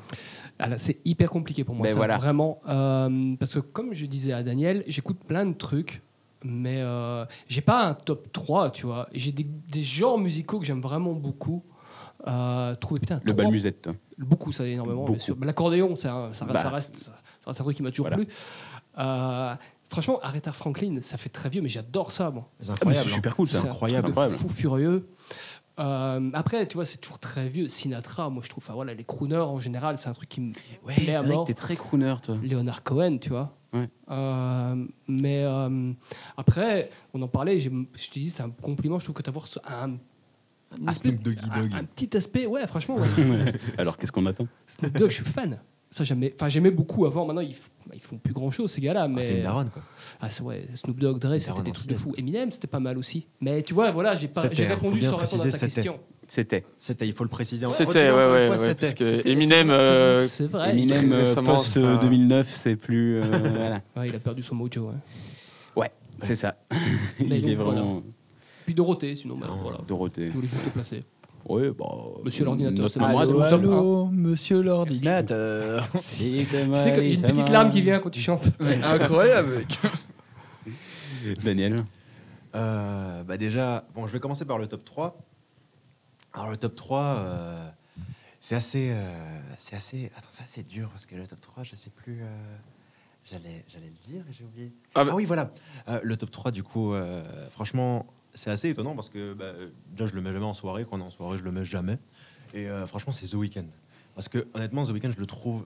S9: Ah là, c'est hyper compliqué pour moi.
S8: Ben
S9: ça,
S8: voilà.
S9: Vraiment. Euh, parce que comme je disais à Daniel, j'écoute plein de trucs, mais euh, j'ai pas un top 3, tu vois. J'ai des, des genres musicaux que j'aime vraiment beaucoup. Euh, trouver putain,
S8: Le
S9: trois-
S8: bal musette.
S9: Beaucoup, ça énormément,
S8: Beaucoup.
S9: bien sûr. L'accordéon, ça, ça,
S8: Bah,
S9: ça reste, ça reste un truc qui m'a toujours
S8: Voilà.
S9: plu. Euh, franchement, Aretha Franklin, ça fait très vieux, mais j'adore ça, moi.
S11: C'est incroyable.
S8: c'est
S11: hein.
S8: super cool, ça.
S9: C'est un
S11: incroyable.
S9: truc de
S8: Incroyable.
S9: Fou furieux. Euh, après, tu vois, c'est toujours très vieux. Sinatra, moi, je trouve. Enfin, voilà, les crooners en général, c'est un truc qui me
S8: Ouais,
S9: plaît à mort.
S8: très crooner, toi.
S9: Leonard Cohen, tu vois.
S8: Ouais.
S9: Euh, mais euh, après, on en parlait, j'ai- je te dis, c'est un compliment, je trouve que d'avoir ce- un, un,
S11: Aspect
S9: espèce-
S11: Doggy
S9: un-
S11: Dog.
S9: un petit aspect, ouais, franchement, ouais.
S8: [LAUGHS] Alors, qu'est-ce qu'on attend
S9: Snoop Dogg, je suis fan. Ça, j'aimais, enfin, j'aimais beaucoup avant, maintenant, ils, f- bah, ils font plus grand chose, ces gars-là. Mais,
S11: Ah, C'est une daronne quoi.
S9: Ah, c'est ouais, Snoop Dogg, Dre, c'était
S11: daronne
S9: des
S11: en
S9: trucs de
S11: Tibet.
S9: fou. Eminem, c'était pas mal aussi. Mais tu vois, voilà, j'ai, pas,
S11: C'était,
S9: j'ai
S11: hein, faut
S9: répondu
S11: bien
S9: sans répondre à
S11: préciser,
S9: ta
S11: c'était.
S9: question.
S8: C'était.
S11: C'était, il faut le préciser. en-
S3: C'était, ouais,
S11: Redis-le
S3: ouais,
S11: une
S3: ouais.
S11: fois, c'était.
S3: Parce que
S11: C'était-
S3: Eminem, euh,
S9: c'est vrai.
S8: Eminem euh,
S3: Récemment,
S8: post
S3: c'est pas-
S8: 2009, c'est plus. euh, [LAUGHS] voilà.
S9: Ouais, il a perdu son mojo. hein.
S8: Ouais, c'est ça. [LAUGHS] Il
S9: Mais
S8: est
S9: donc, voilà.
S8: vraiment
S9: Puis Dorothée, sinon, bah, voilà.
S8: Dorothée.
S9: Je voulais juste le placer.
S8: Ouais, bah.
S9: Monsieur l'ordinateur,
S8: notre
S9: c'est
S8: maman,
S9: bon.
S8: nous
S9: Allô,
S8: sommes-
S10: monsieur Ah, [LAUGHS] l'ordinateur.
S8: [LAUGHS] C'est comme
S9: Tu sais que
S8: allez,
S9: j'ai une
S8: ça
S9: petite
S8: va.
S9: larme qui vient quand
S8: [LAUGHS]
S9: tu chantes.
S10: Incroyable, mec.
S8: Daniel.
S11: Euh, bah déjà, bon, je vais commencer par le top 3. Alors, le top 3, euh, c'est assez, euh, c'est assez. Attends, c'est assez dur parce que le top 3, je sais plus. euh, J'allais j'allais le dire et j'ai oublié.
S3: Ah
S11: Ah,
S3: bah-
S11: oui, voilà. Euh, le top 3, du coup, euh, franchement, c'est assez étonnant parce que bah, euh, déjà, je le mets jamais en soirée. Quand on est en soirée, je le mets jamais. Et euh, franchement, c'est The Weeknd. Parce que honnêtement, The Weeknd, je le trouve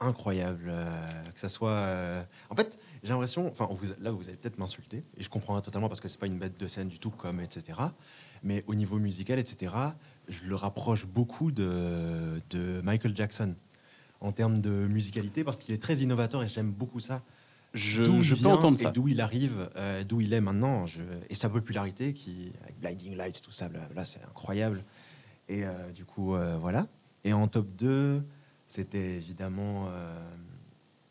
S11: incroyable. euh, que ça soit. euh, En fait, j'ai l'impression. Enfin, on vous- là, vous allez peut-être m'insulter. Et je comprendrai totalement parce que c'est pas une bête de scène du tout, comme, etc. Mais au niveau musical, etc., je le rapproche beaucoup de, de Michael Jackson en termes de musicalité parce qu'il est très innovateur et j'aime beaucoup ça.
S8: Je-
S11: D'où il
S8: je peux
S11: vient
S8: entendre
S11: et
S8: ça.
S11: D'où il arrive, euh, d'où il est maintenant je- et sa popularité qui, avec Blinding Lights, tout ça, là c'est incroyable. Et euh, du coup, euh, voilà. Et en top 2, c'était évidemment euh,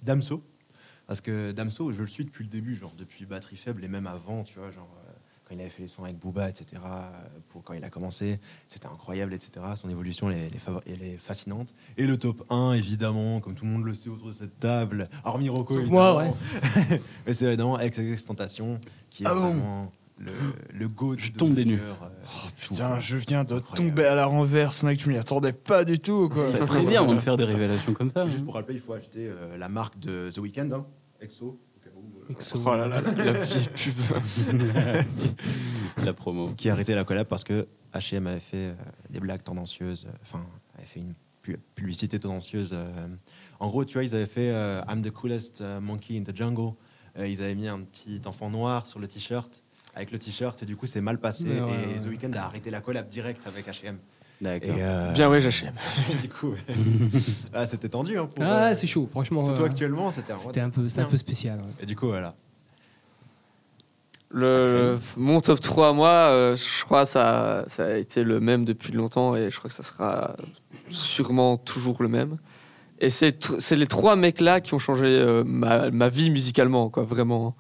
S11: Damso. Parce que Damso, je le suis depuis le début, genre depuis Batterie Faible et même avant, tu vois, genre euh, quand il avait fait les sons avec Booba, etc., euh, pour quand il a commencé, c'était incroyable, etc. Son évolution, elle est, elle est favori- elle est fascinante. Et le top 1, évidemment, comme tout le monde le sait autour de cette table, hormis Rocco,
S9: Sauf moi,
S11: évidemment. Mais c'est évidemment ex Tentation qui est vraiment le, le go Je
S8: tombe des nues.
S11: euh,
S10: Putain, je viens de tomber à la renverse, mec. Tu m'y attendais pas du tout, quoi.
S8: Ça ferait bien avant de faire des révélations comme ça. hein.
S11: Juste pour rappeler, il faut acheter euh, la marque de The Weeknd, hein, EXO. au cas où, euh,
S3: Oh là là, la vieille pub.
S8: [LAUGHS] la promo.
S11: qui a arrêté la collab parce que H&M avait fait euh, des blagues tendancieuses, euh, enfin avait fait une pu- publicité tendancieuse. euh. En gros, tu vois, ils avaient fait euh, I'm the coolest euh, monkey in the jungle. Euh, ils avaient mis un petit enfant noir sur le t-shirt avec le t-shirt et du coup c'est mal passé
S3: Mais ouais,
S11: et
S3: ouais.
S11: The Weeknd a arrêté la collab direct avec H&M.
S8: D'accord.
S11: Et, euh,
S3: Bien ouais, j'achète.
S11: du coup, ah, c'était tendu. Hein, pour,
S9: Ah,
S11: euh,
S9: c'est chaud, franchement.
S11: Surtout
S9: euh,
S11: actuellement, c'était un,
S9: C'était un peu, c'était un peu spécial. hein. ouais.
S11: Et du coup, voilà.
S3: Le, mon top 3 à moi, euh, je crois ça, ça a été le même depuis longtemps et je crois que ça sera sûrement toujours le même. Et c'est tr- c'est les trois mecs-là qui ont changé euh, ma, ma vie musicalement, quoi, vraiment.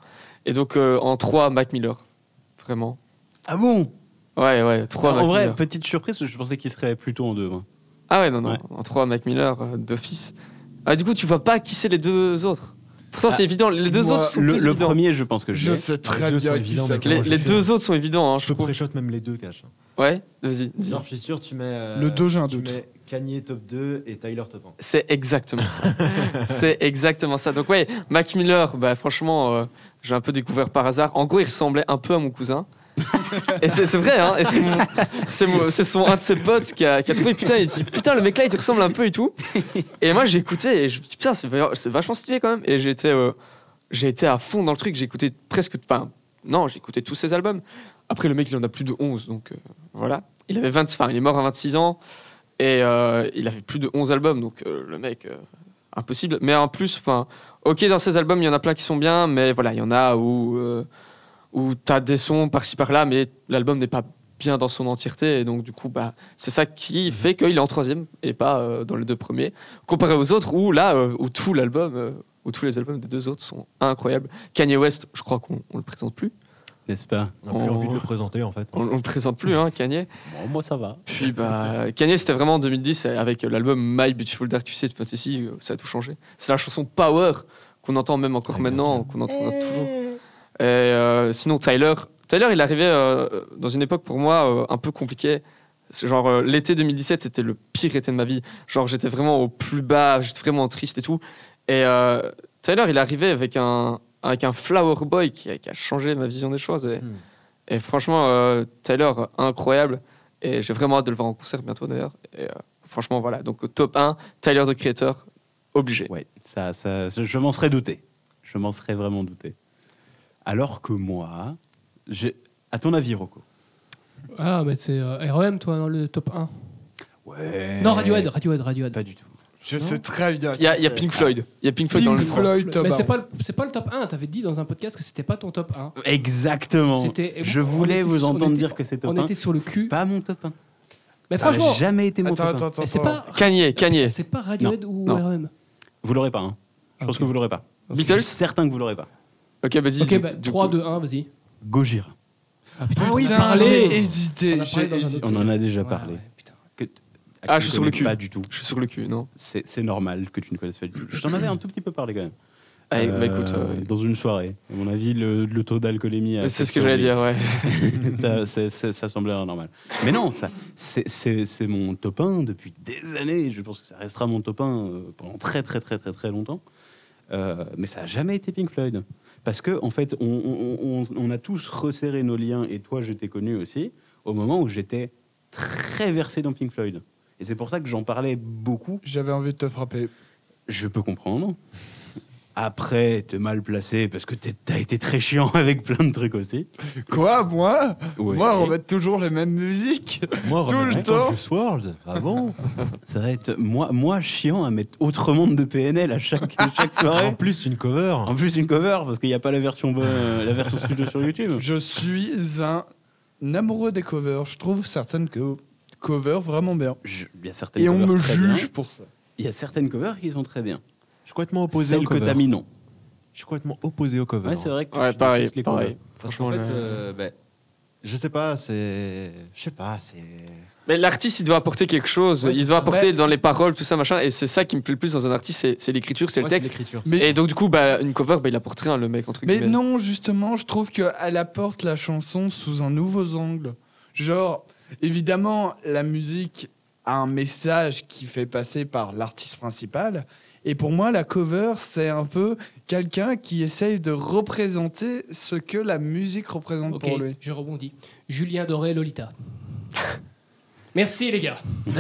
S3: Et donc euh, en 3, Mac Miller, vraiment.
S8: Ah bon
S3: Ouais, ouais, 3 Mac
S8: En vrai,
S3: Miller.
S8: petite surprise, je pensais qu'il serait plutôt en deux. hein. moi.
S3: Ah ouais, non, non,
S8: Ouais.
S3: en 3, Mac Miller, euh, d'office. Ah, du coup, tu vois pas qui c'est les deux autres. Pourtant,
S8: Ah,
S3: c'est évident, les deux
S10: moi,
S3: autres sont
S8: Le,
S3: plus
S8: le
S3: évidents.
S8: premier, je pense que
S10: Je
S8: j'ai.
S10: sais
S11: Les
S10: très
S11: deux
S10: bien
S11: sont
S10: qui
S11: évidents,
S10: c'est.
S11: mec.
S3: Les,
S11: Moi, je
S3: les
S11: sais.
S3: deux autres sont évidents, hein, je
S11: Je te
S3: trouve.
S11: préchote même les deux, Cash.
S3: Ouais, vas-y, dis.
S11: Genre, je suis sûr, tu mets. euh,
S10: Le deux, j'ai un
S11: tu
S10: doute.
S11: mets Kanye top 2 et Tyler top 1.
S3: C'est exactement ça. c'est exactement ça. Donc ouais, Mac Miller, bah franchement, euh, j'ai un peu découvert par hasard. En gros, il ressemblait un peu à mon cousin. et c'est c'est vrai, hein. Et c'est mon- c'est mon- c'est son un de ses potes qui a, qui a trouvé putain, il dit putain le mec là il te ressemble un peu et tout. Et moi j'ai écouté et je me dis putain c'est va- c'est vachement stylé quand même. Et j'étais euh, j'ai été à fond dans le truc. J'ai écouté presque enfin non j'ai écouté tous ses albums. Après le mec il en a plus de 11 donc euh, voilà. Il avait 20 enfin il est mort à 26 ans. Et euh, il avait plus de 11 albums, donc euh, le mec, euh, impossible. Mais en plus, enfin, ok, dans ces albums, il y en a plein qui sont bien, mais voilà, il y en a où, euh, où t'as des sons par-ci par-là, mais l'album n'est pas bien dans son entièreté. Et donc, du coup, bah, c'est ça qui fait qu'il est en troisième et pas euh, dans les deux premiers. Comparé aux autres, où là, euh, où tout l'album, euh, où tous les albums des deux autres sont incroyables. Kanye West, je crois qu'on on le présente plus.
S8: N'est-ce pas
S11: On n'a plus
S3: On-
S11: envie de le présenter, en fait.
S3: On, on le présente plus, hein, Kanye.
S8: Bon, moi, ça va.
S3: Puis bah, Kanye, c'était vraiment en 2010 avec l'album My Beautiful Dark Twisted Fantasy, euh, ça a tout changé. C'est la chanson Power qu'on entend même encore
S11: Ouais, bien
S3: maintenant, qu'on entend toujours. Et euh, sinon, Tyler, Tyler, il arrivait euh, dans une époque pour moi euh, un peu compliquée. C'est Genre euh, l'été 2017, c'était le pire été de ma vie. Genre j'étais vraiment au plus bas, j'étais vraiment triste et tout. Et euh, Tyler, il arrivait avec un avec un flower boy qui a, qui a changé ma vision des choses. Et,
S11: Hmm.
S3: et franchement, euh, Tyler, incroyable. Et j'ai vraiment hâte de le voir en concert bientôt d'ailleurs. Et euh, franchement, voilà. Donc au top 1, Tyler de Creator, obligé.
S8: Ouais, ça, ça, je m'en serais douté. Je m'en serais vraiment douté. Alors que moi, j'ai- à ton avis, Rocco
S9: Ah, mais c'est euh, REM, toi, dans le top 1.
S11: Eh.
S8: Ouais.
S9: Non, Radiohead, Radiohead, Radiohead.
S8: Pas du tout.
S10: Je sais très bien.
S3: Il y, a-
S10: qui
S3: il y a
S10: c'est.
S3: Pink Floyd. Il y a Pink Floyd dans
S10: Pink
S3: le top.
S10: Floyd,
S9: Mais c'est
S10: Thomas.
S9: pas, le- c'est pas le top 1. T'avais dit dans un podcast que c'était pas ton top 1.
S8: Exactement.
S9: C'était-
S8: Je
S9: on
S8: voulais
S9: était-
S8: vous
S9: on
S8: entendre
S9: était-
S8: dire que c'est top
S9: on
S8: 1.
S9: était sur le
S8: C'est
S9: cul.
S8: Pas mon top 1.
S9: Mais
S8: Ça n'a
S9: franchement,
S8: jamais été mon
S10: Attends,
S8: top 1.
S10: attends, attends.
S9: mais c'est
S10: attends.
S9: pas,
S3: Kanye, Kanye.
S9: c'est pas Radiohead ou E
S3: Non.
S9: REM.
S8: Vous l'aurez pas. hein. Je pense
S9: Ok.
S8: que vous l'aurez pas. Je suis
S3: Beatles
S8: certain que vous l'aurez pas.
S3: Ok, bah dis.
S9: Ok,
S3: du-
S9: bah,
S3: du
S9: 3,
S3: coup.
S9: 2, 1, vas-y.
S8: Gojira.
S9: Ah putain,
S10: oui,
S9: on en a
S10: putain, j'ai
S9: parlé.
S10: hésité,
S9: On en a parlé dans
S10: j'ai
S9: un autre
S10: hésité.
S8: On en a déjà
S9: Ouais,
S8: parlé.
S9: ouais, putain.
S8: Que- à
S3: Ah,
S8: qui
S3: je suis
S8: tu
S3: sur le
S8: connais
S3: cul.
S8: Pas du tout.
S3: Je suis sur le cul, non
S8: C'est c'est normal que tu ne connaisses pas du tout. Je t'en avais un tout petit peu parlé quand même.
S3: Ah,
S8: Euh,
S3: bah, écoute, euh,
S8: Dans une soirée. À mon avis, le, le taux d'alcoolémie. a
S3: c'est ce que j'allais dire, ouais.
S8: [LAUGHS] ça, c'est- c'est- ça semblait normal. Mais non, ça, c'est- c'est c'est mon top 1 depuis des années. Je pense que ça restera mon top 1 euh, pendant très, très, très, très, très longtemps. Euh, mais ça n'a jamais été Pink Floyd. Parce que, en fait, on, on- on- on a tous resserré nos liens, et toi, je t'ai connu aussi, au moment où j'étais très versé dans Pink Floyd. Et c'est pour ça que j'en parlais beaucoup.
S10: J'avais envie de te frapper.
S8: Je peux comprendre. Après, t'es mal placé parce que t'es- t'as été très chiant [LAUGHS] avec plein de trucs aussi.
S10: Quoi, moi
S8: Ouais.
S10: Moi, on va toujours les mêmes musiques. tout le
S11: Oh.
S10: temps.
S8: Sword. Ah bon [LAUGHS] Ça va être moi, moi chiant à mettre autre monde de PNL à chaque, [LAUGHS] chaque soirée.
S11: En plus, une cover.
S8: En plus, une cover, parce qu'il n'y a pas la version, bo- euh, la version studio sur YouTube.
S10: Je suis un amoureux des covers. Je trouve certaines co- covers vraiment bien.
S8: Je- Il y a certaines
S10: Et on
S8: covers
S10: me
S8: très bien.
S10: juge pour ça.
S8: Il y a certaines covers qui sont très bien.
S11: Je suis complètement opposé
S8: Celle
S11: au
S8: que
S11: cover.
S8: t'as mis, non.
S11: Je suis complètement opposé au cover.
S8: Ouais, c'est vrai que
S3: Ouais,
S8: tu
S3: pareil,
S8: détestes les
S3: pareil.
S8: covers.
S11: Parce
S3: Franchement,
S11: qu'en fait,
S3: le-
S11: euh, ben, je sais pas, c'est. Je sais pas, c'est.
S3: Mais l'artiste, il doit apporter quelque chose.
S11: Ouais, c'est
S3: il doit
S11: ça.
S3: apporter
S11: Ouais.
S3: dans les paroles, tout ça, machin. Et c'est ça qui me plaît le plus dans un artiste, c'est, c'est l'écriture, c'est
S11: Ouais,
S3: le texte.
S11: l'écriture.
S10: Mais-
S3: Et donc, du coup, bah, une cover, bah, il apporte rien, le mec, entre
S10: Mais
S3: guillemets.
S10: non, justement, je trouve qu'elle apporte la chanson sous un nouveau angle. Genre, évidemment, la musique a un message qui fait passer par l'artiste principal. Et pour moi, la cover, c'est un peu quelqu'un qui essaye de représenter ce que la musique représente
S9: Ok,
S10: pour lui.
S9: je rebondis. Julien Doré, Lolita. [LAUGHS] Merci les gars. non,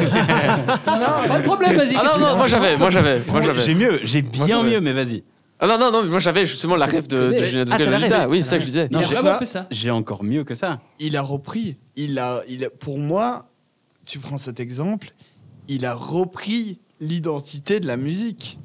S9: pas de problème, vas-y.
S3: Ah
S9: qu'est-ce
S3: non,
S9: que-
S3: non, moi j'avais, moi j'avais, moi
S8: Ouais,
S3: j'avais.
S8: J'ai mieux, j'ai
S3: Moi,
S8: bien
S3: j'avais.
S8: mieux, mais vas-y.
S3: Ah non, non, non, mais moi j'avais justement la rêve de, de
S9: Mais-
S3: Julien
S8: Ah, t'as
S3: Doré
S8: la
S3: Lolita.
S8: rêve.
S3: Oui, c'est ça que je disais.
S9: Il a
S8: Non, j'ai-
S9: vraiment
S10: ça-
S9: fait ça.
S8: j'ai encore mieux que ça.
S10: il a repris. Il a, il a- pour moi, tu prends cet exemple, il a repris l'identité de la musique.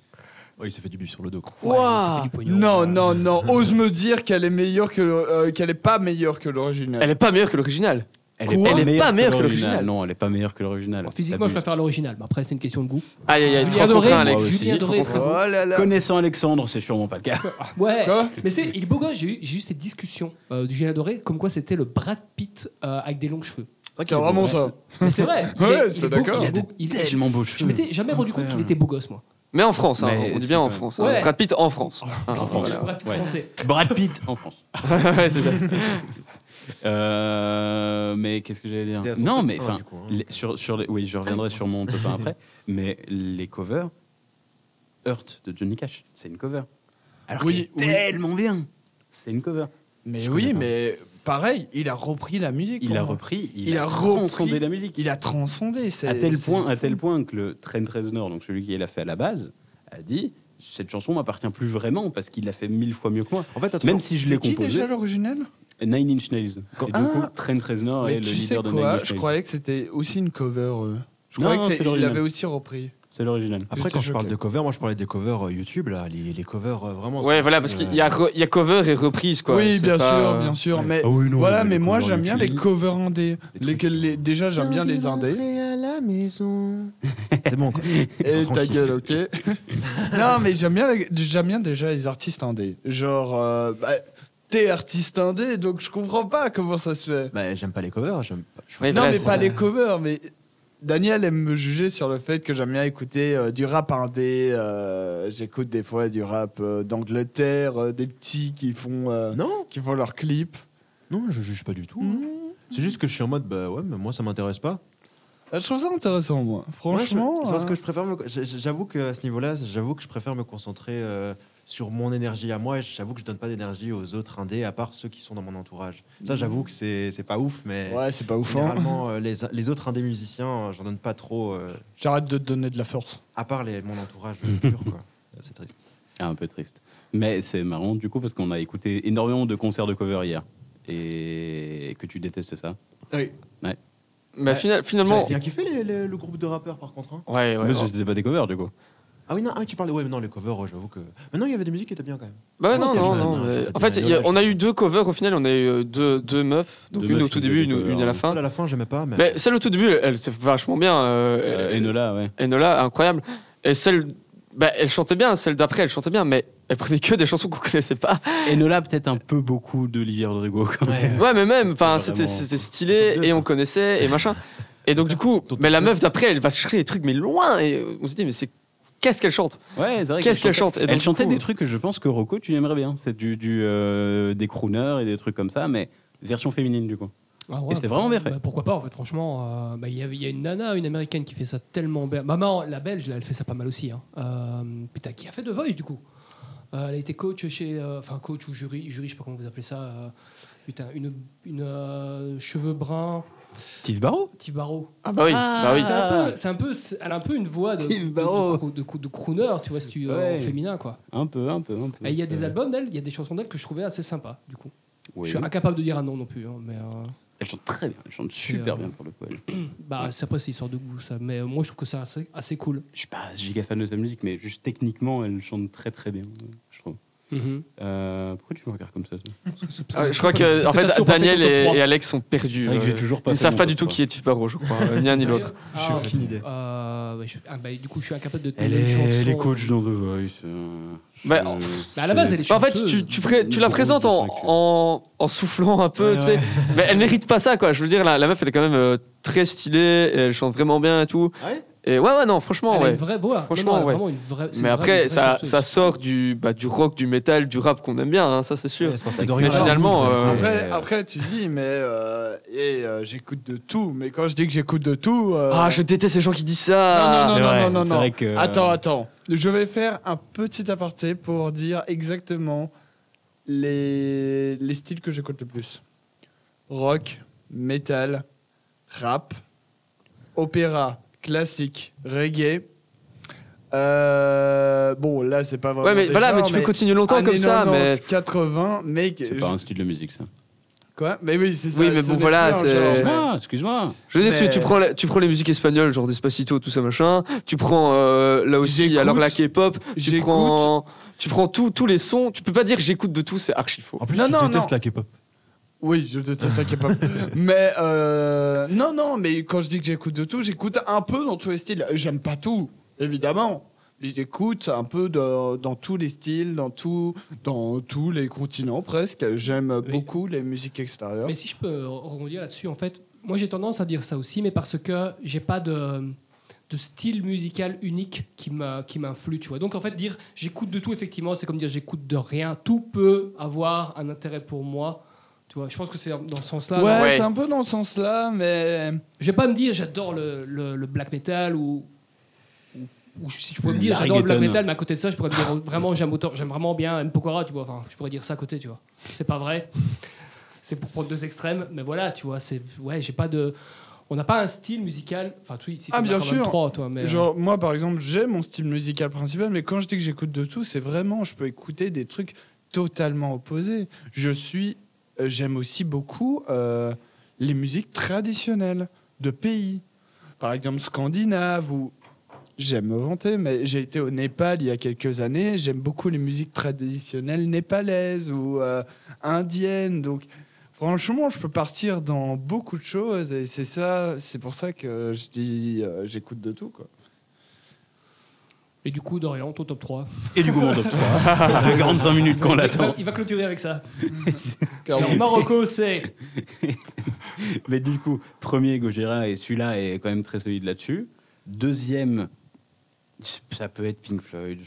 S11: Ouais, oh, il s'est fait du bif sur le dos.
S10: Ouah.
S9: c'est du pognon.
S10: non, non, non, ose me dire qu'elle est meilleure que le- euh, qu'elle est pas meilleure que l'original.
S3: Elle est pas meilleure que l'original.
S8: Elle
S10: Quoi
S3: Elle est pas meilleure que l'original.
S8: Non, elle est pas meilleure que l'original.
S9: Alors, physiquement, je
S8: T'abuses.
S9: préfère l'original, mais après, c'est une question de goût.
S3: Aïe, aïe, aïe,
S9: Julien
S3: 3 contre
S9: Doré,
S3: 1, Alex.
S8: moi aussi.
S9: Julien Doré,
S3: Trois
S9: très
S3: contre
S9: bon.
S10: Oh là là.
S8: Connaissant Alexandre, c'est sûrement pas le cas.
S9: Ouais,
S10: Quoi
S9: mais c'est, il est beau gosse. J'ai eu, j'ai eu cette discussion euh, du Julien Doré, comme quoi c'était le Brad Pitt euh, avec des longs cheveux.
S10: C'est vraiment ça.
S9: Mais c'est vrai. il
S10: Ouais,
S9: est- il
S10: c'est
S9: est beau-
S10: d'accord.
S9: il est
S8: Il a
S9: beau- il est-
S8: tellement beau
S9: Je
S8: cheveux.
S9: m'étais jamais rendu compte qu'il
S8: Incroyable.
S9: était beau gosse, moi.
S3: Mais en France, hein,
S8: Mais
S3: on dit
S8: c'est
S3: bien en
S8: pas-
S3: France.
S9: Ouais.
S3: hein. Brad Pitt en France. Hein,
S8: En France.
S3: voilà.
S9: Brad Pitt
S8: Ouais.
S9: français.
S8: Brad Pitt en France.
S3: [LAUGHS] Ouais, c'est ça.
S8: Euh, mais qu'est-ce que j'allais dire
S11: C'était à ton
S8: Non,
S11: top
S8: mais
S11: un,
S8: enfin,
S11: du coup, hein.
S8: les- sur, sur les- oui, je reviendrai sur mon top
S3: [LAUGHS]
S8: 1 après. Mais les covers, Hurt de Johnny Cash, c'est une cover. Alors
S10: Oui,
S8: qu'il est
S10: oui.
S8: tellement bien. C'est une cover.
S10: Mais
S11: Je
S10: oui,
S11: connais pas.
S10: mais pareil, il a repris la musique.
S8: Il
S10: pour
S8: a
S10: moi.
S8: repris, il,
S10: Il a
S8: a
S10: repris.
S8: transcendé la musique.
S10: Il a transcendé. c'est-
S8: à tel
S10: c'est
S8: point, à
S10: fou.
S8: tel point que le Trent Reznor, donc celui qui l'a fait à la base, a dit cette chanson m'appartient plus vraiment parce qu'il l'a fait mille fois mieux que moi.
S11: En fait,
S8: Même si je l'ai
S10: C'est qui
S8: composé,
S10: déjà l'original
S8: Nine Inch Nails. Et du coup,
S10: Ah
S8: Trent Reznor
S10: Mais
S8: est le
S10: tu sais
S8: leader de Nine
S10: quoi
S8: Inch
S10: Je
S8: Nails.
S10: croyais que c'était aussi une cover. euh. Je
S8: Non,
S10: croyais
S8: non,
S10: que
S8: c'est
S10: c'est- il
S8: l'original.
S10: l'avait aussi repris.
S8: C'est l'original.
S11: Après,
S10: J'étais
S11: quand je parle
S10: choqué.
S11: de cover, moi je parlais des covers euh, YouTube, là, les, les covers euh, vraiment.
S3: Ouais, voilà, parce qu'il y a, re- il y a cover et reprise, quoi.
S10: oui,
S3: C'est
S10: bien
S3: pas,
S10: sûr,
S3: euh,
S10: bien sûr.
S11: ouais.
S10: Mais
S11: Ah oui, non,
S10: voilà,
S11: les
S10: mais moi
S11: covers
S10: j'aime bien les
S11: YouTube.
S10: covers indés.
S11: Les
S10: Les-
S11: trucs,
S10: les- déjà, j'aime bien les indés.
S11: à la maison. [LAUGHS] C'est bon, quoi.
S10: Et ta
S11: Tranquille.
S10: gueule, ok. [LAUGHS] non, mais j'aime bien, les- j'aime bien déjà les artistes indés. Genre, euh, bah, t'es artiste indé, donc je comprends pas comment ça se fait.
S11: Bah, j'aime pas les covers, j'aime pas. je-
S3: Ouais,
S10: non,
S3: voilà,
S10: mais
S3: c'est
S10: pas
S3: ça.
S10: les covers, mais Daniel aime me juger sur le fait que j'aime bien écouter euh, du rap indé. euh, J'écoute des fois du rap euh, d'Angleterre, euh, des petits qui font, euh,
S11: Non,
S10: qui font leurs clips.
S11: non, je juge pas du tout. hein.
S10: Mm.
S11: C'est juste que je suis en mode, bah ouais, mais moi ça m'intéresse pas. hein.
S10: Euh, Je trouve ça intéressant, moi. Franchement.
S11: Ouais, je- c'est parce
S10: euh,
S11: que je préfère. me- j- j- J'avoue que à ce niveau-là, j'avoue que je préfère me concentrer euh, sur mon énergie à moi. et J'avoue que je donne pas d'énergie aux autres indés à part ceux qui sont dans mon entourage. Ça, j'avoue que c'est c'est pas Mm. ouf, mais.
S10: Ouais, c'est pas ouf. hein.
S11: Généralement, euh, les, les autres indés musiciens, euh, j'en donne pas trop, euh,
S10: J'arrête de te donner de la force.
S11: à part les, mon entourage pur, [LAUGHS] quoi. C'est triste.
S8: Ah, un peu triste. Mais c'est marrant du coup parce qu'on a écouté énormément de concerts de cover hier et que tu détestes ça.
S10: Oui.
S3: Mais fina- finalement.
S11: J'ai bien kiffé les- les- le groupe de rappeurs, par contre. hein.
S3: Ouais, ouais.
S8: Mais
S3: ouais.
S10: oh.
S8: c'était pas des covers du coup.
S11: Ah oui, non, ah, tu parlais. Ouais, mais non, les covers, euh, j'avoue que. Mais non, il y avait des musiques qui étaient bien quand même.
S3: Bah non,
S11: Ouais,
S3: non,
S11: je-
S3: non.
S11: non,
S3: mais-
S11: je-
S3: En fait, il y a- on a eu deux covers au final, on a eu euh, deux, deux meufs, donc
S8: Deux
S3: une
S8: meufs
S3: au tout
S8: qui
S3: début, une,
S8: faisaient
S3: une
S8: des
S3: à
S8: covers,
S3: la
S8: hein.
S11: Celle
S3: fin.
S11: à Oh la fin, j'aimais pas, mais.
S3: Mais celle au tout début, elle, elle était vachement bien. euh,
S8: Euh,
S3: elle-
S8: Enola,
S10: [LAUGHS]
S8: ouais.
S3: Enola, incroyable. Et celle, bah, elle chantait bien, celle d'après, elle chantait bien, mais elle prenait que des chansons [LAUGHS] qu'on connaissait
S8: [LAUGHS]
S3: pas.
S8: Enola peut-être un peu beaucoup d'Olivier Rodrigo quand même.
S3: Ouais, mais même, enfin,
S8: C'est
S3: c'était
S8: vraiment-
S3: c'était stylé
S11: Top deux,
S3: et
S11: ça.
S3: on connaissait et machin. Et donc du coup,
S11: Top
S3: mais la
S11: deux.
S3: meuf d'après, elle va chercher des trucs mais loin et euh, on se dit mais c'est qu'est-ce qu'elle chante
S8: Ouais, c'est vrai
S3: Qu'est-ce qu'elle chante Et donc,
S8: Elle
S3: du
S8: chantait
S3: coup,
S8: des trucs que je pense que Rocco, tu aimerais bien. C'est du, du, euh, des crooners et des trucs comme ça, mais version féminine du coup.
S9: Ah ouais,
S8: Et c'était vraiment bien fait.
S9: bah, pourquoi pas, en fait, franchement. euh, bah, Il y, a- il y a une nana, une américaine qui fait ça tellement bien. Maman, la belge, là, elle fait ça pas mal aussi. Hein. Euh, putain, qui a fait The Voice, du coup Euh, elle a été coach chez. euh, Enfin, coach ou jury, jury, je sais pas comment vous appelez ça. euh, putain, une. une euh, cheveux bruns.
S8: Steve Barrow
S9: Steve Barrow.
S8: Ah bah oui, bah oui.
S9: C'est un peu- C'est un, peu. Elle a un peu une voix de, de, de, croo- de, croo- de crooner, tu vois, si tu. euh,
S8: Ouais.
S9: féminin, quoi.
S8: Un peu, un peu, un peu.
S9: Et il y a des albums d'elle, il y a des chansons d'elle que je trouvais assez sympas, du coup.
S8: Oui.
S9: Je suis incapable de dire un nom non plus, hein, mais. euh,
S8: Elle chante très bien, elle chante super
S9: euh,
S8: bien pour le coup. elle.
S9: Bah, ça passe, c'est histoire de goût, ça. Mais euh, moi, je trouve que c'est assez, assez cool.
S8: Je suis pas giga fan de sa musique, mais juste techniquement, elle chante très très bien, je trouve.
S9: Mhm.
S8: Euh, pourquoi tu me regardes comme ça toi
S3: Ah, je crois que en fait, Daniel et, et Alex sont perdus.
S8: C'est vrai que
S3: euh,
S8: j'ai toujours pas
S3: ils
S8: fait
S3: savent
S8: mon
S3: pas
S8: top
S3: du tout
S8: trois.
S3: qui est Tiff Barrow, je crois, euh, ni un ni l'autre.
S9: Ah,
S11: J'ai
S9: ok.
S11: aucune idée.
S9: Euh, bah, je- ah, bah, du coup, je suis incapable de te
S8: Elle
S9: donner une
S8: est,
S9: chanson.
S8: elle est coach dans The Voice. euh,
S3: Bah,
S8: c'est-
S9: Mais à la base, elle est
S3: En fait,
S9: chanteuse.
S3: tu, tu, pré- tu la présentes en, en, en soufflant un peu,
S11: Ouais,
S3: tu sais.
S11: ouais.
S3: [LAUGHS] Mais elle mérite pas ça, quoi. Je veux dire, la, la meuf, elle est quand même euh, très stylée, et elle chante vraiment bien et tout.
S11: Ah ouais
S3: et ouais, ouais, non, franchement,
S9: Elle a
S3: ouais.
S9: une vraie voix. Non,
S3: Franchement,
S9: non, elle a
S3: ouais.
S9: vraiment une vraie- c'est
S3: Mais
S9: une vraie- une
S3: après,
S9: vraie
S3: ça,
S9: chanteuse.
S3: ça sort du, bah, du rock, du métal, du rap qu'on aime bien, hein, ça c'est sûr.
S11: Ouais, Eh, c'est parce que
S3: mais
S11: Dorian Gray
S3: finalement,
S11: dit,
S3: euh,
S11: quoi.
S10: Après, après, tu dis, mais euh, et, euh, j'écoute de tout. Mais quand je dis que j'écoute de tout. euh,
S3: ah, je déteste les gens qui disent ça.
S10: non, non,
S8: c'est
S10: non,
S8: vrai,
S10: non, non,
S8: c'est
S10: non.
S8: vrai
S3: euh,
S8: que-
S10: Attends, attends. Je vais faire un petit aparté pour dire exactement les, les styles que j'écoute le plus rock, metal, rap, opéra, classique, reggae. Euh, bon, là, c'est pas vraiment.
S3: Ouais, mais
S10: des
S3: voilà, mais
S10: genres,
S3: tu peux continuer longtemps
S10: années
S3: comme ça, mais-
S10: 90, 80, mec.
S8: C'est pas un style de musique, ça.
S10: Quoi Mais oui, c'est ça.
S3: Oui, mais
S10: ce
S3: bon,
S10: n'est
S3: voilà,
S10: plus un
S3: c'est-
S10: genre.
S8: Excuse-moi, Ah, excuse-moi.
S3: Je veux dire, tu-
S10: Mais-
S3: tu, prends la- tu prends les musiques espagnoles, genre Despacito, tout ça machin. Tu prends euh, là aussi,
S10: J'écoute.
S3: alors la K-pop. Tu
S10: J'écoute.
S3: prends, tu prends tout- tous les sons. Tu peux pas dire j'écoute de tout, c'est archi faux.
S11: En plus,
S10: Non,
S11: tu
S10: non,
S11: détestes
S10: non.
S11: la K-pop.
S10: Oui, je déteste la K-pop. mais euh, non, non, mais quand je dis que j'écoute de tout, j'écoute un peu dans tous les styles. J'aime pas tout, évidemment. Mais J'écoute un peu de- dans tous les styles, dans, tout, dans tous les continents presque. J'aime
S9: Oui.
S10: beaucoup les musiques extérieures.
S9: Mais si je peux rebondir là-dessus, en fait, moi j'ai tendance à dire ça aussi, mais parce que j'ai pas de, de style musical unique qui m'a- qui m'influe, tu vois. Donc en fait, dire j'écoute de tout, effectivement, c'est comme dire j'écoute de rien. Tout peut avoir un intérêt pour moi, tu vois. Je pense que c'est dans ce sens-là.
S10: ouais,
S3: ouais.
S10: c'est un peu dans ce sens-là, mais.
S9: Je vais pas me dire j'adore le, le- le black metal ou, ou- ou si je pourrais me dire
S8: La
S9: j'adore le black
S8: reggaeton.
S9: metal, mais à côté de ça, je pourrais me dire vraiment j'aime autant, j'aime vraiment bien M. Pokora, tu vois. Enfin, je pourrais dire ça à côté, tu vois. C'est pas vrai. C'est pour prendre deux extrêmes, mais voilà, tu vois. C'est ouais, j'ai pas de, on n'a pas un style musical. Enfin, tu si t'en
S10: Ah,
S9: as
S10: bien
S9: quand même
S10: sûr.
S9: trois, toi, mais euh,
S10: Genre, moi par exemple, j'ai mon style musical principal, mais quand je dis que j'écoute de tout, c'est vraiment, je peux écouter des trucs totalement opposés. Je suis, euh, j'aime aussi beaucoup euh, les musiques traditionnelles de pays, par exemple scandinaves ou. J'aime me vanter, mais j'ai été au Népal il y a quelques années. J'aime beaucoup les musiques traditionnelles népalaises ou euh, indiennes. Donc, Franchement, je peux partir dans beaucoup de choses et c'est ça, c'est pour ça que je dis euh, j'écoute de tout quoi.
S9: et du coup, Dorian, ton top 3
S8: Et du coup, mon [LAUGHS] top 3. 45 minutes qu'on
S9: il, va,
S8: l'attend.
S9: il va clôturer
S8: [LAUGHS]
S9: avec ça. Alors, Marocco, c'est
S8: [LAUGHS] Mais du coup, premier Gojira, et celui-là est quand même très solide là-dessus. Deuxième, ça peut être Pink Floyd.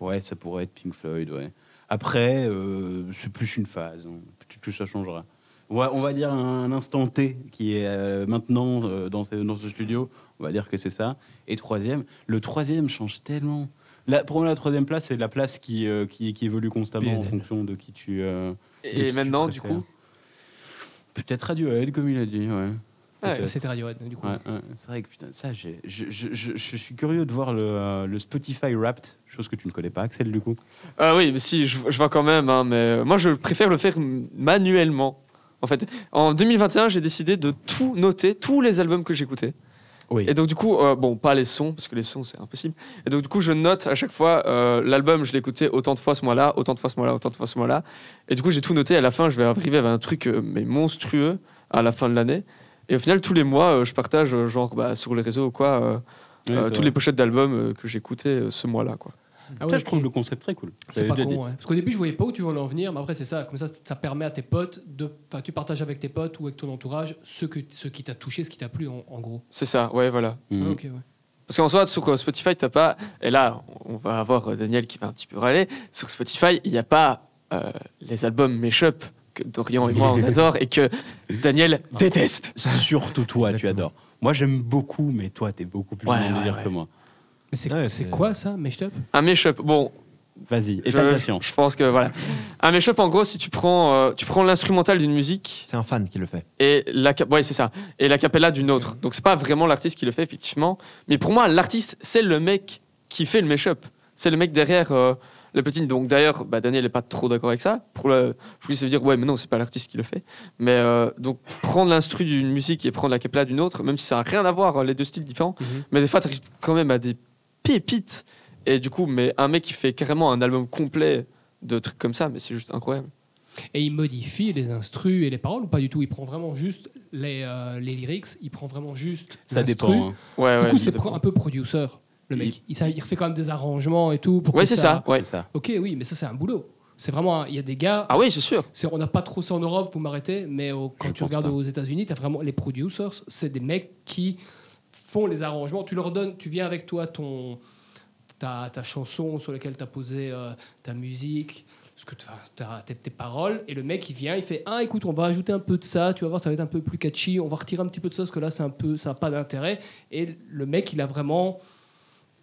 S8: Ouais, ça pourrait être Pink Floyd, ouais. Après, euh, c'est plus une phase. hein. Peut-être que ça changera. On va, on va dire un instant T qui est euh, maintenant euh, dans, ce, dans ce studio. On va dire que c'est ça. Et troisième, le troisième change tellement. La, pour moi, la troisième place, c'est la place qui, euh, qui, qui évolue constamment en
S11: BNL.
S8: fonction de qui tu. euh, de
S3: Et
S8: qui tu
S3: maintenant, du
S8: préfères.
S3: coup,
S8: Peut-être Radiohead, comme il a dit, ouais.
S3: Ouais,
S8: Peut-être.
S9: c'était Radiohead, du coup. Ah
S8: Ouais, ouais. C'est vrai que putain, ça, j'ai- je, je- je- je suis curieux de voir le, euh, le Spotify Wrapped, chose que tu ne connais pas, Axel, du coup.
S3: ah oui, mais si, je, je vois quand même. hein, mais euh, moi, je préfère le faire manuellement. En fait, en 2021, j'ai décidé de tout noter, tous les albums que j'écoutais.
S8: Oui.
S3: Et donc du coup, euh, bon, pas les sons, parce que les sons c'est impossible. Et donc du coup, je note à chaque fois euh, l'album, je l'écoutais autant de fois ce mois-là, autant de fois ce mois-là, autant de fois ce mois-là. Et du coup, j'ai tout noté. À la fin, je vais arriver à un truc euh, mais monstrueux à la fin de l'année. Et au final, tous les mois, euh, je partage euh, genre bah, sur les réseaux ou quoi, euh, euh, toutes les pochettes d'albums euh, que j'écoutais euh, ce mois-là. Quoi.
S9: Ah ouais,
S8: Putain, je
S9: ok.
S8: trouve le concept très cool.
S9: C'est
S8: J'avais
S9: pas
S8: déjà dit.
S9: con, ouais. Parce qu'au début, je voyais pas où tu voulais en venir, mais après, c'est ça. Comme ça, ça permet à tes potes de. Enfin, tu partages avec tes potes ou avec ton entourage ce, que, ce qui t'a touché, ce qui t'a plu, en, en gros.
S3: C'est ça, ouais, voilà.
S8: Mhm.
S9: Ah, ok, ouais.
S3: Parce qu'en soi, sur euh, Spotify, t'as pas. Et là, on va avoir euh, Daniel qui va un petit peu râler. Sur Spotify, il n'y a pas euh, les albums Meshup que Dorian et moi on adore et que Daniel déteste.
S8: Surtout toi, tu
S11: Exactement.
S8: adores. Moi, j'aime beaucoup, mais toi, t'es beaucoup plus
S3: Ouais,
S8: dans le
S3: ouais,
S8: délire
S3: ouais.
S8: que moi.
S9: Mais c'est
S11: Ouais,
S9: c'est
S11: c'est-
S9: quoi ça, Mashed Up
S3: Un Meshup, bon,
S8: Vas-y,
S3: Je-
S8: état de patience.
S3: Je pense que voilà. Un mashup, en gros, si tu prends, euh, tu prends l'instrumental d'une musique.
S11: C'est un fan qui le fait.
S3: Et la, cap- ouais, c'est ça. Et la capella d'une autre. Donc c'est pas vraiment l'artiste qui le fait effectivement. Mais pour moi, l'artiste, c'est le mec qui fait le mashup. C'est le mec derrière euh, le petit. Donc d'ailleurs, bah, Daniel n'est pas trop d'accord avec ça. Pour le, pour lui, ça veut dire ouais, mais non, c'est pas l'artiste qui le fait. Mais euh, donc prendre l'instru d'une musique et prendre la capella d'une autre, même si ça a rien à voir, hein, les deux styles différents.
S9: Mhm.
S3: Mais des fois, t'arrives quand même à des pépites. Et du coup, mais un mec qui fait carrément un album complet de trucs comme ça, mais c'est juste incroyable.
S9: Et il modifie les instrus et les paroles ou pas du tout Il prend vraiment juste les, euh, les lyrics, il prend vraiment juste.
S8: Ça
S9: l'instru.
S8: dépend, hein.
S3: Ouais,
S9: du
S3: ouais,
S9: coup,
S3: ça
S9: c'est
S3: dépend.
S9: pro- un peu producer, le mec. Il, sa- il refait quand même des arrangements et tout. Pour hein.
S3: Ouais,
S9: que
S3: c'est ça. Ouais.
S9: Ok, oui, mais ça, c'est un boulot. C'est vraiment. un- Il y a des gars.
S3: Ah oui, c'est sûr.
S9: c'est- On n'a pas trop ça en Europe, vous m'arrêtez, mais au- quand tu regardes aux États-Unis, tu as vraiment les producers, c'est des mecs qui font les arrangements. Tu leur donnes, tu viens avec toi ton, ta, ta chanson sur laquelle tu as posé euh, ta musique, ce que t'as- t'as- tes, tes paroles, et le mec il vient, il fait Ah, écoute, on va ajouter un peu de ça, tu vas voir, ça va être un peu plus catchy, on va retirer un petit peu de ça parce que là, c'est un peu, ça n'a pas d'intérêt. Et le mec, il a vraiment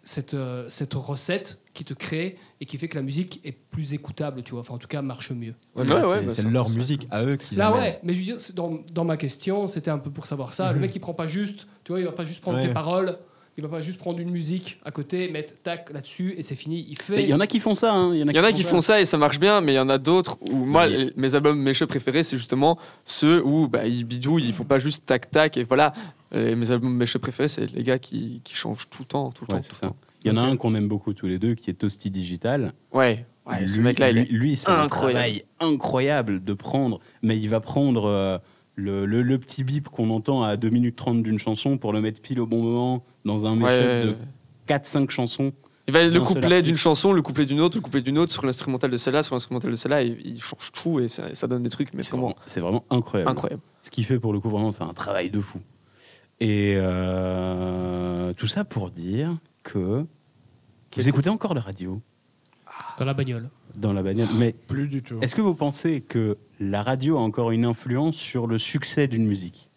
S9: cette, euh, cette recette qui te crée et qui fait que la musique est plus écoutable, tu vois, enfin en tout cas marche mieux.
S11: Ouais, bah, mais c'est- c'est leur musique à eux qu'ils
S9: Là,
S11: amènent.
S9: ouais, mais je veux dire, c'est dans, dans ma question, c'était un peu pour savoir ça. Le
S11: Mhm.
S9: mec, il prend pas juste, tu vois, il va pas juste prendre
S8: Ouais.
S9: tes paroles, il va pas juste prendre une musique à côté, mettre tac là-dessus et c'est fini. Il fait.
S8: Mais Il y en a qui font ça. hein, Il y en a,
S3: Il y en a qui font ça et ça marche bien, mais il y en a d'autres où moi, les- mes albums méchés préférés, c'est justement ceux où bah, ils bidouillent, ils font pas juste tac-tac et voilà. Et mes albums méchés préférés, c'est les gars qui, qui changent tout le temps, tout le
S8: Ouais,
S3: temps.
S8: c'est
S3: tout le
S8: ça.
S3: temps.
S8: Il y en a un qu'on aime beaucoup tous les deux qui est Toasty Digital.
S3: Ouais, ouais, ce
S8: Lui-
S3: mec-là, il
S8: lui-
S3: est
S8: lui, c'est un
S3: incroyable.
S8: travail incroyable de prendre, mais il va prendre euh, le, le- le petit bip qu'on entend à 2 minutes 30 d'une chanson pour le mettre pile au bon moment dans un
S3: Ouais,
S8: mashup
S3: ouais,
S8: de
S3: ouais.
S8: 4-5 chansons.
S3: Il va
S8: d'un
S3: le
S8: seul
S3: couplet d'une
S8: artiste.
S3: chanson, le couplet d'une autre, le couplet d'une autre, sur l'instrumental de celle-là, sur l'instrumental de celle-là, et il change tout et ça, ça donne des trucs, mais vraiment
S8: C'est vraiment incroyable.
S3: incroyable.
S8: Ce qui fait pour le coup, vraiment, c'est un travail de fou. Et euh, tout ça pour dire que vous écoutez encore la radio
S9: Dans la bagnole.
S8: dans la bagnole,
S3: [GASPS]
S8: mais
S10: Plus du tout.
S8: est-ce que vous pensez que la radio a encore une influence sur le succès d'une musique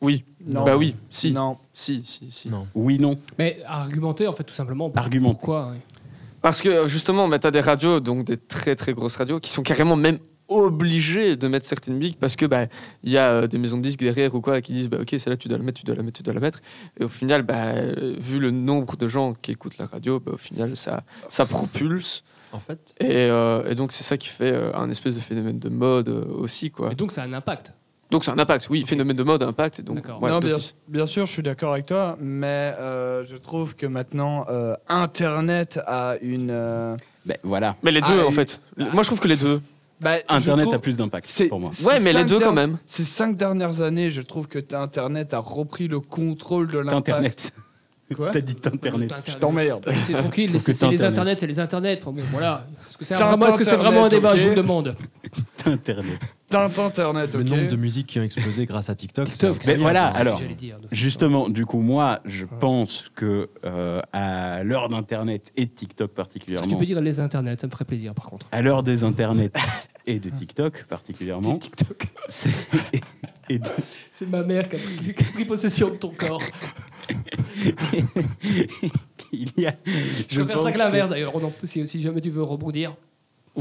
S3: Oui,
S10: Non.
S3: bah oui, si,
S10: Non.
S3: si, si, si.
S11: Non.
S8: Oui, non.
S9: Mais à argumenter, en fait, tout simplement. Pour-
S8: Argument.
S9: Pourquoi hein. ouais.
S3: Parce que justement, bah, tu as des radios, donc des très très grosses radios, qui sont carrément même obligées de mettre certaines musiques parce que bah il y a euh, des maisons de disques derrière ou quoi qui disent bah ok celle-là tu dois la mettre tu dois la mettre tu dois la mettre et au final bah euh, vu le nombre de gens qui écoutent la radio bah, au final ça ça propulse
S11: En fait,
S3: et, euh, et donc c'est ça qui fait euh, un espèce de phénomène de mode euh, aussi quoi
S9: Et donc, ça a un impact.
S3: donc c'est un impact oui phénomène de mode impact et donc
S9: D'accord.
S3: voilà,
S10: non, bien,
S3: d'office.
S10: bien sûr, je suis d'accord avec toi, mais euh, je trouve que maintenant, euh, Internet a une. euh,
S8: Ben voilà.
S3: mais les deux
S10: Ah,
S3: en
S10: et-
S3: fait moi je trouve que les deux
S10: bah, je
S8: Internet
S10: trouve-
S8: a plus d'impact
S10: c'est-
S8: pour moi.
S10: c'est
S3: ouais mais les
S10: cinq
S3: deux quand
S10: dernières-
S3: même
S10: Ces cinq dernières années, je trouve que t'as- Internet a repris le contrôle de l'impact.
S8: Internet.
S10: Quoi
S8: T'as dit Internet.
S10: Je t'emmerde.
S8: [LAUGHS]
S9: C'est tranquille,
S8: Faut
S9: les-
S8: que
S9: c'est les
S8: t'internet.
S9: internets et les internets. Enfin, bon, voilà. Est-ce que c'est
S10: T'as
S9: vraiment, est-ce que c'est
S10: internet,
S9: vraiment un débat
S10: ok.
S9: Je vous le demande.
S8: Internet.
S10: T'as Internet,
S11: le
S10: ok
S11: nombre de musiques qui ont explosé grâce à TikTok. c'est
S9: TikTok.
S8: Mais
S11: incroyable.
S8: voilà,
S9: C'est ce que
S8: alors.
S9: j'allais dire, donc.
S8: Justement, du coup, moi, je pense que euh, à l'heure d'Internet et de TikTok
S9: Est-ce que tu
S8: particulièrement,
S9: peux dire les internets Ça me ferait plaisir, par contre.
S8: à l'heure des Internets [LAUGHS] et de TikTok particulièrement,
S9: TikTok.
S8: c'est- et de-
S9: C'est ma mère qui a, pris, qui a pris possession de
S8: [LAUGHS]
S9: ton corps.
S8: il y a,
S9: Je préfère ça
S8: pense
S9: que l'inverse, d'ailleurs. On en- Si, si jamais tu veux rebondir.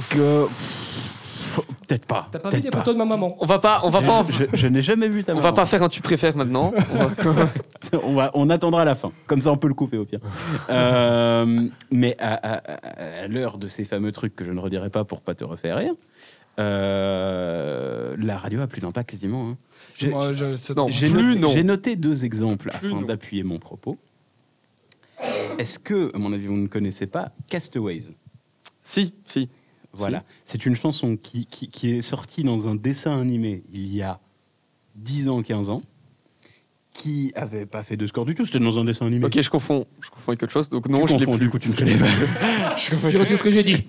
S8: que- pff, peut-être pas.
S9: T'as pas vu
S8: peut-être
S9: les photos de ma maman
S3: on va pas on va
S10: [LAUGHS]
S3: pas en-
S8: Je, je n'ai jamais vu ta
S3: on
S8: maman.
S3: va pas faire un tu préfères maintenant On va-
S8: [LAUGHS] on, va, on attendra la fin. Comme ça, on peut le couper
S3: [LAUGHS]
S8: au pire. Euh, mais à, à- à- à l'heure de ces fameux trucs que je ne redirai pas pour pas te refaire rire, euh, la radio a plus d'impact quasiment. hein. J'ai-
S10: Moi, je- c'est-
S3: Non.
S8: j'ai
S3: plus
S8: noté,
S3: non.
S8: j'ai noté deux exemples
S3: Plus
S8: afin
S3: non.
S8: d'appuyer mon propos. Est-ce que, à mon avis, vous ne connaissez pas Castaways
S3: si si
S8: Voilà. C'est une chanson qui, qui, qui est sortie dans un dessin animé il y a 10 ans, 15 ans, qui avait pas fait de score du tout. C'était dans un dessin animé.
S3: Ok, je confonds. Je confonds avec autre chose. Donc non, je
S8: tu
S3: l'ai
S8: confonds,
S3: plus.
S8: du coup, tu ne connais pas.
S9: Je retire ce que j'ai dit.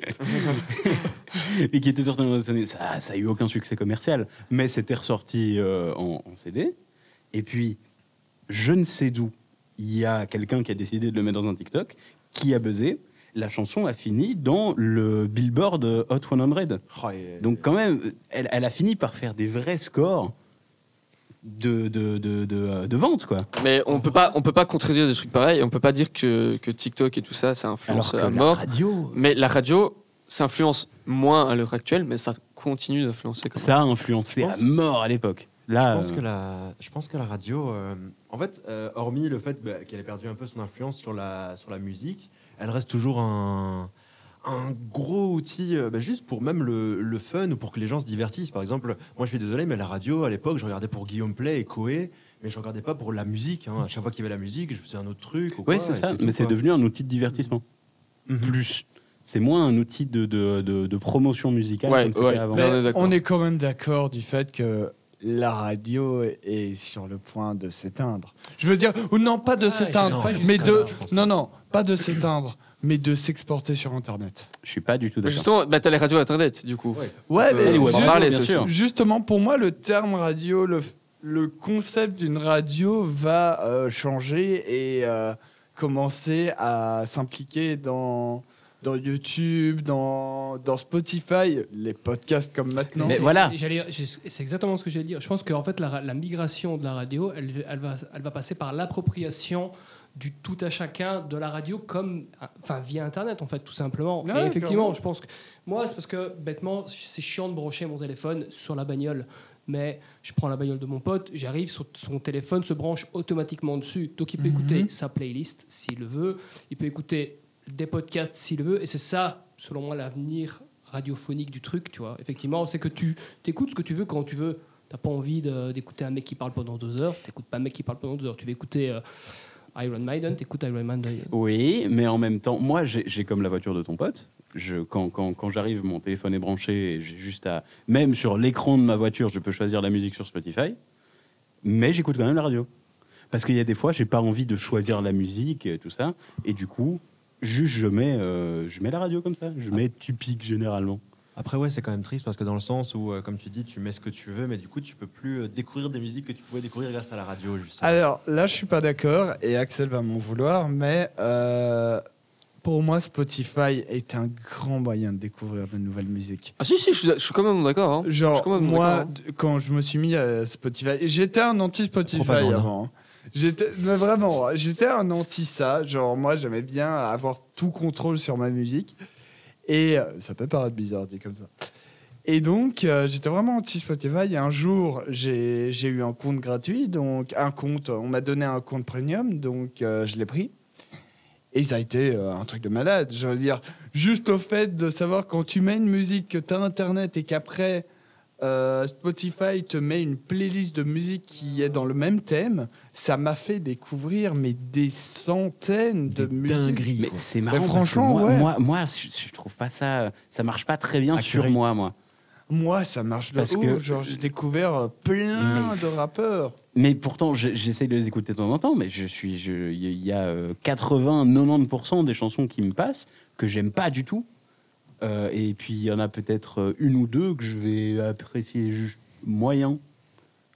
S8: [LAUGHS] et qui était sorti dans un dessin animé. Ça, ça a eu aucun succès commercial, mais c'était ressorti euh, en, en CD. Et puis, je ne sais d'où, il y a quelqu'un qui a décidé de le mettre dans un TikTok, qui a buzzé. La chanson a fini dans le Billboard euh, Hot 100.
S11: Oh, et-
S8: Donc quand même, elle, elle a fini par faire des vrais scores de, de, de, de, euh, de vente, quoi.
S3: Mais on peut pas, on peut pas contredire des trucs pareils. et On peut pas dire que, que TikTok et tout ça, ça influence
S8: Alors que
S3: à
S8: la
S3: mort.
S8: radio-
S3: Mais la radio, ça influence moins à l'heure actuelle, mais ça continue d'influencer. quand
S8: Ça a influencé
S3: Je
S8: à
S3: pense-
S8: mort à l'époque. Là,
S11: je, pense
S8: euh,
S11: que la, je pense que la radio, euh, en fait, euh, hormis le fait bah, qu'elle ait perdu un peu son influence sur la, sur la musique, elle reste toujours un, un gros outil, euh, bah, juste pour même le, le fun ou pour que les gens se divertissent. Par exemple, moi je suis désolé, mais la radio, à l'époque, je regardais pour Guillaume Play et Coé, mais je regardais pas pour la musique. hein. À chaque fois qu'il y avait la musique, je faisais un autre truc. ou quoi,
S8: Oui, c'est
S11: et
S8: ça,
S11: tout,
S8: mais c'est
S11: quoi. Mhm.
S8: devenu un outil de divertissement. Plus. C'est moins un outil de, de, de, de promotion musicale comme c'était avant.
S10: Mais on est quand même d'accord du fait que la radio est sur le point de s'éteindre. Je veux dire, ou non, pas de
S9: Ah,
S10: s'éteindre,
S9: non, pas
S10: mais
S9: justement,
S10: de.
S9: je pense
S10: Non, non, pas de s'éteindre, mais de s'exporter sur Internet.
S8: Je suis pas du tout
S3: Mais
S8: d'accord.
S3: Justement, bah, t'as les radios internet, du coup.
S10: Ouais,
S3: Euh,
S10: mais
S3: on va en
S10: juste-
S3: parler, ça
S10: juste-
S3: aussi.
S10: justement, pour moi, le terme radio, le, f- le concept d'une radio va euh, changer et euh, commencer à s'impliquer dans, dans YouTube, dans, dans Spotify, les podcasts comme maintenant.
S9: C'est- j'allais- j'ai- C'est exactement ce que j'allais dire. Je pense qu'en fait, la, ra- la migration de la radio, elle, elle va, elle va passer par l'appropriation du tout à chacun de la radio comme enfin via internet en fait tout simplement
S10: Ouais,
S9: et effectivement
S10: clairement.
S9: je pense que moi c'est parce que bêtement c'est chiant de brancher mon téléphone sur la bagnole mais je prends la bagnole de mon pote j'arrive son, son téléphone se branche automatiquement dessus donc
S10: Mhm.
S9: il peut écouter sa playlist s'il le veut il peut écouter des podcasts s'il veut et c'est ça selon moi l'avenir radiophonique du truc tu vois effectivement c'est que tu t'écoutes ce que tu veux quand tu veux t'as pas envie de- d'écouter un mec qui parle pendant deux heures t'écoutes pas un mec qui parle pendant deux heures tu vas écouter euh, Iron Maiden, t'écoutes Iron Maiden.
S8: Oui, mais en même temps, moi, j'ai j'ai comme la voiture de ton pote. Je, quand quand, quand j'arrive, mon téléphone est branché et j'ai juste à. Même sur l'écran de ma voiture, je peux choisir la musique sur Spotify. Mais j'écoute quand même la radio. Parce qu'il y a des fois, j'ai pas envie de choisir la musique et tout ça. Et du coup, juste, je mets, euh, je mets la radio comme ça. Je mets typique généralement.
S11: Après, ouais, c'est quand même triste parce que dans le sens où, euh, comme tu dis, tu mets ce que tu veux, mais du coup, tu peux plus euh, découvrir des musiques que tu pouvais découvrir grâce à la radio, justement.
S10: Alors là, je suis pas d'accord et Axel va m'en vouloir, mais euh, pour moi, Spotify est un grand moyen de découvrir de nouvelles musiques.
S3: Ah si, si, je suis, je suis quand même d'accord. hein. Je suis
S10: Genre,
S3: quand même
S10: moi,
S3: d'accord, hein.
S10: d- quand je me suis mis à Spotify, et j'étais un anti-Spotify
S3: Propagande.
S10: avant. hein. J'étais, mais vraiment, j'étais un anti ça. Genre, moi, j'aimais bien avoir tout contrôle sur ma musique. Et euh, ça peut paraître bizarre dit comme ça. Et donc, euh, j'étais vraiment anti-Spotify. Et un jour, j'ai j'ai eu un compte gratuit. Donc, un compte, on m'a donné un compte premium. Donc, euh, je l'ai pris. Et ça a été euh, un truc de malade. Je veux dire, juste au fait de savoir quand tu mets une musique, que tu as Internet et qu'après euh, Spotify te met une playlist de musique qui est dans le même thème, ça m'a fait découvrir mais des centaines de musiques.
S8: Mais c'est
S10: Mais
S8: marrant. parce que
S10: franchement,
S8: moi,
S10: ouais.
S8: moi, moi, je, je trouve pas ça. euh, Ça marche pas très bien
S10: Ah,
S8: sur
S10: curate.
S8: moi, moi.
S10: Moi, ça marche de
S8: Parce
S10: haut.
S8: que-
S10: Genre, j'ai découvert euh, plein de rappeurs.
S8: Mais pourtant, je- j'essaye de les écouter de temps en temps, mais je suis, je- il y a euh, 80-90% des chansons qui me passent que j'aime pas du tout. Euh, et puis il y en a peut-être euh, une ou deux que je vais apprécier juste moyen.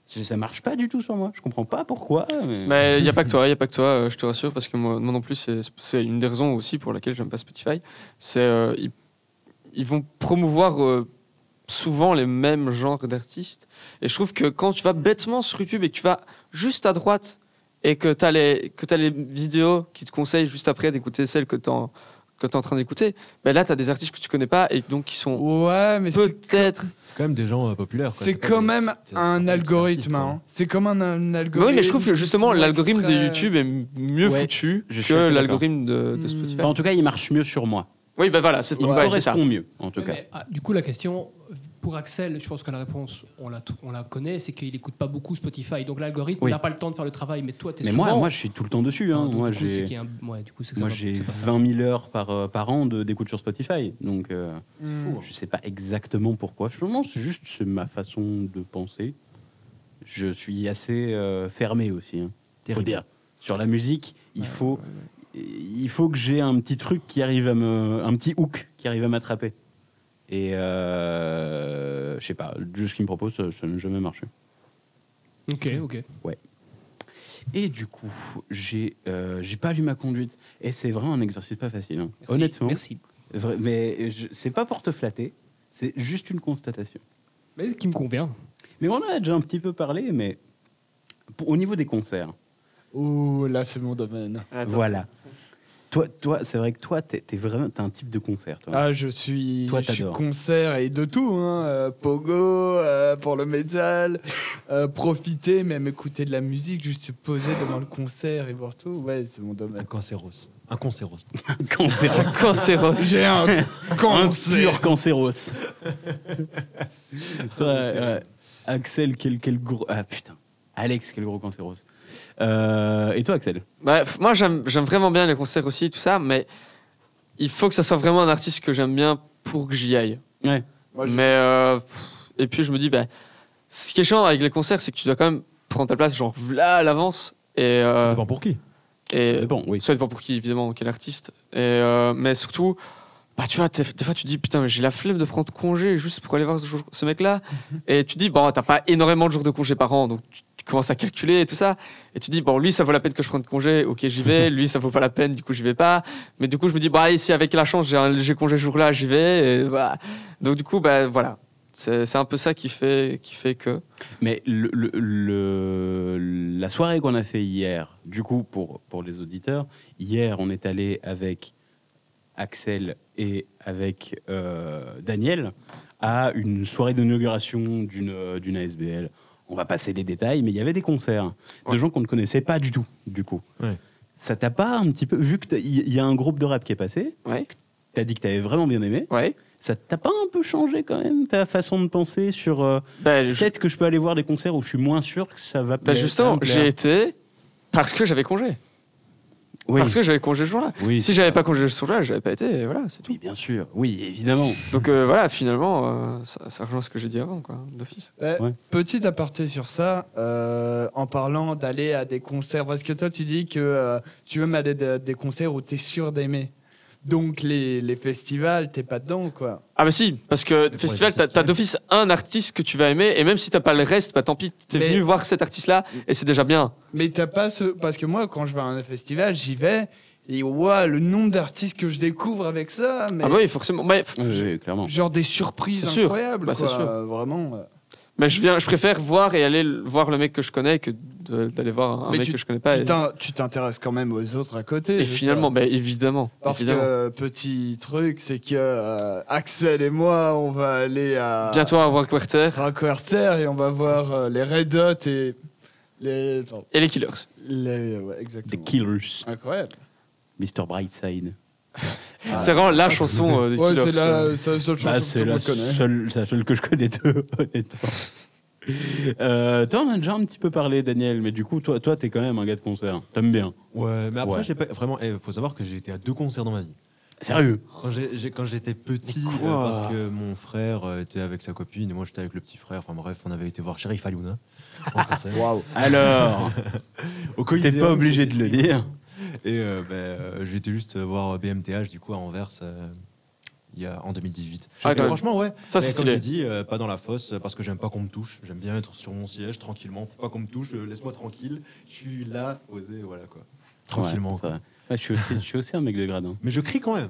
S8: Ça ça marche pas du tout sur moi. Je comprends pas pourquoi. Mais...
S3: Mais il n'y a pas que toi, il a pas que toi, euh, je te rassure, parce que moi, moi non plus, c'est- c'est une des raisons aussi pour laquelle j'aime pas Spotify. C'est euh, ils, ils vont promouvoir euh, souvent les mêmes genres d'artistes. Et je trouve que quand tu vas bêtement sur YouTube et que tu vas juste à droite et que tu as, les vidéos qui te conseillent juste après d'écouter celles que tu que t'es en train d'écouter, ben là, tu as des artistes que tu connais pas et donc qui sont
S10: Ouais, mais c'est
S3: peut-être
S11: C'est quand même des gens euh, populaires. quoi.
S10: C'est
S11: pas
S10: quand
S11: des-
S10: même
S11: c'est- c'est-
S10: un
S11: c'est
S10: algorithme.
S11: artiste,
S10: hein. C'est comme un, un
S3: Mais
S10: algorithme.
S3: oui, mais je trouve que justement,
S10: qui font
S3: l'algorithme de
S10: exprès-
S3: YouTube est mieux
S8: Ouais,
S3: foutu
S8: je suis assez
S3: que
S8: d'accord.
S3: l'algorithme de, de Spotify.
S8: Enfin, en tout cas, il marche mieux sur moi.
S3: Oui, ben voilà, c'est
S8: Il
S3: ouais, c'est ça.
S8: correspond mieux, en tout cas.
S9: Mais, ah, du coup, la question pour Axel, je pense que la réponse, on la, on la connaît, c'est qu'il n'écoute pas beaucoup Spotify. Donc l'algorithme
S8: Oui.
S9: n'a pas le temps de faire le travail, mais toi, tu es
S8: Mais moi, moi, je suis tout le temps dessus. hein. Moi, j'ai moi, j'ai 20 000 heures par, euh, par an de- d'écoute sur Spotify. Donc, euh,
S10: fou, hein.
S8: je sais pas exactement pourquoi. Je pense que c'est juste c'est ma façon de penser. Je suis assez euh, fermé aussi. hein. Faut dire. Sur la musique, il faut, il faut que j'ai un petit truc qui arrive à me, un petit hook qui arrive à m'attraper. Et euh, je sais pas, juste ce qu'il me propose, ça ça n'a jamais marché.
S9: Ok, ok.
S8: Ouais. Et du coup, j'ai euh, j'ai pas lu ma conduite. Et c'est vraiment un exercice pas facile. hein. Honnêtement.
S9: merci.
S8: Vra- mais je- c'est pas pour te flatter, c'est juste une constatation.
S9: Mais ce qui me convient.
S8: Mais on en a déjà un petit peu parlé, mais pour- au niveau des concerts,
S10: Ouh, là, c'est mon domaine.
S8: voilà. Toi, toi c'est vrai que toi, t'es es vraiment t'es un type de concert. Toi. [LAUGHS]
S10: Ah, je suis,
S8: Toi,
S10: je suis
S8: t'adores.
S10: concert et de tout. Hein. euh, Pogo, euh, pour le
S8: [LAUGHS]
S10: métal, euh, profiter, même écouter de la musique, juste se poser devant le concert et voir tout. Ouais, c'est mon
S8: [LAUGHS]
S10: domaine. Un
S11: cancéros. Un cancéros.
S8: Un cancéros.
S3: [LAUGHS]
S10: J'ai un
S8: Un
S10: cancer.
S8: pur cancéros. Ça, ouais. Axel, quel, quel gros. Ah putain. Alex, quel gros cancéros. Euh, et toi, Axel
S3: Bah, f- moi, j'aime j'aime vraiment bien les concerts aussi, tout ça, mais il faut que ça soit vraiment un artiste que j'aime bien pour que j'y aille.
S8: Ouais.
S3: mais euh, pff, et puis je me dis, bah, ce qui est chiant avec les concerts, c'est que tu dois quand même prendre ta place genre là à l'avance. Et ça dépend
S11: pour qui.
S3: Et
S8: Ça dépend, oui.
S3: Ça dépend pour qui, évidemment, quel artiste. Et euh, mais surtout, bah tu vois, t'es- des fois tu te dis putain, mais j'ai la flemme de prendre congé juste pour aller voir ce, jour- ce mec-là.
S8: Mhm.
S3: Et tu te dis bon, t'as pas énormément de jours de congé par an, donc tu, tu commences à calculer et tout ça. Et tu te dis bon, lui ça vaut la peine que je prenne congé, ok j'y
S8: [LAUGHS]
S3: vais. lui ça vaut pas la peine, du coup j'y vais pas. Mais du coup je me dis bah allez, si avec la chance j'ai un léger congé ce jour-là, j'y vais. Et voilà. Donc du coup bah voilà, c'est c'est un peu ça qui fait qui fait que.
S8: Mais le, le- le- la soirée qu'on a fait hier, du coup, pour, pour les auditeurs, hier, on est allé avec Axel et avec euh, Daniel à une soirée d'inauguration d'une euh, d'une ASBL. On va passer les détails, mais il y avait des concerts de gens qu'on ne connaissait pas du tout, du coup.
S11: Ouais.
S8: Ça t'a pas un petit peu. Vu qu'il y a un groupe de rap qui est passé, que t'as dit que t'avais vraiment bien aimé, ça t'a pas un peu changé quand même ta façon de penser sur. euh, Peut-être que je peux aller voir des concerts où je suis moins sûr que ça va.
S3: Bah
S8: plaire- ça
S3: justement,
S8: va me hein. plaire.
S3: j'ai été parce que j'avais congé.
S8: Oui.
S3: Parce que j'avais congé ce jour-là. si j'avais pas congé ce jour-là, j'avais pas été. et voilà, c'est tout. Oui,
S8: bien sûr. Oui, évidemment.
S3: Donc euh, voilà, finalement, euh, ça, ça rejoint ce que j'ai dit avant, quoi, d'office.
S10: Ouais, Petit aparté sur ça, euh, en parlant d'aller à des concerts, parce que toi tu dis que euh, tu aimes aller à des concerts où tu es sûr d'aimer. Donc les, les festivals, t'es pas dedans quoi.
S3: Ah mais si, parce que festival, t'as t'as d'office un artiste que tu vas aimer, et même si t'as pas le reste, bah tant pis, t'es
S10: Mais-
S3: venu voir cet artiste-là, et c'est déjà bien.
S10: Mais t'as pas ce. Parce que moi, quand je vais à un festival, j'y vais. Et waouh, le nombre d'artistes que je découvre avec ça. Mais
S3: Ah bah oui, forcément. Mais,
S8: clairement.
S10: Genre des surprises
S3: C'est sûr.
S10: incroyables.
S3: Bah, c'est
S10: quoi.
S3: sûr.
S10: Euh, Vraiment. euh.
S3: Mais je, viens, je préfère voir et aller l- voir le mec que je connais que de- d'aller voir un
S10: Mais
S3: mec
S10: tu-
S3: que je connais pas.
S10: tu
S3: et-
S10: t'in- Tu t'intéresses quand même aux autres à côté.
S3: Et
S10: je sais
S3: finalement,
S10: pas.
S3: bah, évidemment.
S10: Parce
S3: évidemment.
S10: que euh, petit truc, c'est que euh, Axel et moi, on va aller à
S3: Bientôt à Rockwerther.
S10: Rockwerther et on va voir euh, les Red Hot et les pardon,
S3: Et les Killers.
S10: les ouais, exactement.
S8: The Killers.
S10: Incroyable.
S8: Mr Brightside.
S10: Ah.
S3: C'est vraiment la chanson euh, des
S10: Ouais,
S3: Killers.
S10: c'est la-
S3: quoi.
S10: c'est la seule chanson
S8: Bah,
S10: que
S8: c'est
S10: tout le
S8: la
S10: monde connaît.
S8: seule, la seule que je connais d'eux, [LAUGHS] honnêtement. Euh, toi, on a déjà un petit peu parlé, Daniel, mais du coup, toi, toi, t'es quand même un gars de concert. T'aimes bien.
S11: Ouais, mais après,
S8: Ouais.
S11: j'ai pas vraiment. Il faut savoir que j'ai été à deux concerts dans ma vie.
S8: Sérieux
S11: Quand j'ai- j'ai- Quand j'étais petit,
S8: Mais quoi
S11: euh, parce que mon frère euh, était avec sa copine et moi j'étais avec le petit frère. Enfin bref, on avait été voir Sheriff Aluna. [LAUGHS] en concert.
S8: Waouh. Alors,
S11: Au
S8: t'es
S11: Colisée,
S8: pas obligé de le dire.
S11: Et euh, ben, euh, j'étais juste voir BMTH du coup à Anvers. euh, il y a, en 2018.
S3: Ah,
S11: Et
S3: quand même.
S11: franchement, ouais.
S3: Ça, c'est
S11: Mais
S3: stylé.
S11: comme j'ai dit, euh, pas dans la fosse, euh, parce que j'aime pas qu'on me touche. J'aime bien être sur mon siège tranquillement. Faut pas qu'on me touche. euh, Laisse-moi tranquille. Je suis là, posé, voilà quoi. Tranquillement.
S8: Ouais, ça va. Ouais, je, suis aussi, je suis aussi un mec de hein. gradin.
S11: Mais je crie quand même.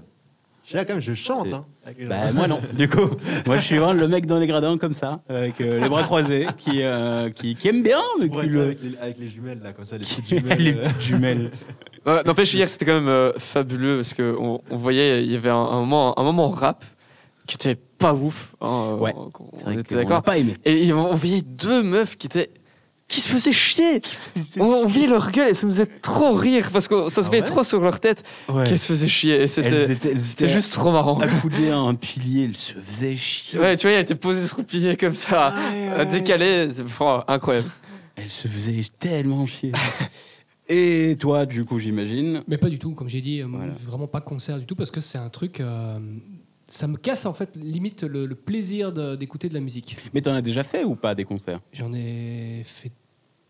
S11: Je suis là quand même, je chante.
S8: C'est-
S11: hein, avec les gens.
S8: Bah, moi non. Du coup, moi je suis vraiment le mec dans les gradins comme ça, avec euh, les bras croisés, qui, euh, qui, qui aime bien, mais
S11: Pour
S8: qui
S11: être
S8: le-
S11: avec, les, avec les jumelles là, comme ça, les petites
S8: [LAUGHS]
S11: jumelles.
S8: les
S11: euh.
S8: petites jumelles.
S3: Ouais, N'empêche, hier, c'était quand même euh, fabuleux parce qu'on on voyait, il y avait un, un moment, un moment rap qui était pas ouf. hein, euh,
S8: Ouais,
S3: on-
S8: c'est
S3: on
S8: vrai hein.
S3: était
S8: qu'on
S3: d'accord.
S8: a pas aimé.
S3: Et ils- on voyait deux meufs qui étaient. qui se faisaient chier on, on voyait leur gueule et ça nous faisait trop rire parce que ça se voyait trop sur leur tête
S8: Ah Ouais.
S3: qu'elles se faisaient chier. Et
S8: Elles
S3: c'était
S8: étaient- Ah elles
S3: c'était
S8: étaient
S3: juste trop marrant.
S8: [LAUGHS] Accoudées à un pilier, elles se faisaient chier.
S3: Ouais, tu vois, elle était posée sur le pilier comme
S8: Ah
S3: ça, euh, décalée. c'est- franchement, incroyable.
S8: Elle se faisait tellement chier. Et toi, du coup, j'imagine.
S9: Mais pas du tout, comme j'ai dit, euh, vraiment pas concert du tout, parce que c'est un truc. euh, ça me casse en fait limite le, le plaisir de- d'écouter de la musique.
S8: Mais t'en as déjà fait ou pas des concerts
S9: J'en ai fait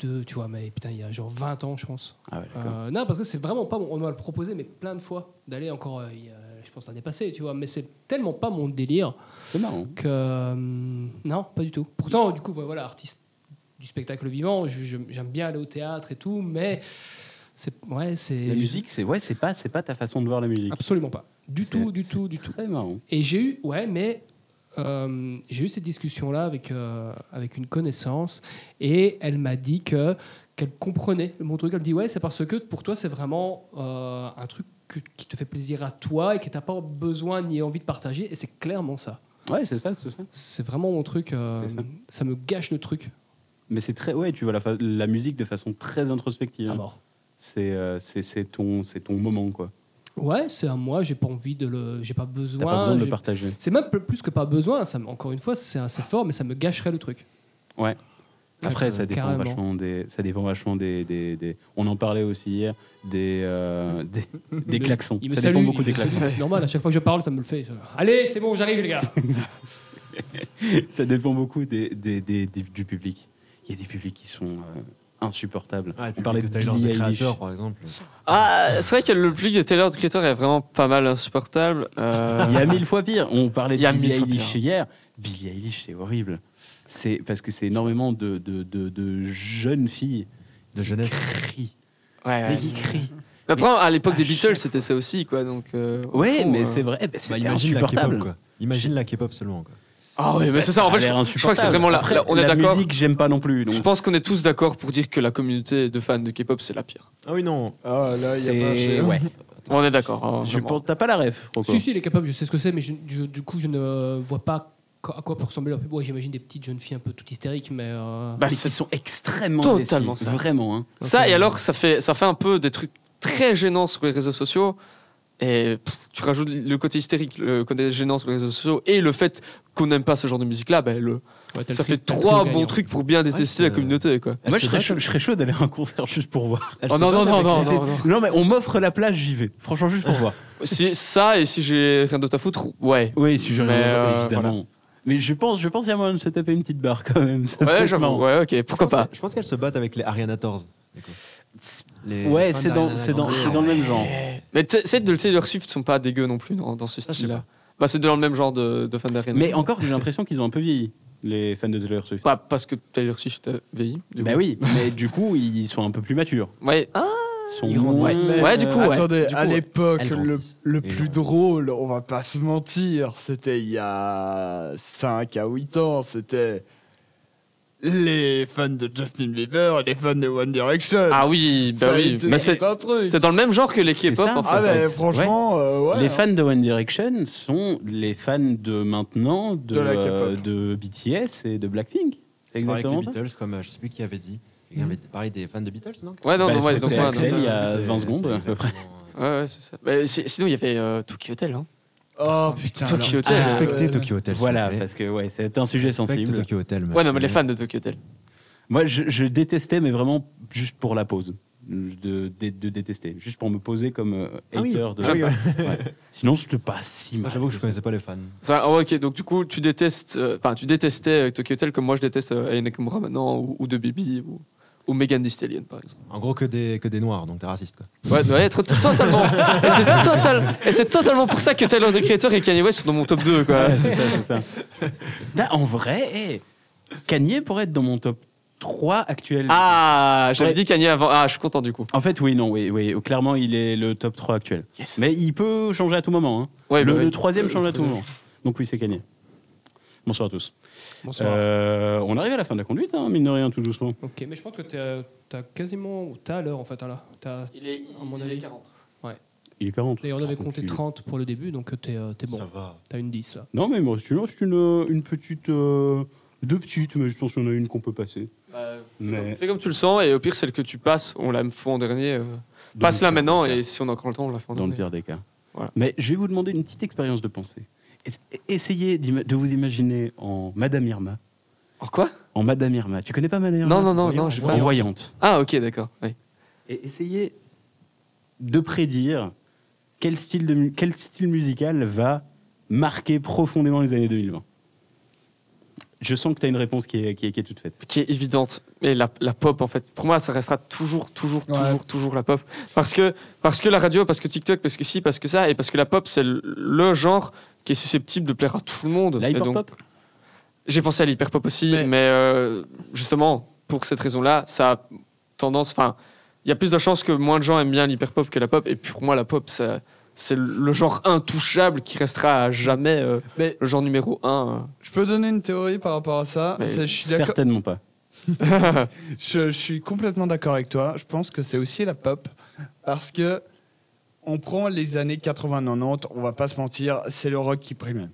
S9: deux, tu vois, mais putain, il y a genre 20 ans, je pense.
S8: Ah ouais, d'accord.
S9: Euh, non, parce que c'est vraiment pas. mon- On m'a le proposé, mais plein de fois, d'aller encore, euh, il y a, je pense, l'année passée, tu vois, mais c'est tellement pas mon délire.
S8: C'est marrant.
S9: que, euh, non, pas du tout. Pourtant, du coup, voilà, artiste du spectacle vivant, je- je- j'aime bien aller au théâtre et tout, mais. c'est- Ouais, c'est.
S8: La musique, c'est ouais, c'est pas, c'est pas ta façon de voir la musique.
S9: Absolument Ah, pas. Du tout, du tout, du tout.
S8: Très marrant.
S9: Et j'ai eu, ouais, mais euh, j'ai eu cette discussion-là avec, euh, avec une connaissance et elle m'a dit que qu'elle comprenait mon truc. Elle me dit Ouais, c'est parce que pour toi, c'est vraiment euh, un truc que- qui te fait plaisir à toi et que t'as pas besoin ni envie de partager. Et c'est clairement ça.
S8: Ouais, c'est ça, c'est ça.
S9: C'est vraiment mon truc. euh,
S8: C'est ça.
S9: ça me gâche le truc.
S8: Mais c'est très, ouais, tu vois la, fa- la musique de façon très introspective. hein.
S9: À mort.
S8: C'est euh, c'est- c'est ton, c'est ton moment, quoi.
S9: Ouais, c'est à moi, j'ai pas envie de le. J'ai pas besoin.
S8: T'as pas besoin de le
S9: j'ai-
S8: partager.
S9: C'est même plus que pas besoin, ça, me- encore une fois, c'est assez fort, mais ça me gâcherait le truc.
S8: Ouais. Après,
S9: Carrément.
S8: ça dépend,
S9: Carrément.
S8: vachement des, ça dépend vachement des, des- des- On en parlait aussi hier, des, euh, des, des
S9: Il me-
S8: klaxons.
S9: il
S8: Ça
S9: me
S8: dépend
S9: salue,
S8: beaucoup
S9: il
S8: des
S9: me salue, [LAUGHS]
S8: klaxons.
S9: C'est normal, à chaque fois que je parle, ça me le fait. ça. Allez, c'est bon, j'arrive, les gars.
S8: ça dépend beaucoup des, des- des- des- du public. Il y a des publics qui sont euh, insupportables.
S11: Ah,
S8: On parlait de
S11: Tyler,
S8: Billie
S11: The
S8: Eilish.
S11: Creator, par exemple.
S3: Ah, c'est vrai que le public de Taylor de Creator est vraiment pas mal insupportable. Euh,
S8: Il y a mille fois pire. On parlait
S3: Il y
S8: de
S3: a
S8: Billie
S3: mille fois
S8: Eilish
S3: pire.
S8: hier. Billie Eilish, c'est horrible. C'est parce que c'est énormément de, de, de- de jeunes filles
S11: de
S8: jeunes crient.
S3: Ouais,
S8: Mais
S3: ouais,
S8: qui
S3: c'est-
S8: crient.
S3: Mais Après, à l'époque
S8: à
S3: des Beatles, c'était ça aussi, quoi. Donc, euh, au
S8: ah, Ouais,
S3: fond,
S8: mais
S3: euh,
S8: c'est vrai. bah,
S11: Bah,
S8: [LAUGHS] c'était
S11: imagine la K-pop,
S8: insupportable.
S11: quoi. Imagine la K-pop seulement. Quoi.
S3: Ah oui, mais c'est ça. En fait, je, je crois que c'est vraiment la.
S8: Après,
S3: là, on est
S8: la
S3: d'accord.
S8: musique, j'aime pas non plus. donc
S3: Je pense qu'on est tous d'accord pour dire que la communauté de fans de K-pop, c'est la pire.
S11: Ah oui, non.
S10: Ah, là, il y a pas un
S8: c'est- [LAUGHS]
S10: chien.
S8: ouais.
S3: On est d'accord. hein,
S8: Je
S3: vraiment.
S8: pense t'as pas la ref. Rocco.
S9: Si, si, il est capable, je sais ce que c'est, mais je- je- du coup, je ne vois pas co- à quoi peut ressembler leur pub. Ouais, j'imagine des petites jeunes filles un peu toutes hystériques, mais. euh,
S3: Bah,
S8: Mais
S3: c'est-
S8: qui sont extrêmement
S3: Totalement
S8: décis,
S3: ça.
S8: Vraiment. hein.
S3: Ça, et alors, ça fait, ça fait un peu des trucs très gênants sur les réseaux sociaux. Et pff, tu rajoutes le côté hystérique, le côté gênant sur les réseaux sociaux, et le fait qu'on n'aime pas ce genre de musique-là, ben, le,
S9: ouais, t'as le
S3: ça
S9: tri-
S3: fait
S9: t'as le
S3: trois
S9: tri
S3: bons
S9: gagnant.
S3: trucs pour bien détester
S11: Ouais,
S3: la
S11: c'est-
S3: communauté, quoi.
S8: Moi,
S11: Elle
S8: je
S11: se
S8: serais,
S11: bat
S8: chaud, je serais chaud d'aller à un concert juste pour voir.
S11: Elle
S3: Oh
S11: se
S3: non, non,
S11: bat
S3: non,
S11: avec
S3: non,
S11: ses-
S3: non, non.
S8: Non, mais on m'offre la place, j'y vais. Franchement, juste [LAUGHS] pour voir.
S3: Si, ça, et si j'ai rien d'autre à foutre,
S8: [LAUGHS]
S3: ouais.
S8: Oui, si je
S3: Mais, euh,
S8: évidemment. Mais je pense, je pense qu'il y a moyen de se taper une petite barre quand même. ça peut
S3: Ouais,
S8: être
S3: j'avoue,
S8: marrant.
S3: ouais, ok,
S11: Je
S3: pourquoi
S11: pense
S3: pas.
S11: que- Je pense qu'elle se battent avec les Ariana Tors. du coup. Les
S8: Ouais,
S11: fans
S8: c'est dans,
S11: d'Ariana
S8: c'est dans,
S11: Grande.
S8: c'est dans le même genre.
S3: Mais t- celles de Taylor Swift sont pas dégueu non plus dans, dans ce
S11: je sais
S3: style-là. Bah, c'est dans le même genre de, de fan d'Ariana.
S8: Mais encore, j'ai l'impression qu'ils ont un peu vieilli, les fans de Taylor Swift.
S3: Pas parce que Taylor Swift a vieilli. du
S8: Bah
S3: coup.
S8: oui, mais du coup, ils sont un peu plus matures.
S3: Ouais, ah,
S8: Ils sont
S11: Ils grandissent.
S8: moins-
S10: Mais
S3: Ouais, du coup, ouais.
S10: Attendez,
S11: Du
S10: à
S11: coup, ouais.
S10: l'époque,
S11: Elles
S10: le,
S11: grandissent.
S10: le
S11: Et
S10: plus
S11: ouais.
S10: drôle, on va pas se mentir, c'était il y a 5 à 8 ans, c'était les fans de Justin Bieber et les fans de One Direction.
S3: Ah oui, bah
S10: Ça a
S3: oui.
S10: été
S3: Mais c'est
S10: un truc.
S3: c'est dans le même genre que les
S8: C'est
S3: K-pop.
S8: ça.
S3: en fait.
S10: Ah,
S8: en
S10: mais
S8: fait.
S10: franchement, euh, ouais.
S8: les
S10: hein.
S8: fans de One Direction sont les fans de maintenant de,
S10: De la K-pop.
S8: de BTS et de Blackpink. C'est
S11: C'est pareil avec
S8: exactement
S11: les
S8: ça.
S11: Beatles, comme euh, je sais plus qui avait dit. Quelqu'un
S10: Mm.
S11: avait parlé des fans de Beatles, non
S3: Ouais, non,
S8: Bah,
S3: non, ouais,
S8: c'était
S3: donc, ouais, non,
S8: Axel,
S3: non,
S8: il y a
S11: C'est-
S8: 20
S11: hein. c'est
S8: secondes, à peu près.
S11: exactement, euh,
S3: Ouais, ouais, c'est ça. Mais c'est- sinon, il y avait euh, Tokyo Hotel. Hein.
S10: Oh putain.
S3: Tokyo
S10: alors-
S3: Hotel.
S10: Ah,
S11: Respectez
S10: ouais.
S11: Tokyo Hotel. s'il
S8: Voilà,
S11: vous plaît.
S8: parce que ouais, c'est un sujet
S11: Respectez
S8: sensible.
S11: Tokyo Hotel.
S3: Ouais, non, mais
S11: monsieur.
S3: les fans de Tokyo Hotel.
S8: Moi, je, je détestais, mais vraiment juste pour la pause. De, de, de détester. Juste pour me poser comme euh, hater
S11: Ah oui.
S8: de.
S11: Ah oui,
S8: Ouais. Sinon, je te passe si
S11: Moi,
S8: mal.
S11: J'avoue que je connaissais pas les fans.
S3: Ça, ah ouais, ok, donc du coup, tu détestes, euh, enfin, tu détestais euh, Tokyo Hotel comme moi je déteste euh, Aya Nakamura maintenant, ou, ou The Baby, ou, ou Megan Thee Stallion, par exemple.
S11: En gros, que des, que des noirs, donc t'es raciste. Quoi.
S3: Ouais, ouais être totalement. et c'est total- et c'est totalement pour ça que Tyler the Creator et Kanye West sont dans mon top 2, quoi.
S8: Ouais, c'est ça, c'est ça. Nah, en vrai, hey, Kanye pourrait être dans mon top 3 actuel.
S3: Ah, j'avais
S8: Ouais.
S3: dit Kanye avant. Ah, je suis content du coup.
S8: En fait, oui, non, oui, oui. Clairement, il est le top 3 actuel.
S3: Yes.
S8: Mais il peut changer à tout moment. hein.
S3: Ouais,
S8: le,
S3: bah ouais.
S8: le troisième
S3: Euh,
S8: change
S3: le
S8: à tout
S3: troisième.
S8: moment. Donc oui, c'est gagné. Bonsoir à tous.
S9: Bonsoir.
S8: Euh, on arrive à la fin de la conduite, hein, mine de rien, tout doucement.
S9: Ok, mais je pense que t'es- euh, t'as quasiment. T'as à l'heure en fait, hein, là. T'as-
S3: Il est,
S9: À mon il est avis. 40.
S8: Il est 40.
S9: D'ailleurs, on avait compté
S8: Tranquille.
S9: 30 pour le début, donc t'es euh, t'es bon.
S11: Ça va.
S9: T'as une 10 là.
S8: Non, mais moi, c'est une, c'est une, une petite... euh, deux petites, mais je pense qu'il y en a une qu'on peut passer.
S3: fais,
S8: Mais-
S3: comme, Bah, fais comme tu le sens, et au pire, celle que tu passes, on la fait en dernier. euh,
S8: Dans le
S3: passe la
S8: pire
S3: maintenant,
S8: des cas.
S3: et si on a encore le temps, on la fait en
S8: Dans le
S3: dernier.
S8: pire des cas.
S3: Voilà.
S8: Mais je vais vous demander une petite expérience de pensée. Es- Essayez d'ima- de vous imaginer en Madame Irma.
S3: En quoi
S8: En Madame Irma. Tu connais pas Madame Irma
S3: Non, non, non, non, j'ai pas.
S8: En voyante.
S3: Ah, ok, d'accord. oui.
S8: et essayer de prédire quel style, de, mu- quel style musical va marquer profondément les années 2020. Je sens que tu as une réponse qui est, qui, est, qui est toute faite.
S3: Qui est évidente. Et la, la pop, en fait. Pour moi, ça restera toujours, toujours,
S10: Ouais.
S3: toujours, toujours la pop. Parce que, parce que la radio, parce que TikTok, parce que si, parce que ça, et parce que la pop, c'est le, le genre qui est susceptible de plaire à tout le monde.
S8: La
S3: Et Euh, donc,
S8: hyperpop
S3: J'ai pensé à l'hyperpop aussi, mais,
S10: Mais-
S3: euh, justement, pour cette raison-là, ça a tendance. Enfin, il y a plus de chances que moins de gens aiment bien l'hyperpop que la pop. Et pour moi, la pop, ça- c'est le genre intouchable qui restera à jamais euh,
S10: Mais-
S3: le genre numéro un. euh.
S10: Je peux donner une théorie par rapport à ça.
S3: Mais
S10: C'est- Je suis d'accord.
S8: Certainement pas.
S10: je, je suis complètement d'accord avec toi. Je pense que c'est aussi la pop. Parce que on prend les années 80-90, on va pas se mentir, c'est le rock qui prime.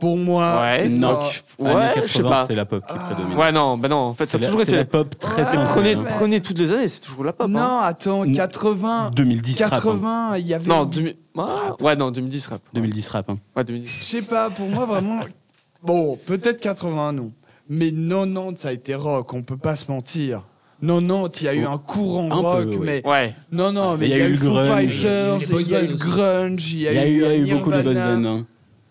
S10: Pour moi,
S3: Ouais,
S10: c'est
S3: Eh, non,
S10: pas-
S3: qui- ouais, je sais pas.
S8: c'est la pop qui prédomine.
S3: Ouais, non, bah non, en fait,
S8: C'est
S3: ça a
S8: la-
S3: toujours
S8: c'est
S3: été
S8: la pop très
S3: Mais
S8: simple,
S3: Ah, Prenez,
S10: hein.
S3: prenez toutes les années, c'est toujours la pop. hein.
S10: Non, attends, 80.
S8: 2010 rap. hein.
S10: 80, il y avait.
S3: Non, 2000 ah, ouais, non, 2010 rap.
S8: 2010 rap. hein.
S3: Ouais, 2010.
S10: Je sais pas, pour moi, vraiment. Bon, peut-être 80, non. Mais 90, ça a été rock, on peut pas se mentir. 90, il y a eu un courant
S8: Oh, Un peu,
S10: rock,
S8: oui.
S10: mais.
S3: Ouais.
S10: Non, non, mais
S8: Il y a eu le
S10: Foo
S8: grunge.
S10: Fighters,
S9: Il y a eu les
S10: il y a
S9: boys
S10: eu le
S9: bands aussi.
S10: grunge, il y a,
S8: Il y a eu, il y a eu beaucoup de boys
S10: Nirvana.
S8: bands. hein.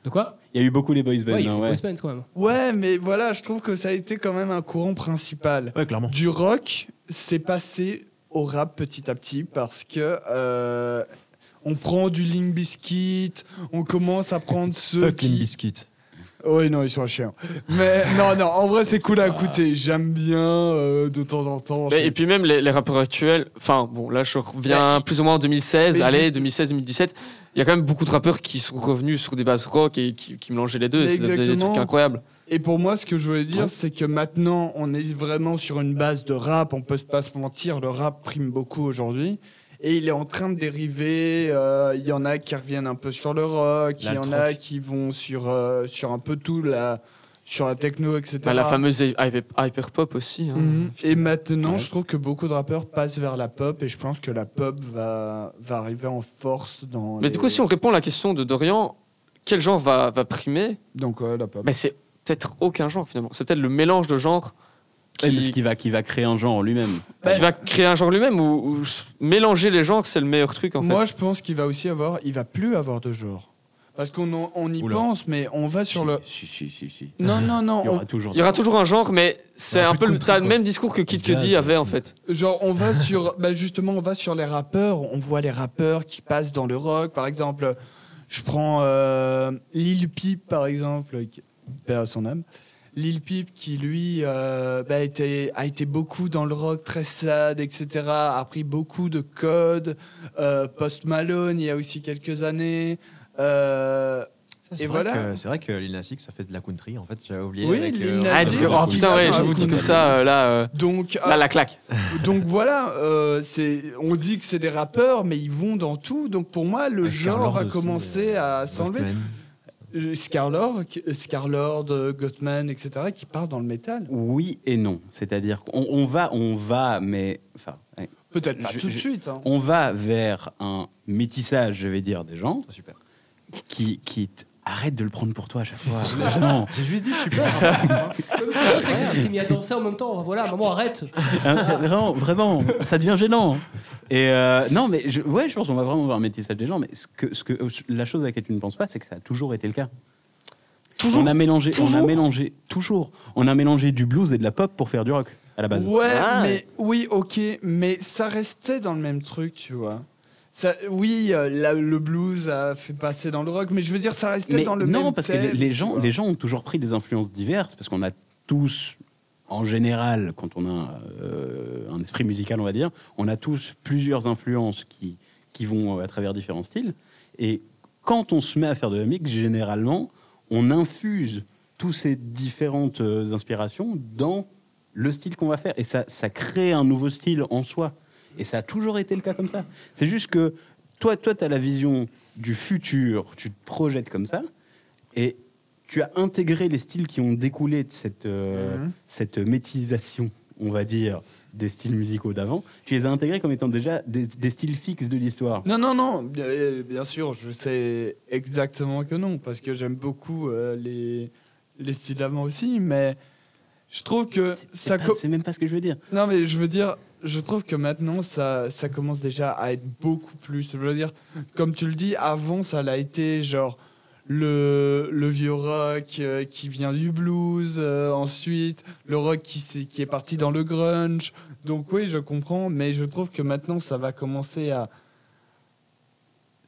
S9: De quoi
S8: Il y a eu beaucoup les boys bands.
S9: Ouais, il y a
S8: hein,
S9: des
S8: ouais.
S9: boys bands, quand même.
S10: Ouais, mais voilà, je trouve que ça a été quand même un courant principal.
S11: Ouais, clairement.
S10: Du rock, c'est passé au rap petit à petit parce que. euh, on prend du Limp Biscuit, on commence à
S11: [LAUGHS]
S10: prendre ceux
S11: Fuck Limp
S10: qui...
S11: Bizkit.
S10: Oui, non, ils sont chiants. Mais non, non, en vrai, c'est cool à écouter. J'aime bien euh, de temps en temps.
S3: Mais- et puis même les, les rappeurs actuels, enfin bon, là je reviens plus ou moins en 2016,
S10: Mais
S3: allez,
S10: j'ai-
S3: 2016-2017, il y a quand même beaucoup de rappeurs qui sont revenus sur des bases rock et qui, qui mélangeaient les deux, et
S10: Mais
S3: c'est des- des,
S10: exactement.
S3: trucs incroyables.
S10: Et pour moi, ce que je voulais dire, c'est que maintenant, on est vraiment sur une base de rap. On peut pas se mentir, le rap prime beaucoup aujourd'hui. Et il est en train de dériver. euh, Il y en a qui reviennent un peu sur le rock. Il y en a
S11: L'altrock.
S10: qui vont sur, euh, sur un peu tout, la, sur la techno, etc.
S3: Bah, la fameuse hyper, pop aussi. hein.
S10: Mhm. Et maintenant,
S8: Ouais.
S10: je trouve que beaucoup de rappeurs passent vers la pop et je pense que la pop va, va arriver en force dans.
S3: Mais du coup, si on répond à la question de Dorian, quel genre va, va primer
S10: Donc, ouais, la pop.
S3: Mais c'est peut-être aucun genre finalement. C'est peut-être le mélange de genres
S8: Ouais,
S3: qui,
S8: mais ce qui va, qui va créer un genre en lui-même.
S10: Bah,
S3: qui va créer un genre lui-même ou, ou s- mélanger les genres, c'est le meilleur truc en fait.
S10: Moi, je pense qu'il va aussi avoir. Il va plus avoir de genre. Parce qu'on en- on y
S11: Oula.
S10: pense, mais on va sur le.
S8: Si, si, si, si.
S10: Non, non,
S8: [LAUGHS]
S10: non.
S8: Il y
S10: on-
S8: aura toujours.
S3: Il y aura toujours un genre, mais
S11: Il
S3: c'est
S11: y
S3: un
S11: aura plus
S3: peu
S11: de
S3: le,
S11: country,
S3: t'as le
S11: quoi.
S3: même discours que Kid
S11: Jazz,
S3: Cudi avait en
S11: tout.
S3: fait.
S10: Genre, on va sur. [LAUGHS] Bah, justement, on va sur les rappeurs. On voit les rappeurs qui passent dans le rock. Par exemple, je prends euh, Lil Peep, par exemple, qui paix à son âme. Lil Peep, qui lui euh, bah, était- a été beaucoup dans le rock très sad, etc. A appris beaucoup de codes. Euh, Post Malone, il y a aussi quelques années. Euh,
S11: Ça, c'est
S10: Et
S11: vrai
S10: voilà.
S11: que- C'est vrai que Lil Nas X, ça fait de la country, en fait, j'avais oublié.
S10: Oui,
S11: avec,
S10: Lil
S11: euh,
S10: Nas
S3: Ah,
S10: X.
S3: dis-
S10: dit-
S3: oh putain, ouais,
S10: Ah,
S3: j'avoue, dit
S10: écoute.
S3: comme ça, euh, là, euh,
S10: donc,
S3: là, la claque.
S10: Ah, Donc voilà, euh, c'est- on dit que c'est des rappeurs, mais ils vont dans tout. Donc pour moi, le
S11: Ah,
S10: genre
S11: Scarlord
S10: a
S11: aussi,
S10: commencé
S11: euh,
S10: à
S11: Lost
S10: s'enlever.
S11: Man.
S10: Euh, Scarlord, Scarlord, euh, Gottman, etc., qui partent dans le métal.
S8: Oui et non. C'est-à-dire qu'on on va, on va, mais. Enfin, ouais.
S10: Peut-être pas
S8: Je-
S10: tout de
S8: je-
S10: suite. hein.
S8: on va vers un métissage, je vais dire, des gens
S11: Oh, Super.
S8: qui. qui t- Arrête de le prendre pour toi à chaque
S3: [LAUGHS]
S8: fois. Franchement.
S11: J'ai juste [LAUGHS] dit super.
S9: Tu m'y attendais en même temps. Voilà, maman, arrête.
S8: Hein, vraiment, vraiment, ça devient gênant. Et euh, non, mais je, ouais, je pense qu'on va vraiment voir un métissage des gens. Mais ce que, ce que, la chose à laquelle tu ne penses pas, c'est que ça a toujours été le cas.
S3: Toujours.
S8: on a mélangé, on
S3: toujours
S8: a mélangé, toujours. On a mélangé du blues et de la pop pour faire du rock à la base.
S10: Ouais,
S3: Ah.
S10: mais oui, ok, mais ça restait dans le même truc, tu vois. Ça, oui, euh, la- le blues a fait passer dans le rock, mais je veux dire, ça restait
S8: Mais
S10: dans le même
S8: non, parce que les,
S10: thème,
S8: les
S10: tu
S8: gens,
S10: vois.
S8: les gens ont toujours pris des influences diverses, parce qu'on a tous, en général, quand on a euh, un esprit musical, on va dire, on a tous plusieurs influences qui, qui vont euh, à travers différents styles. Et quand on se met à faire de la mix, généralement, on infuse toutes ces différentes euh, inspirations dans le style qu'on va faire. Et ça, ça crée un nouveau style en soi. Et ça a toujours été le cas comme ça. C'est juste que toi, toi, tu as la vision du futur, tu te projettes comme ça, et tu as intégré les styles qui ont découlé de cette, euh,
S10: Mhm.
S8: cette métisation, on va dire, des styles musicaux d'avant. Tu les as intégrés comme étant déjà des, des styles fixes de l'histoire.
S10: Non, non, non, bien, euh, bien sûr, je sais exactement que non, parce que j'aime beaucoup euh, les, les styles d'avant aussi, mais je trouve que
S8: C'est- C'est
S10: ça.
S8: pas-
S10: co-
S8: c'est même pas ce que je veux dire.
S10: Non, mais je veux dire, je trouve que maintenant, ça, ça commence déjà à être beaucoup plus. Je veux dire, comme tu le dis, avant, ça l'a été genre le, le vieux rock euh, qui vient du blues, euh, ensuite le rock qui, s'est- qui est parti dans le grunge. Donc oui, je comprends, mais je trouve que maintenant, ça va commencer à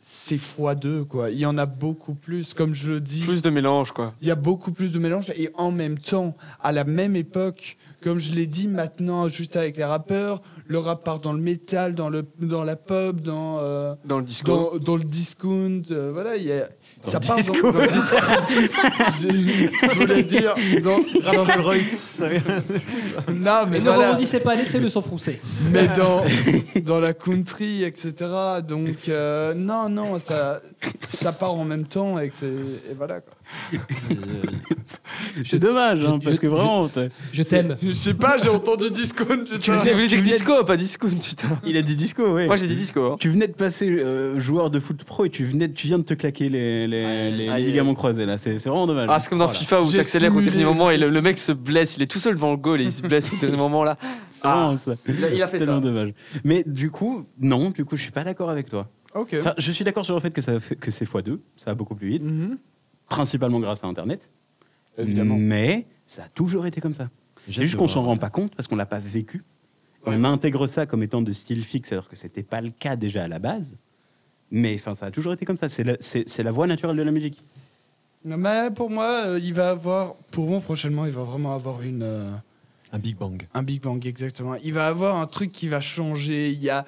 S10: c'est x2, quoi. Il y en a beaucoup plus, comme je le dis.
S3: Plus de mélange, quoi.
S10: Il y a beaucoup plus de mélange et en même temps, à la même époque, comme je l'ai dit maintenant, juste avec les rappeurs, le rap part dans le métal, dans, le, dans la pop, dans, euh,
S3: Dans le disco.
S10: dans, dans le discount. euh, voilà, il y a-
S3: Dans
S10: ça
S3: le
S10: part
S3: disco.
S10: dans, dans le discount. [LAUGHS] J'ai- je voulais dire dans, dans
S11: [LAUGHS]
S10: Non, mais
S9: ne
S10: voilà.
S9: rebondissez pas, laissez-le s'enfoncer.
S10: Mais dans, dans la country, etc. Donc, euh, non, non, ça, ça part en même temps et, que c'est- et voilà. Quoi.
S8: C'est dommage, hein, parce que vraiment.
S9: Je t'aime.
S10: Je sais pas, j'ai entendu discount. putain.
S3: J'ai voulu dire disco, pas disco, [LAUGHS] putain.
S8: Il a dit disco, oui.
S3: Moi, j'ai dit disco, hein.
S8: Tu venais de passer euh, joueur de foot pro et tu, venais, de- tu viens de te claquer les, les, les- les
S3: aïe.
S8: ligaments croisés, là. C'est c'est vraiment dommage.
S3: Ah, c'est comme dans
S8: Voilà.
S3: FIFA où
S10: J'ai
S3: t'accélères au
S10: simulé.
S3: dernier moment et le, le mec se blesse, il est tout seul devant le goal et il se blesse au dernier moment
S10: [LAUGHS]
S3: là.
S8: C'est
S3: Ah.
S8: vraiment ça.
S3: Il a- il a fait
S8: C'est tellement
S3: ça.
S8: dommage. Mais du coup, non, du coup, je suis pas d'accord avec toi.
S10: Ok.
S8: Enfin, je suis d'accord sur le fait que, ça fait- que c'est x2, ça va beaucoup plus
S3: Mm.
S8: vite,
S10: Mhm.
S8: principalement grâce à Internet.
S10: Hmm.
S8: Mais ça a toujours été comme ça. C'est
S11: J'ai
S8: juste
S11: de
S8: qu'on s'en
S11: voir.
S8: rend pas compte parce qu'on l'a pas vécu. On intègre ça comme étant des styles fixes alors que c'était pas le cas déjà à la base. Mais enfin, ça a toujours été comme ça. C'est la, c'est- c'est la voie naturelle de la musique.
S10: Non, mais pour moi, euh, il va avoir, pour moi prochainement, il va vraiment avoir une, euh,
S11: Un Big Bang.
S10: un Big Bang, exactement. Il va avoir un truc qui va changer. Il y a,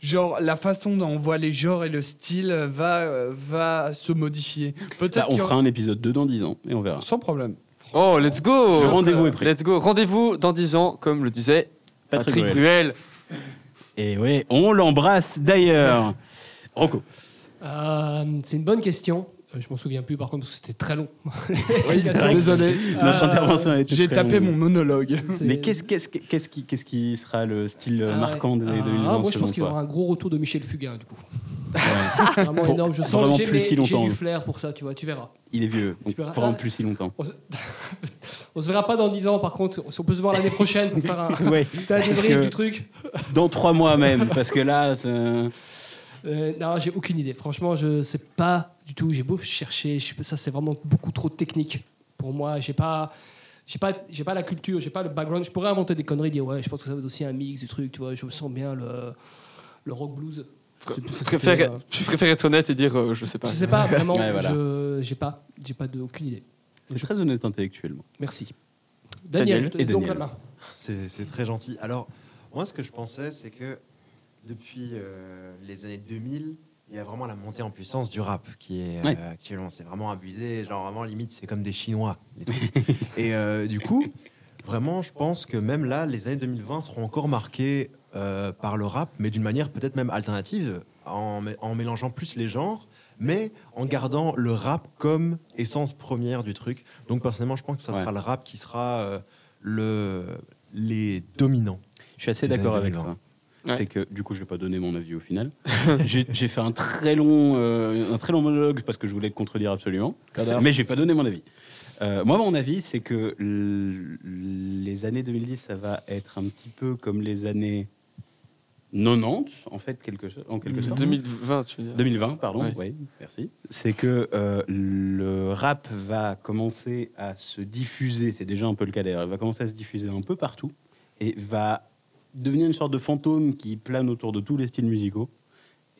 S10: genre, la façon dont on voit les genres et le style euh, va, euh, va se modifier.
S8: Bah,
S10: Peut-être
S8: on
S10: qu'il y
S8: fera un épisode 2 dans 10 ans et on verra.
S10: aura- Sans problème.
S3: Oh, let's go
S8: Le rendez-vous est pris.
S3: Let's go Rendez-vous dans 10 ans, comme le disait
S8: Patrick
S3: Patrick, Bruel.
S8: Et ouais, on l'embrasse d'ailleurs. Rocco.
S9: Euh, c'est une bonne question. Euh, Je m'en souviens plus par contre parce que
S8: [LAUGHS]
S9: c'était très long.
S10: Oui,
S9: c'est vrai.
S10: désolé.
S8: Notre
S9: Euh,
S8: intervention a été
S10: J'ai
S8: très
S10: tapé
S8: longue.
S10: mon monologue. [LAUGHS]
S9: C'est-
S8: Mais qu'est-ce qu'est-ce- qu'est-ce qui, qu'est-ce qui sera le style euh,
S9: Ah,
S8: marquant des années
S9: ah,
S8: 2020
S9: Moi je
S8: selon
S9: pense qu'il y
S8: toi
S9: aura un gros retour de Michel Fugain du coup. [LAUGHS] Vraiment énorme. Je
S8: vraiment
S9: sens que j'ai
S8: plus
S9: les-
S8: si
S9: j'ai
S8: longtemps.
S9: du flair pour ça, tu vois, tu verras.
S8: Il est vieux, donc
S9: verras.
S8: vraiment
S9: Ah.
S8: plus si longtemps.
S9: On se... [LAUGHS] on se verra pas dans 10 ans par contre. Si on peut se voir l'année prochaine pour faire
S8: [LAUGHS]
S9: un, [LAUGHS]
S8: Ouais,
S9: un débrief
S8: que-
S9: du truc.
S8: dans trois mois même, parce que là, c'est-
S9: Euh, non, j'ai aucune idée. Franchement, je sais pas du tout. J'ai beau chercher, je sais- ça c'est vraiment beaucoup trop technique pour moi. J'ai pas, j'ai pas, j'ai pas la culture, j'ai pas le background. Je pourrais inventer des conneries, dire ouais, je pense que ça va être aussi un mix du truc. Tu vois, je sens bien le, le rock blues. C'est-
S3: Tu
S9: c'est-
S3: préfères,
S9: euh,
S3: tu préfères être honnête et dire euh, je sais pas.
S9: je sais pas vraiment.
S8: [LAUGHS] Ouais, voilà.
S9: Je j'ai pas, j'ai pas de, aucune idée.
S8: c'est très honnête intellectuellement.
S9: Merci. Daniel,
S8: Daniel
S9: je te
S8: et
S9: laisse donc
S8: Daniel.
S9: la main.
S11: C'est c'est très gentil. Alors, moi, ce que je pensais, c'est que depuis euh, les années 2000, il y a vraiment la montée en puissance du rap qui est euh,
S8: Ouais.
S11: actuellement. C'est vraiment abusé. Genre, vraiment, limite, c'est comme des Chinois. les trucs. Et euh, du coup, vraiment, je pense que même là, les années 2020 seront encore marquées euh, par le rap, mais d'une manière peut-être même alternative, en, mé- en mélangeant plus les genres, mais en gardant le rap comme essence première du truc. Donc, personnellement, je pense que ça
S8: Ouais.
S11: sera le rap qui sera euh, le, les dominants.
S8: Je suis assez
S11: Des
S8: d'accord
S11: années
S8: avec
S11: 2020.
S8: toi.
S3: Ouais.
S8: C'est que du coup, je n'ai pas donné mon avis au final. [LAUGHS] j'ai j'ai fait un très long, euh, un très long monologue parce que je voulais te contredire absolument, mais j'ai pas donné mon avis. Euh, moi, mon avis, c'est que l- les années 2010, ça va être un petit peu comme les années 90, en fait, quelque so- en
S9: Mm.
S8: quelque sorte.
S3: 2020, tu veux dire.
S8: 2020, pardon,
S3: Ouais.
S8: oui, merci. C'est que euh, le rap va commencer à se diffuser, c'est déjà un peu le cas d'ailleurs, il va commencer à se diffuser un peu partout et va devenir une sorte de fantôme qui plane autour de tous les styles musicaux.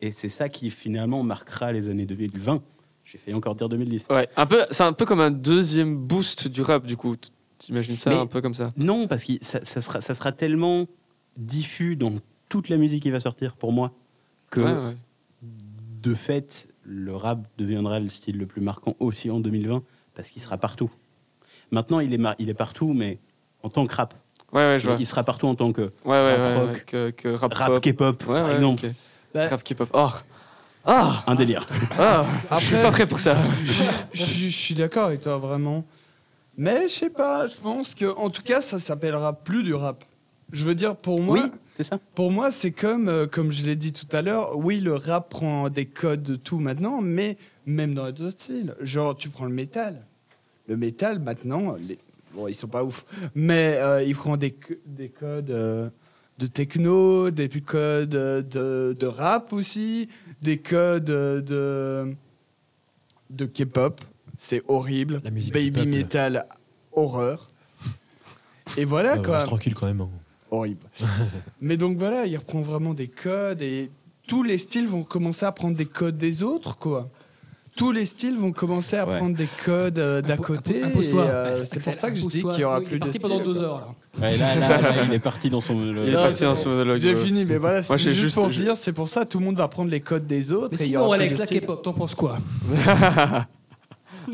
S8: Et c'est ça qui finalement marquera les années 2020. J'ai failli encore dire 2010.
S3: Ouais, un peu, c'est un peu comme un deuxième boost du rap du coup. T'imagines ça
S8: Mais-
S3: un peu comme ça
S8: Non, parce que ça, ça sera, ça sera tellement diffus dans toute la musique qui va sortir pour moi que
S3: Ouais, ouais.
S8: de fait, le rap deviendra le style le plus marquant aussi en 2020 parce qu'il sera partout. Maintenant, il est, mar- il est partout, mais en tant que rap.
S3: Ouais, ouais, je vois.
S8: il sera partout en tant que
S3: Ouais, ouais,
S8: rap
S3: ouais,
S8: rock.
S3: ouais, que, que rap,
S8: rap
S3: pop.
S8: K-pop,
S3: Ouais,
S8: par
S3: ouais,
S8: exemple.
S3: ok.
S10: Bah-
S3: Rap K-pop. Oh Ah [LAUGHS]
S8: Un délire.
S3: Ah Je suis
S10: Après-
S3: pas prêt pour ça.
S10: Je je suis d'accord avec toi, vraiment. Mais je sais pas, je pense que, en tout cas, ça s'appellera plus du rap. Je veux dire, pour moi,
S8: Oui, c'est ça.
S10: pour moi, c'est comme, euh, comme je l'ai dit tout à l'heure, oui, le rap prend des codes de tout maintenant, mais même dans d'autres styles. Genre, tu prends le métal. Le métal, maintenant, les... bon, ils sont pas ouf, mais euh, il prend des, co- des codes euh, de techno, des codes euh, de, de rap aussi, des codes euh, de, de K-pop. C'est horrible.
S11: La musique du
S10: Baby
S11: peuple.
S10: metal, horreur. Et voilà
S11: Euh,
S10: quoi. [LAUGHS]
S11: reste tranquille quand même. hein.
S10: Horrible. Mais donc voilà, il reprend vraiment des codes et tous les styles vont commencer à prendre des codes des autres, quoi. Tous les styles vont commencer à
S8: Ouais.
S10: prendre des codes euh, d'à côté. et,
S9: impose-toi.
S10: euh, c'est pour
S9: Axel,
S10: ça que je dis
S9: impose-toi,
S10: qu'il y aura
S9: sinon il
S10: plus
S9: est
S10: de
S9: parti
S10: styles.
S9: pendant deux
S10: quoi.
S9: heures, là.
S8: Ouais, là, là, là, il est parti dans son monologue.
S3: Il est
S10: Non,
S3: parti
S10: c'est
S3: dans
S10: bon.
S3: ce monologue.
S10: J'ai
S3: ouais.
S10: fini, mais voilà,
S3: Moi,
S10: c'est
S3: j'ai
S10: juste,
S3: juste-
S10: pour
S3: je-
S10: dire, c'est pour ça, tout le monde va prendre les codes des autres.
S9: Mais
S10: et il y
S9: sinon,
S10: aura plus
S9: Alex,
S10: de
S9: la
S10: styles.
S9: K-pop, t'en penses quoi
S10: J'ai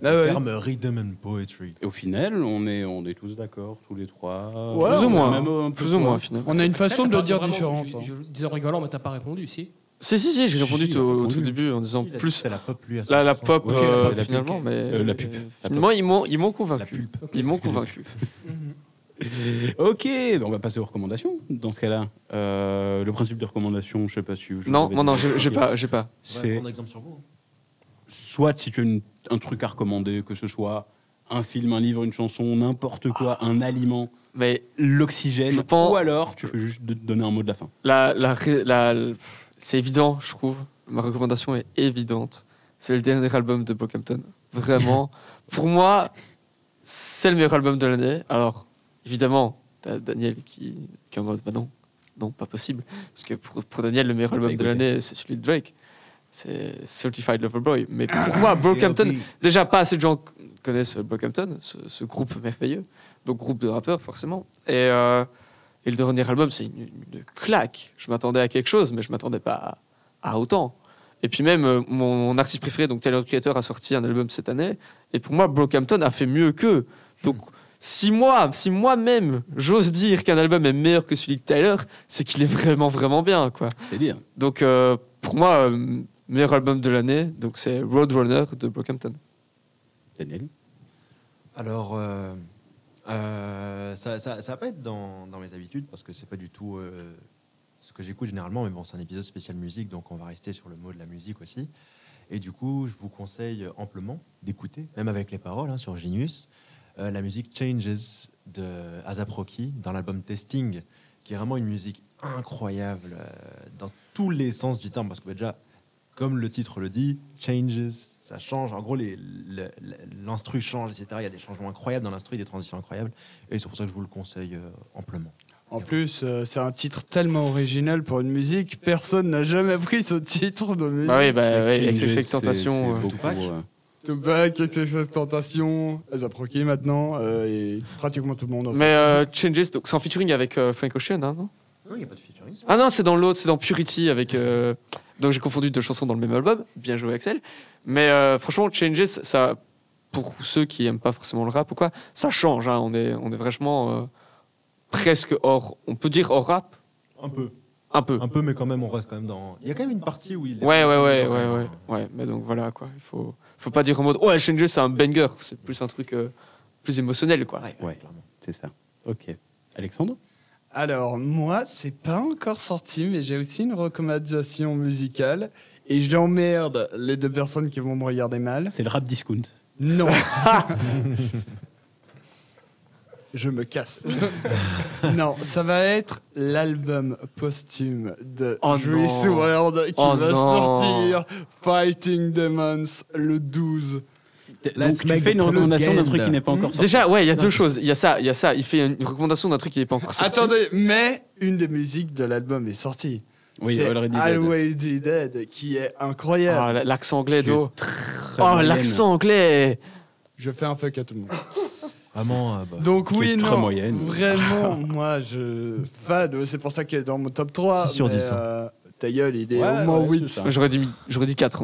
S10: Ah
S11: en
S10: ouais.
S11: termes rhythm and poetry.
S8: Et au final, on est, on est tous d'accord, tous les trois.
S10: Ouais,
S3: Plus ou
S10: on a
S3: moins.
S8: Même, euh,
S3: [LAUGHS] Plus ou moins, finalement.
S10: On a une façon de le dire
S9: différent.
S10: différente. hein.
S9: Je, je le disais en rigolant, mais t'as pas répondu, si.
S3: Si, si, si, j'ai
S8: Si,
S3: répondu
S8: il
S3: tout-
S8: a
S3: au
S8: répondu.
S3: tout début en disant
S11: Il a dit que
S3: plus
S11: c'était la pop, lui, à
S3: la, la
S11: 100%.
S3: pop
S8: Ok,
S3: euh,
S8: la pub,
S3: finalement,
S8: ok.
S3: mais
S8: Euh, la pub.
S3: mais
S8: La
S3: Finalement, ils m'ont, ils m'ont
S11: La
S3: convaincu.
S11: pulpe.
S3: Ils m'ont convaincu.
S8: Ok, bah on va passer aux recommandations dans ce cas-là. Euh, le principe de recommandation, je sais pas si. [LAUGHS] je
S3: Non,
S8: l'avais
S3: non, non,
S8: déjà
S3: j'ai j'ai
S8: dit.
S3: pas, j'ai pas.
S11: On va
S8: C'est
S11: prendre un exemple sur vous. hein.
S8: soit si tu as une- un truc à recommander, que ce soit un film, un livre, une chanson, n'importe quoi, un aliment,
S3: Mais Ah. Je
S8: l'oxygène,
S3: pense-
S8: ou alors tu peux juste de- donner un mot de la fin.
S3: la, la, ré- la- la- c'est évident, je trouve. Ma recommandation est évidente. C'est le dernier album de Brockhampton.
S8: [LAUGHS]
S3: Vraiment, pour moi, c'est le meilleur album de l'année. Alors, évidemment, t'as Daniel qui, qui est en mode, bah non, non, pas possible. Parce que pour, pour Daniel, le meilleur
S8: T'as
S3: album de
S8: écouté.
S3: l'année, c'est celui de Drake. C'est Certified Lover Boy. Mais
S8: Ah,
S3: pour moi,
S11: C'est
S3: Brockhampton,
S11: OP.
S3: Déjà, pas assez de gens connaissent Brockhampton, ce, ce groupe merveilleux, donc groupe de rappeurs forcément. Et, euh, et le dernier album, c'est une, une claque. Je m'attendais à quelque chose, mais je m'attendais pas à, à autant. Et puis même, euh, mon, mon artiste préféré, donc Taylor Creator, a sorti un album cette année. Et pour moi, Brockhampton a fait mieux qu'eux. Donc, si moi, si moi-même, j'ose dire qu'un album est meilleur que celui de Tyler, c'est qu'il est vraiment, vraiment bien, quoi.
S8: C'est dire.
S3: Donc, euh, pour moi, euh, meilleur album de l'année, donc c'est Roadrunner de Brockhampton.
S8: Daniel.
S11: Alors, euh, euh, ça, ça, ça va pas être dans, dans mes habitudes parce que c'est pas du tout euh, ce que j'écoute généralement, mais bon, c'est un épisode spécial musique, donc on va rester sur le mot de la musique aussi. Et du coup, je vous conseille amplement d'écouter, même avec les paroles hein, sur Genius, euh, la musique Changes de Asap Rocky dans l'album Testing, qui est vraiment une musique incroyable euh, dans tous les sens du terme, parce que bah, déjà, comme le titre le dit, changes, ça change. En gros, les- le- le- l'instru change, etc. Il y a des changements incroyables dans l'instru, des transitions incroyables. Et c'est pour ça que je vous le conseille euh, amplement.
S10: En plus, euh, c'est un titre tellement original pour une musique, personne n'a jamais pris ce titre de musique.
S3: Bah oui, bah oui,
S8: Changes,
S3: avec
S8: c'est-
S3: Sex Tentation.
S8: c'est
S3: euh,
S8: beaucoup,
S11: Tupac.
S8: euh,
S10: Tupac, Excess Tentation, Azap Rocky maintenant, euh, et pratiquement tout le monde. en fait.
S3: Mais euh, Changes, donc c'est en featuring avec euh, Frank Ocean, hein, non
S11: Non, il n'y a pas de featuring.
S3: Ah non, c'est dans l'autre, c'est dans Purity avec. euh, Donc j'ai confondu deux chansons dans le même album. Bien joué, Axel. Mais euh, franchement, Changes, ça, pour ceux qui aiment pas forcément le rap ou quoi, ça change. hein. on est, on est vraiment euh, presque hors. On peut dire hors rap,
S11: Un peu.
S3: un peu.
S11: Un peu, mais quand même, on reste quand même dans. Il y a quand même une partie où il. est-
S3: Ouais, ouais, ouais, ouais,
S11: quand même,
S3: ouais,
S11: hein.
S3: ouais. Mais donc voilà quoi. Il faut, faut pas dire en mode ouais, Changes, c'est un banger. C'est plus un truc euh, plus émotionnel quoi.
S8: Ouais,
S11: clairement.
S8: c'est ça. Ok. Alexandre
S10: Alors, moi, c'est pas encore sorti, mais j'ai aussi une recommandation musicale. Et j'emmerde les deux personnes qui vont me regarder mal.
S8: C'est le rap discount.
S10: Non.
S3: [LAUGHS]
S10: Je me casse. [LAUGHS] non, ça va être l'album posthume de
S3: Oh
S10: Juice
S3: non.
S10: WRLD qui
S3: Oh
S10: va
S3: non.
S10: sortir Fighting Demons le 12.
S8: Donc,
S11: Let's
S8: tu
S11: make
S8: fais une
S11: the
S8: recommandation d'un
S11: propaganda.
S8: truc qui n'est pas encore sorti.
S3: Déjà, ouais, il y a deux choses. Il y a ça, il y a ça. Il fait une recommandation d'un truc qui n'est pas encore sorti.
S10: Attendez, mais une des musiques de l'album est sortie.
S8: Oui,
S10: c'est
S8: Already Dead.
S10: Already Dead. qui est incroyable.
S3: Ah, la- l'accent anglais,
S8: Qui est
S3: d'eau.
S8: très
S3: Oh,
S8: moyenne.
S3: l'accent anglais
S8: Ah.
S10: Je fais un fuck à tout le monde.
S11: Vraiment. euh, bah,
S10: Donc
S8: Qui est
S10: oui,
S8: très
S10: non,
S8: moyenne. [LAUGHS]
S10: vraiment, moi je fan, c'est pour ça qu'il est dans mon top 3.
S11: Six sur
S10: mais,
S11: dix, hein.
S10: euh, ta gueule, il est
S8: Ouais,
S10: au moins Ah,
S8: ouais,
S10: 8.
S8: c'est ça.
S3: J'aurais dit, j'aurais dit 4.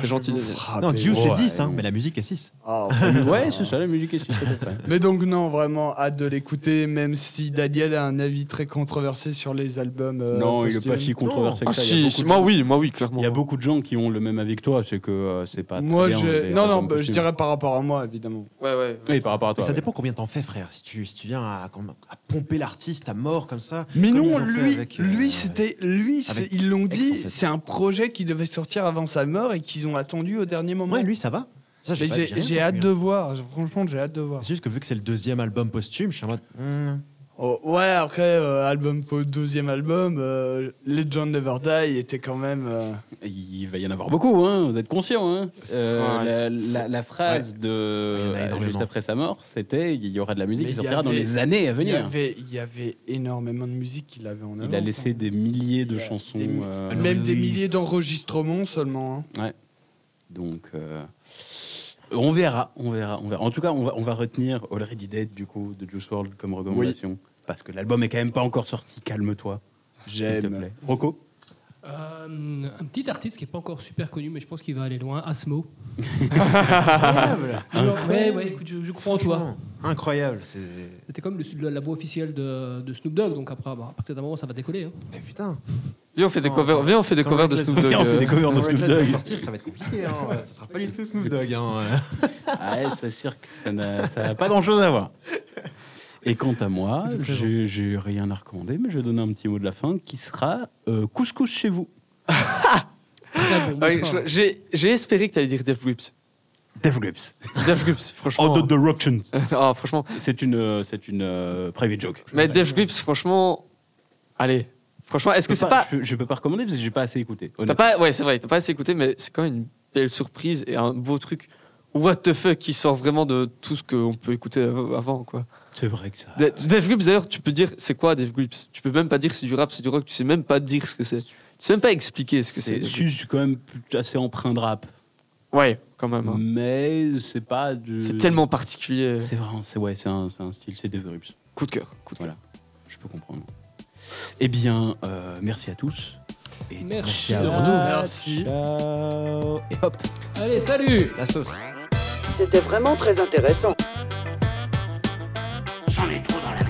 S3: T'es gentil, Ah, Daniel.
S11: Non, Dieu, c'est
S8: Ouais.
S11: 10, hein, mais la musique est 6.
S8: [LAUGHS] Ouais, c'est ça, la musique est suisse à peu près.
S10: Ah, Mais donc non, vraiment hâte de l'écouter, même si Daniel a un avis très controversé sur les albums. euh,
S8: non, il est
S10: posthumes.
S8: pas si controversé
S3: Ah
S8: que ça. Il y a
S3: si, si,
S8: beaucoup de
S3: moi
S8: gens-
S3: oui, moi oui, clairement.
S8: Il y a beaucoup de gens qui ont le même avis que toi, c'est que euh, c'est pas.
S10: Moi,
S8: très bien,
S10: je...
S8: les
S10: non, non,
S8: albums
S10: bah, je
S8: posthumes.
S10: dirais par rapport à moi, évidemment.
S3: Ouais, ouais.
S8: Oui, par rapport à toi.
S11: ça
S8: ouais.
S11: dépend combien t'en fais, frère. Si tu, si tu viens à, à pomper l'artiste à mort comme ça.
S10: Mais
S11: comme ils
S10: non,
S11: ont fait
S10: lui,
S11: avec, euh,
S10: lui, c'était, lui, c'est-
S11: avec
S10: ils l'ont
S11: X,
S10: dit,
S11: en fait.
S10: c'est un projet qui devait sortir avant sa mort et qu'ils ont attendu au dernier moment.
S11: Ouais, lui, ça va. Ça, j'ai
S10: Mais
S11: pas-
S10: j'ai-
S11: j'ai rien
S10: j'ai
S11: compris,
S10: hâte
S11: hein.
S10: de voir. Franchement, j'ai hâte de voir.
S11: C'est juste que vu que c'est le deuxième album posthume, je suis en mode. hmm.
S10: Oh, ouais, après, euh, album pour le deuxième album, euh, Legend Never Die était quand même. euh,
S8: Il va y en avoir beaucoup, hein, vous êtes conscients. Hein. Euh,
S10: Ouais,
S8: la,
S10: c'est-
S8: la- la phrase de euh, juste après sa mort, c'était il y aura de la musique
S10: mais
S8: qui
S10: il y
S8: sortira dans
S10: avait-
S8: les années à
S10: Il y
S8: venir.
S10: avait, il y avait énormément de musique qu'il avait en avant.
S8: Il a laissé des milliers de chansons. euh,
S10: Même des milliers d'enregistrements seulement. hein.
S8: Ouais. Donc, euh, on verra, on verra, on verra. En tout cas, on va, on va retenir Already Dead du coup de Juice World comme recommandation parce que l'album est quand même pas encore sorti. Calme-toi. S'il te
S10: J'aime.
S8: plaît. Rocco.
S9: Euh, un petit artiste qui est pas encore super connu, mais je pense qu'il va aller loin, Asmo. [LAUGHS]
S11: Incroyable.
S9: Alors, ouais, ouais, écoute, je, je crois en toi.
S11: Franchement, Incroyable. C'est.
S9: C'était comme le- la, la voix officielle de, de Snoop Dogg, donc après, bah, à partir d'un moment, ça va décoller. hein.
S11: Mais putain.
S3: Viens, on fait des
S8: Oh.
S11: Quand-
S3: covers, viens, on fait des
S11: quand
S3: covers de
S11: Reckless-
S3: Snoop Dogg.
S8: on fait des covers de
S11: quand
S8: Snoop
S11: Reckless va
S8: Dogg.
S11: sortir, ça va être compliqué. Hein. Ouais, Ça sera pas du tout Snoop Dogg. Hein.
S8: Ah ouais, c'est sûr que ça n'a ça n'a pas grand-chose à voir. Et quant à moi,
S11: C'est très
S8: j'ai j'ai rien à recommander, mais je vais donner un petit mot de la fin qui sera euh, couscous chez vous.
S9: Très bon,
S3: Ouais,
S9: bonne fin.
S3: je- J'ai j'ai espéré que t'allais dire Def Grips.
S8: Dev Grips.
S3: Def Grips, franchement.
S8: Out of Oh, the Ructions.
S3: [LAUGHS] Ah, franchement.
S8: C'est une, euh, c'est une euh, private joke.
S3: Mais Def Grips, franchement. Allez. Franchement, est-ce que
S8: Je peux
S3: c'est pas.
S8: Je, peux- je peux pas recommander parce que j'ai pas assez écouté.
S3: T'as
S8: honnêtement.
S3: pas. Ouais, c'est vrai, t'as pas assez écouté, mais c'est quand même une belle surprise et un beau truc. What the fuck qui sort vraiment de tout ce qu'on peut écouter av- avant, quoi.
S8: C'est vrai que ça.
S3: De- Def Grips, d'ailleurs, tu peux dire c'est quoi Def Grips Tu peux même pas dire c'est du rap, c'est du rock, tu sais même pas dire ce que c'est. Tu sais même pas expliquer ce que c'est.
S8: C'est
S3: Def
S8: je suis quand même assez empreint de rap,
S3: Grips. Ouais, quand même. hein.
S8: mais c'est pas du.
S3: C'est tellement particulier.
S8: C'est vraiment, c'est ouais, c'est un, c'est un style, c'est Dev Grips.
S3: Coup de cœur. Coup de cœur.
S8: Voilà, je peux comprendre. Eh bien, euh, merci à tous. Et
S9: Merci
S8: à
S9: à
S8: Renaud.
S9: vous.
S8: Merci. Ciao. Et hop.
S9: Allez, salut
S11: La sauce.
S12: C'était vraiment très intéressant.
S4: J'en ai trop dans la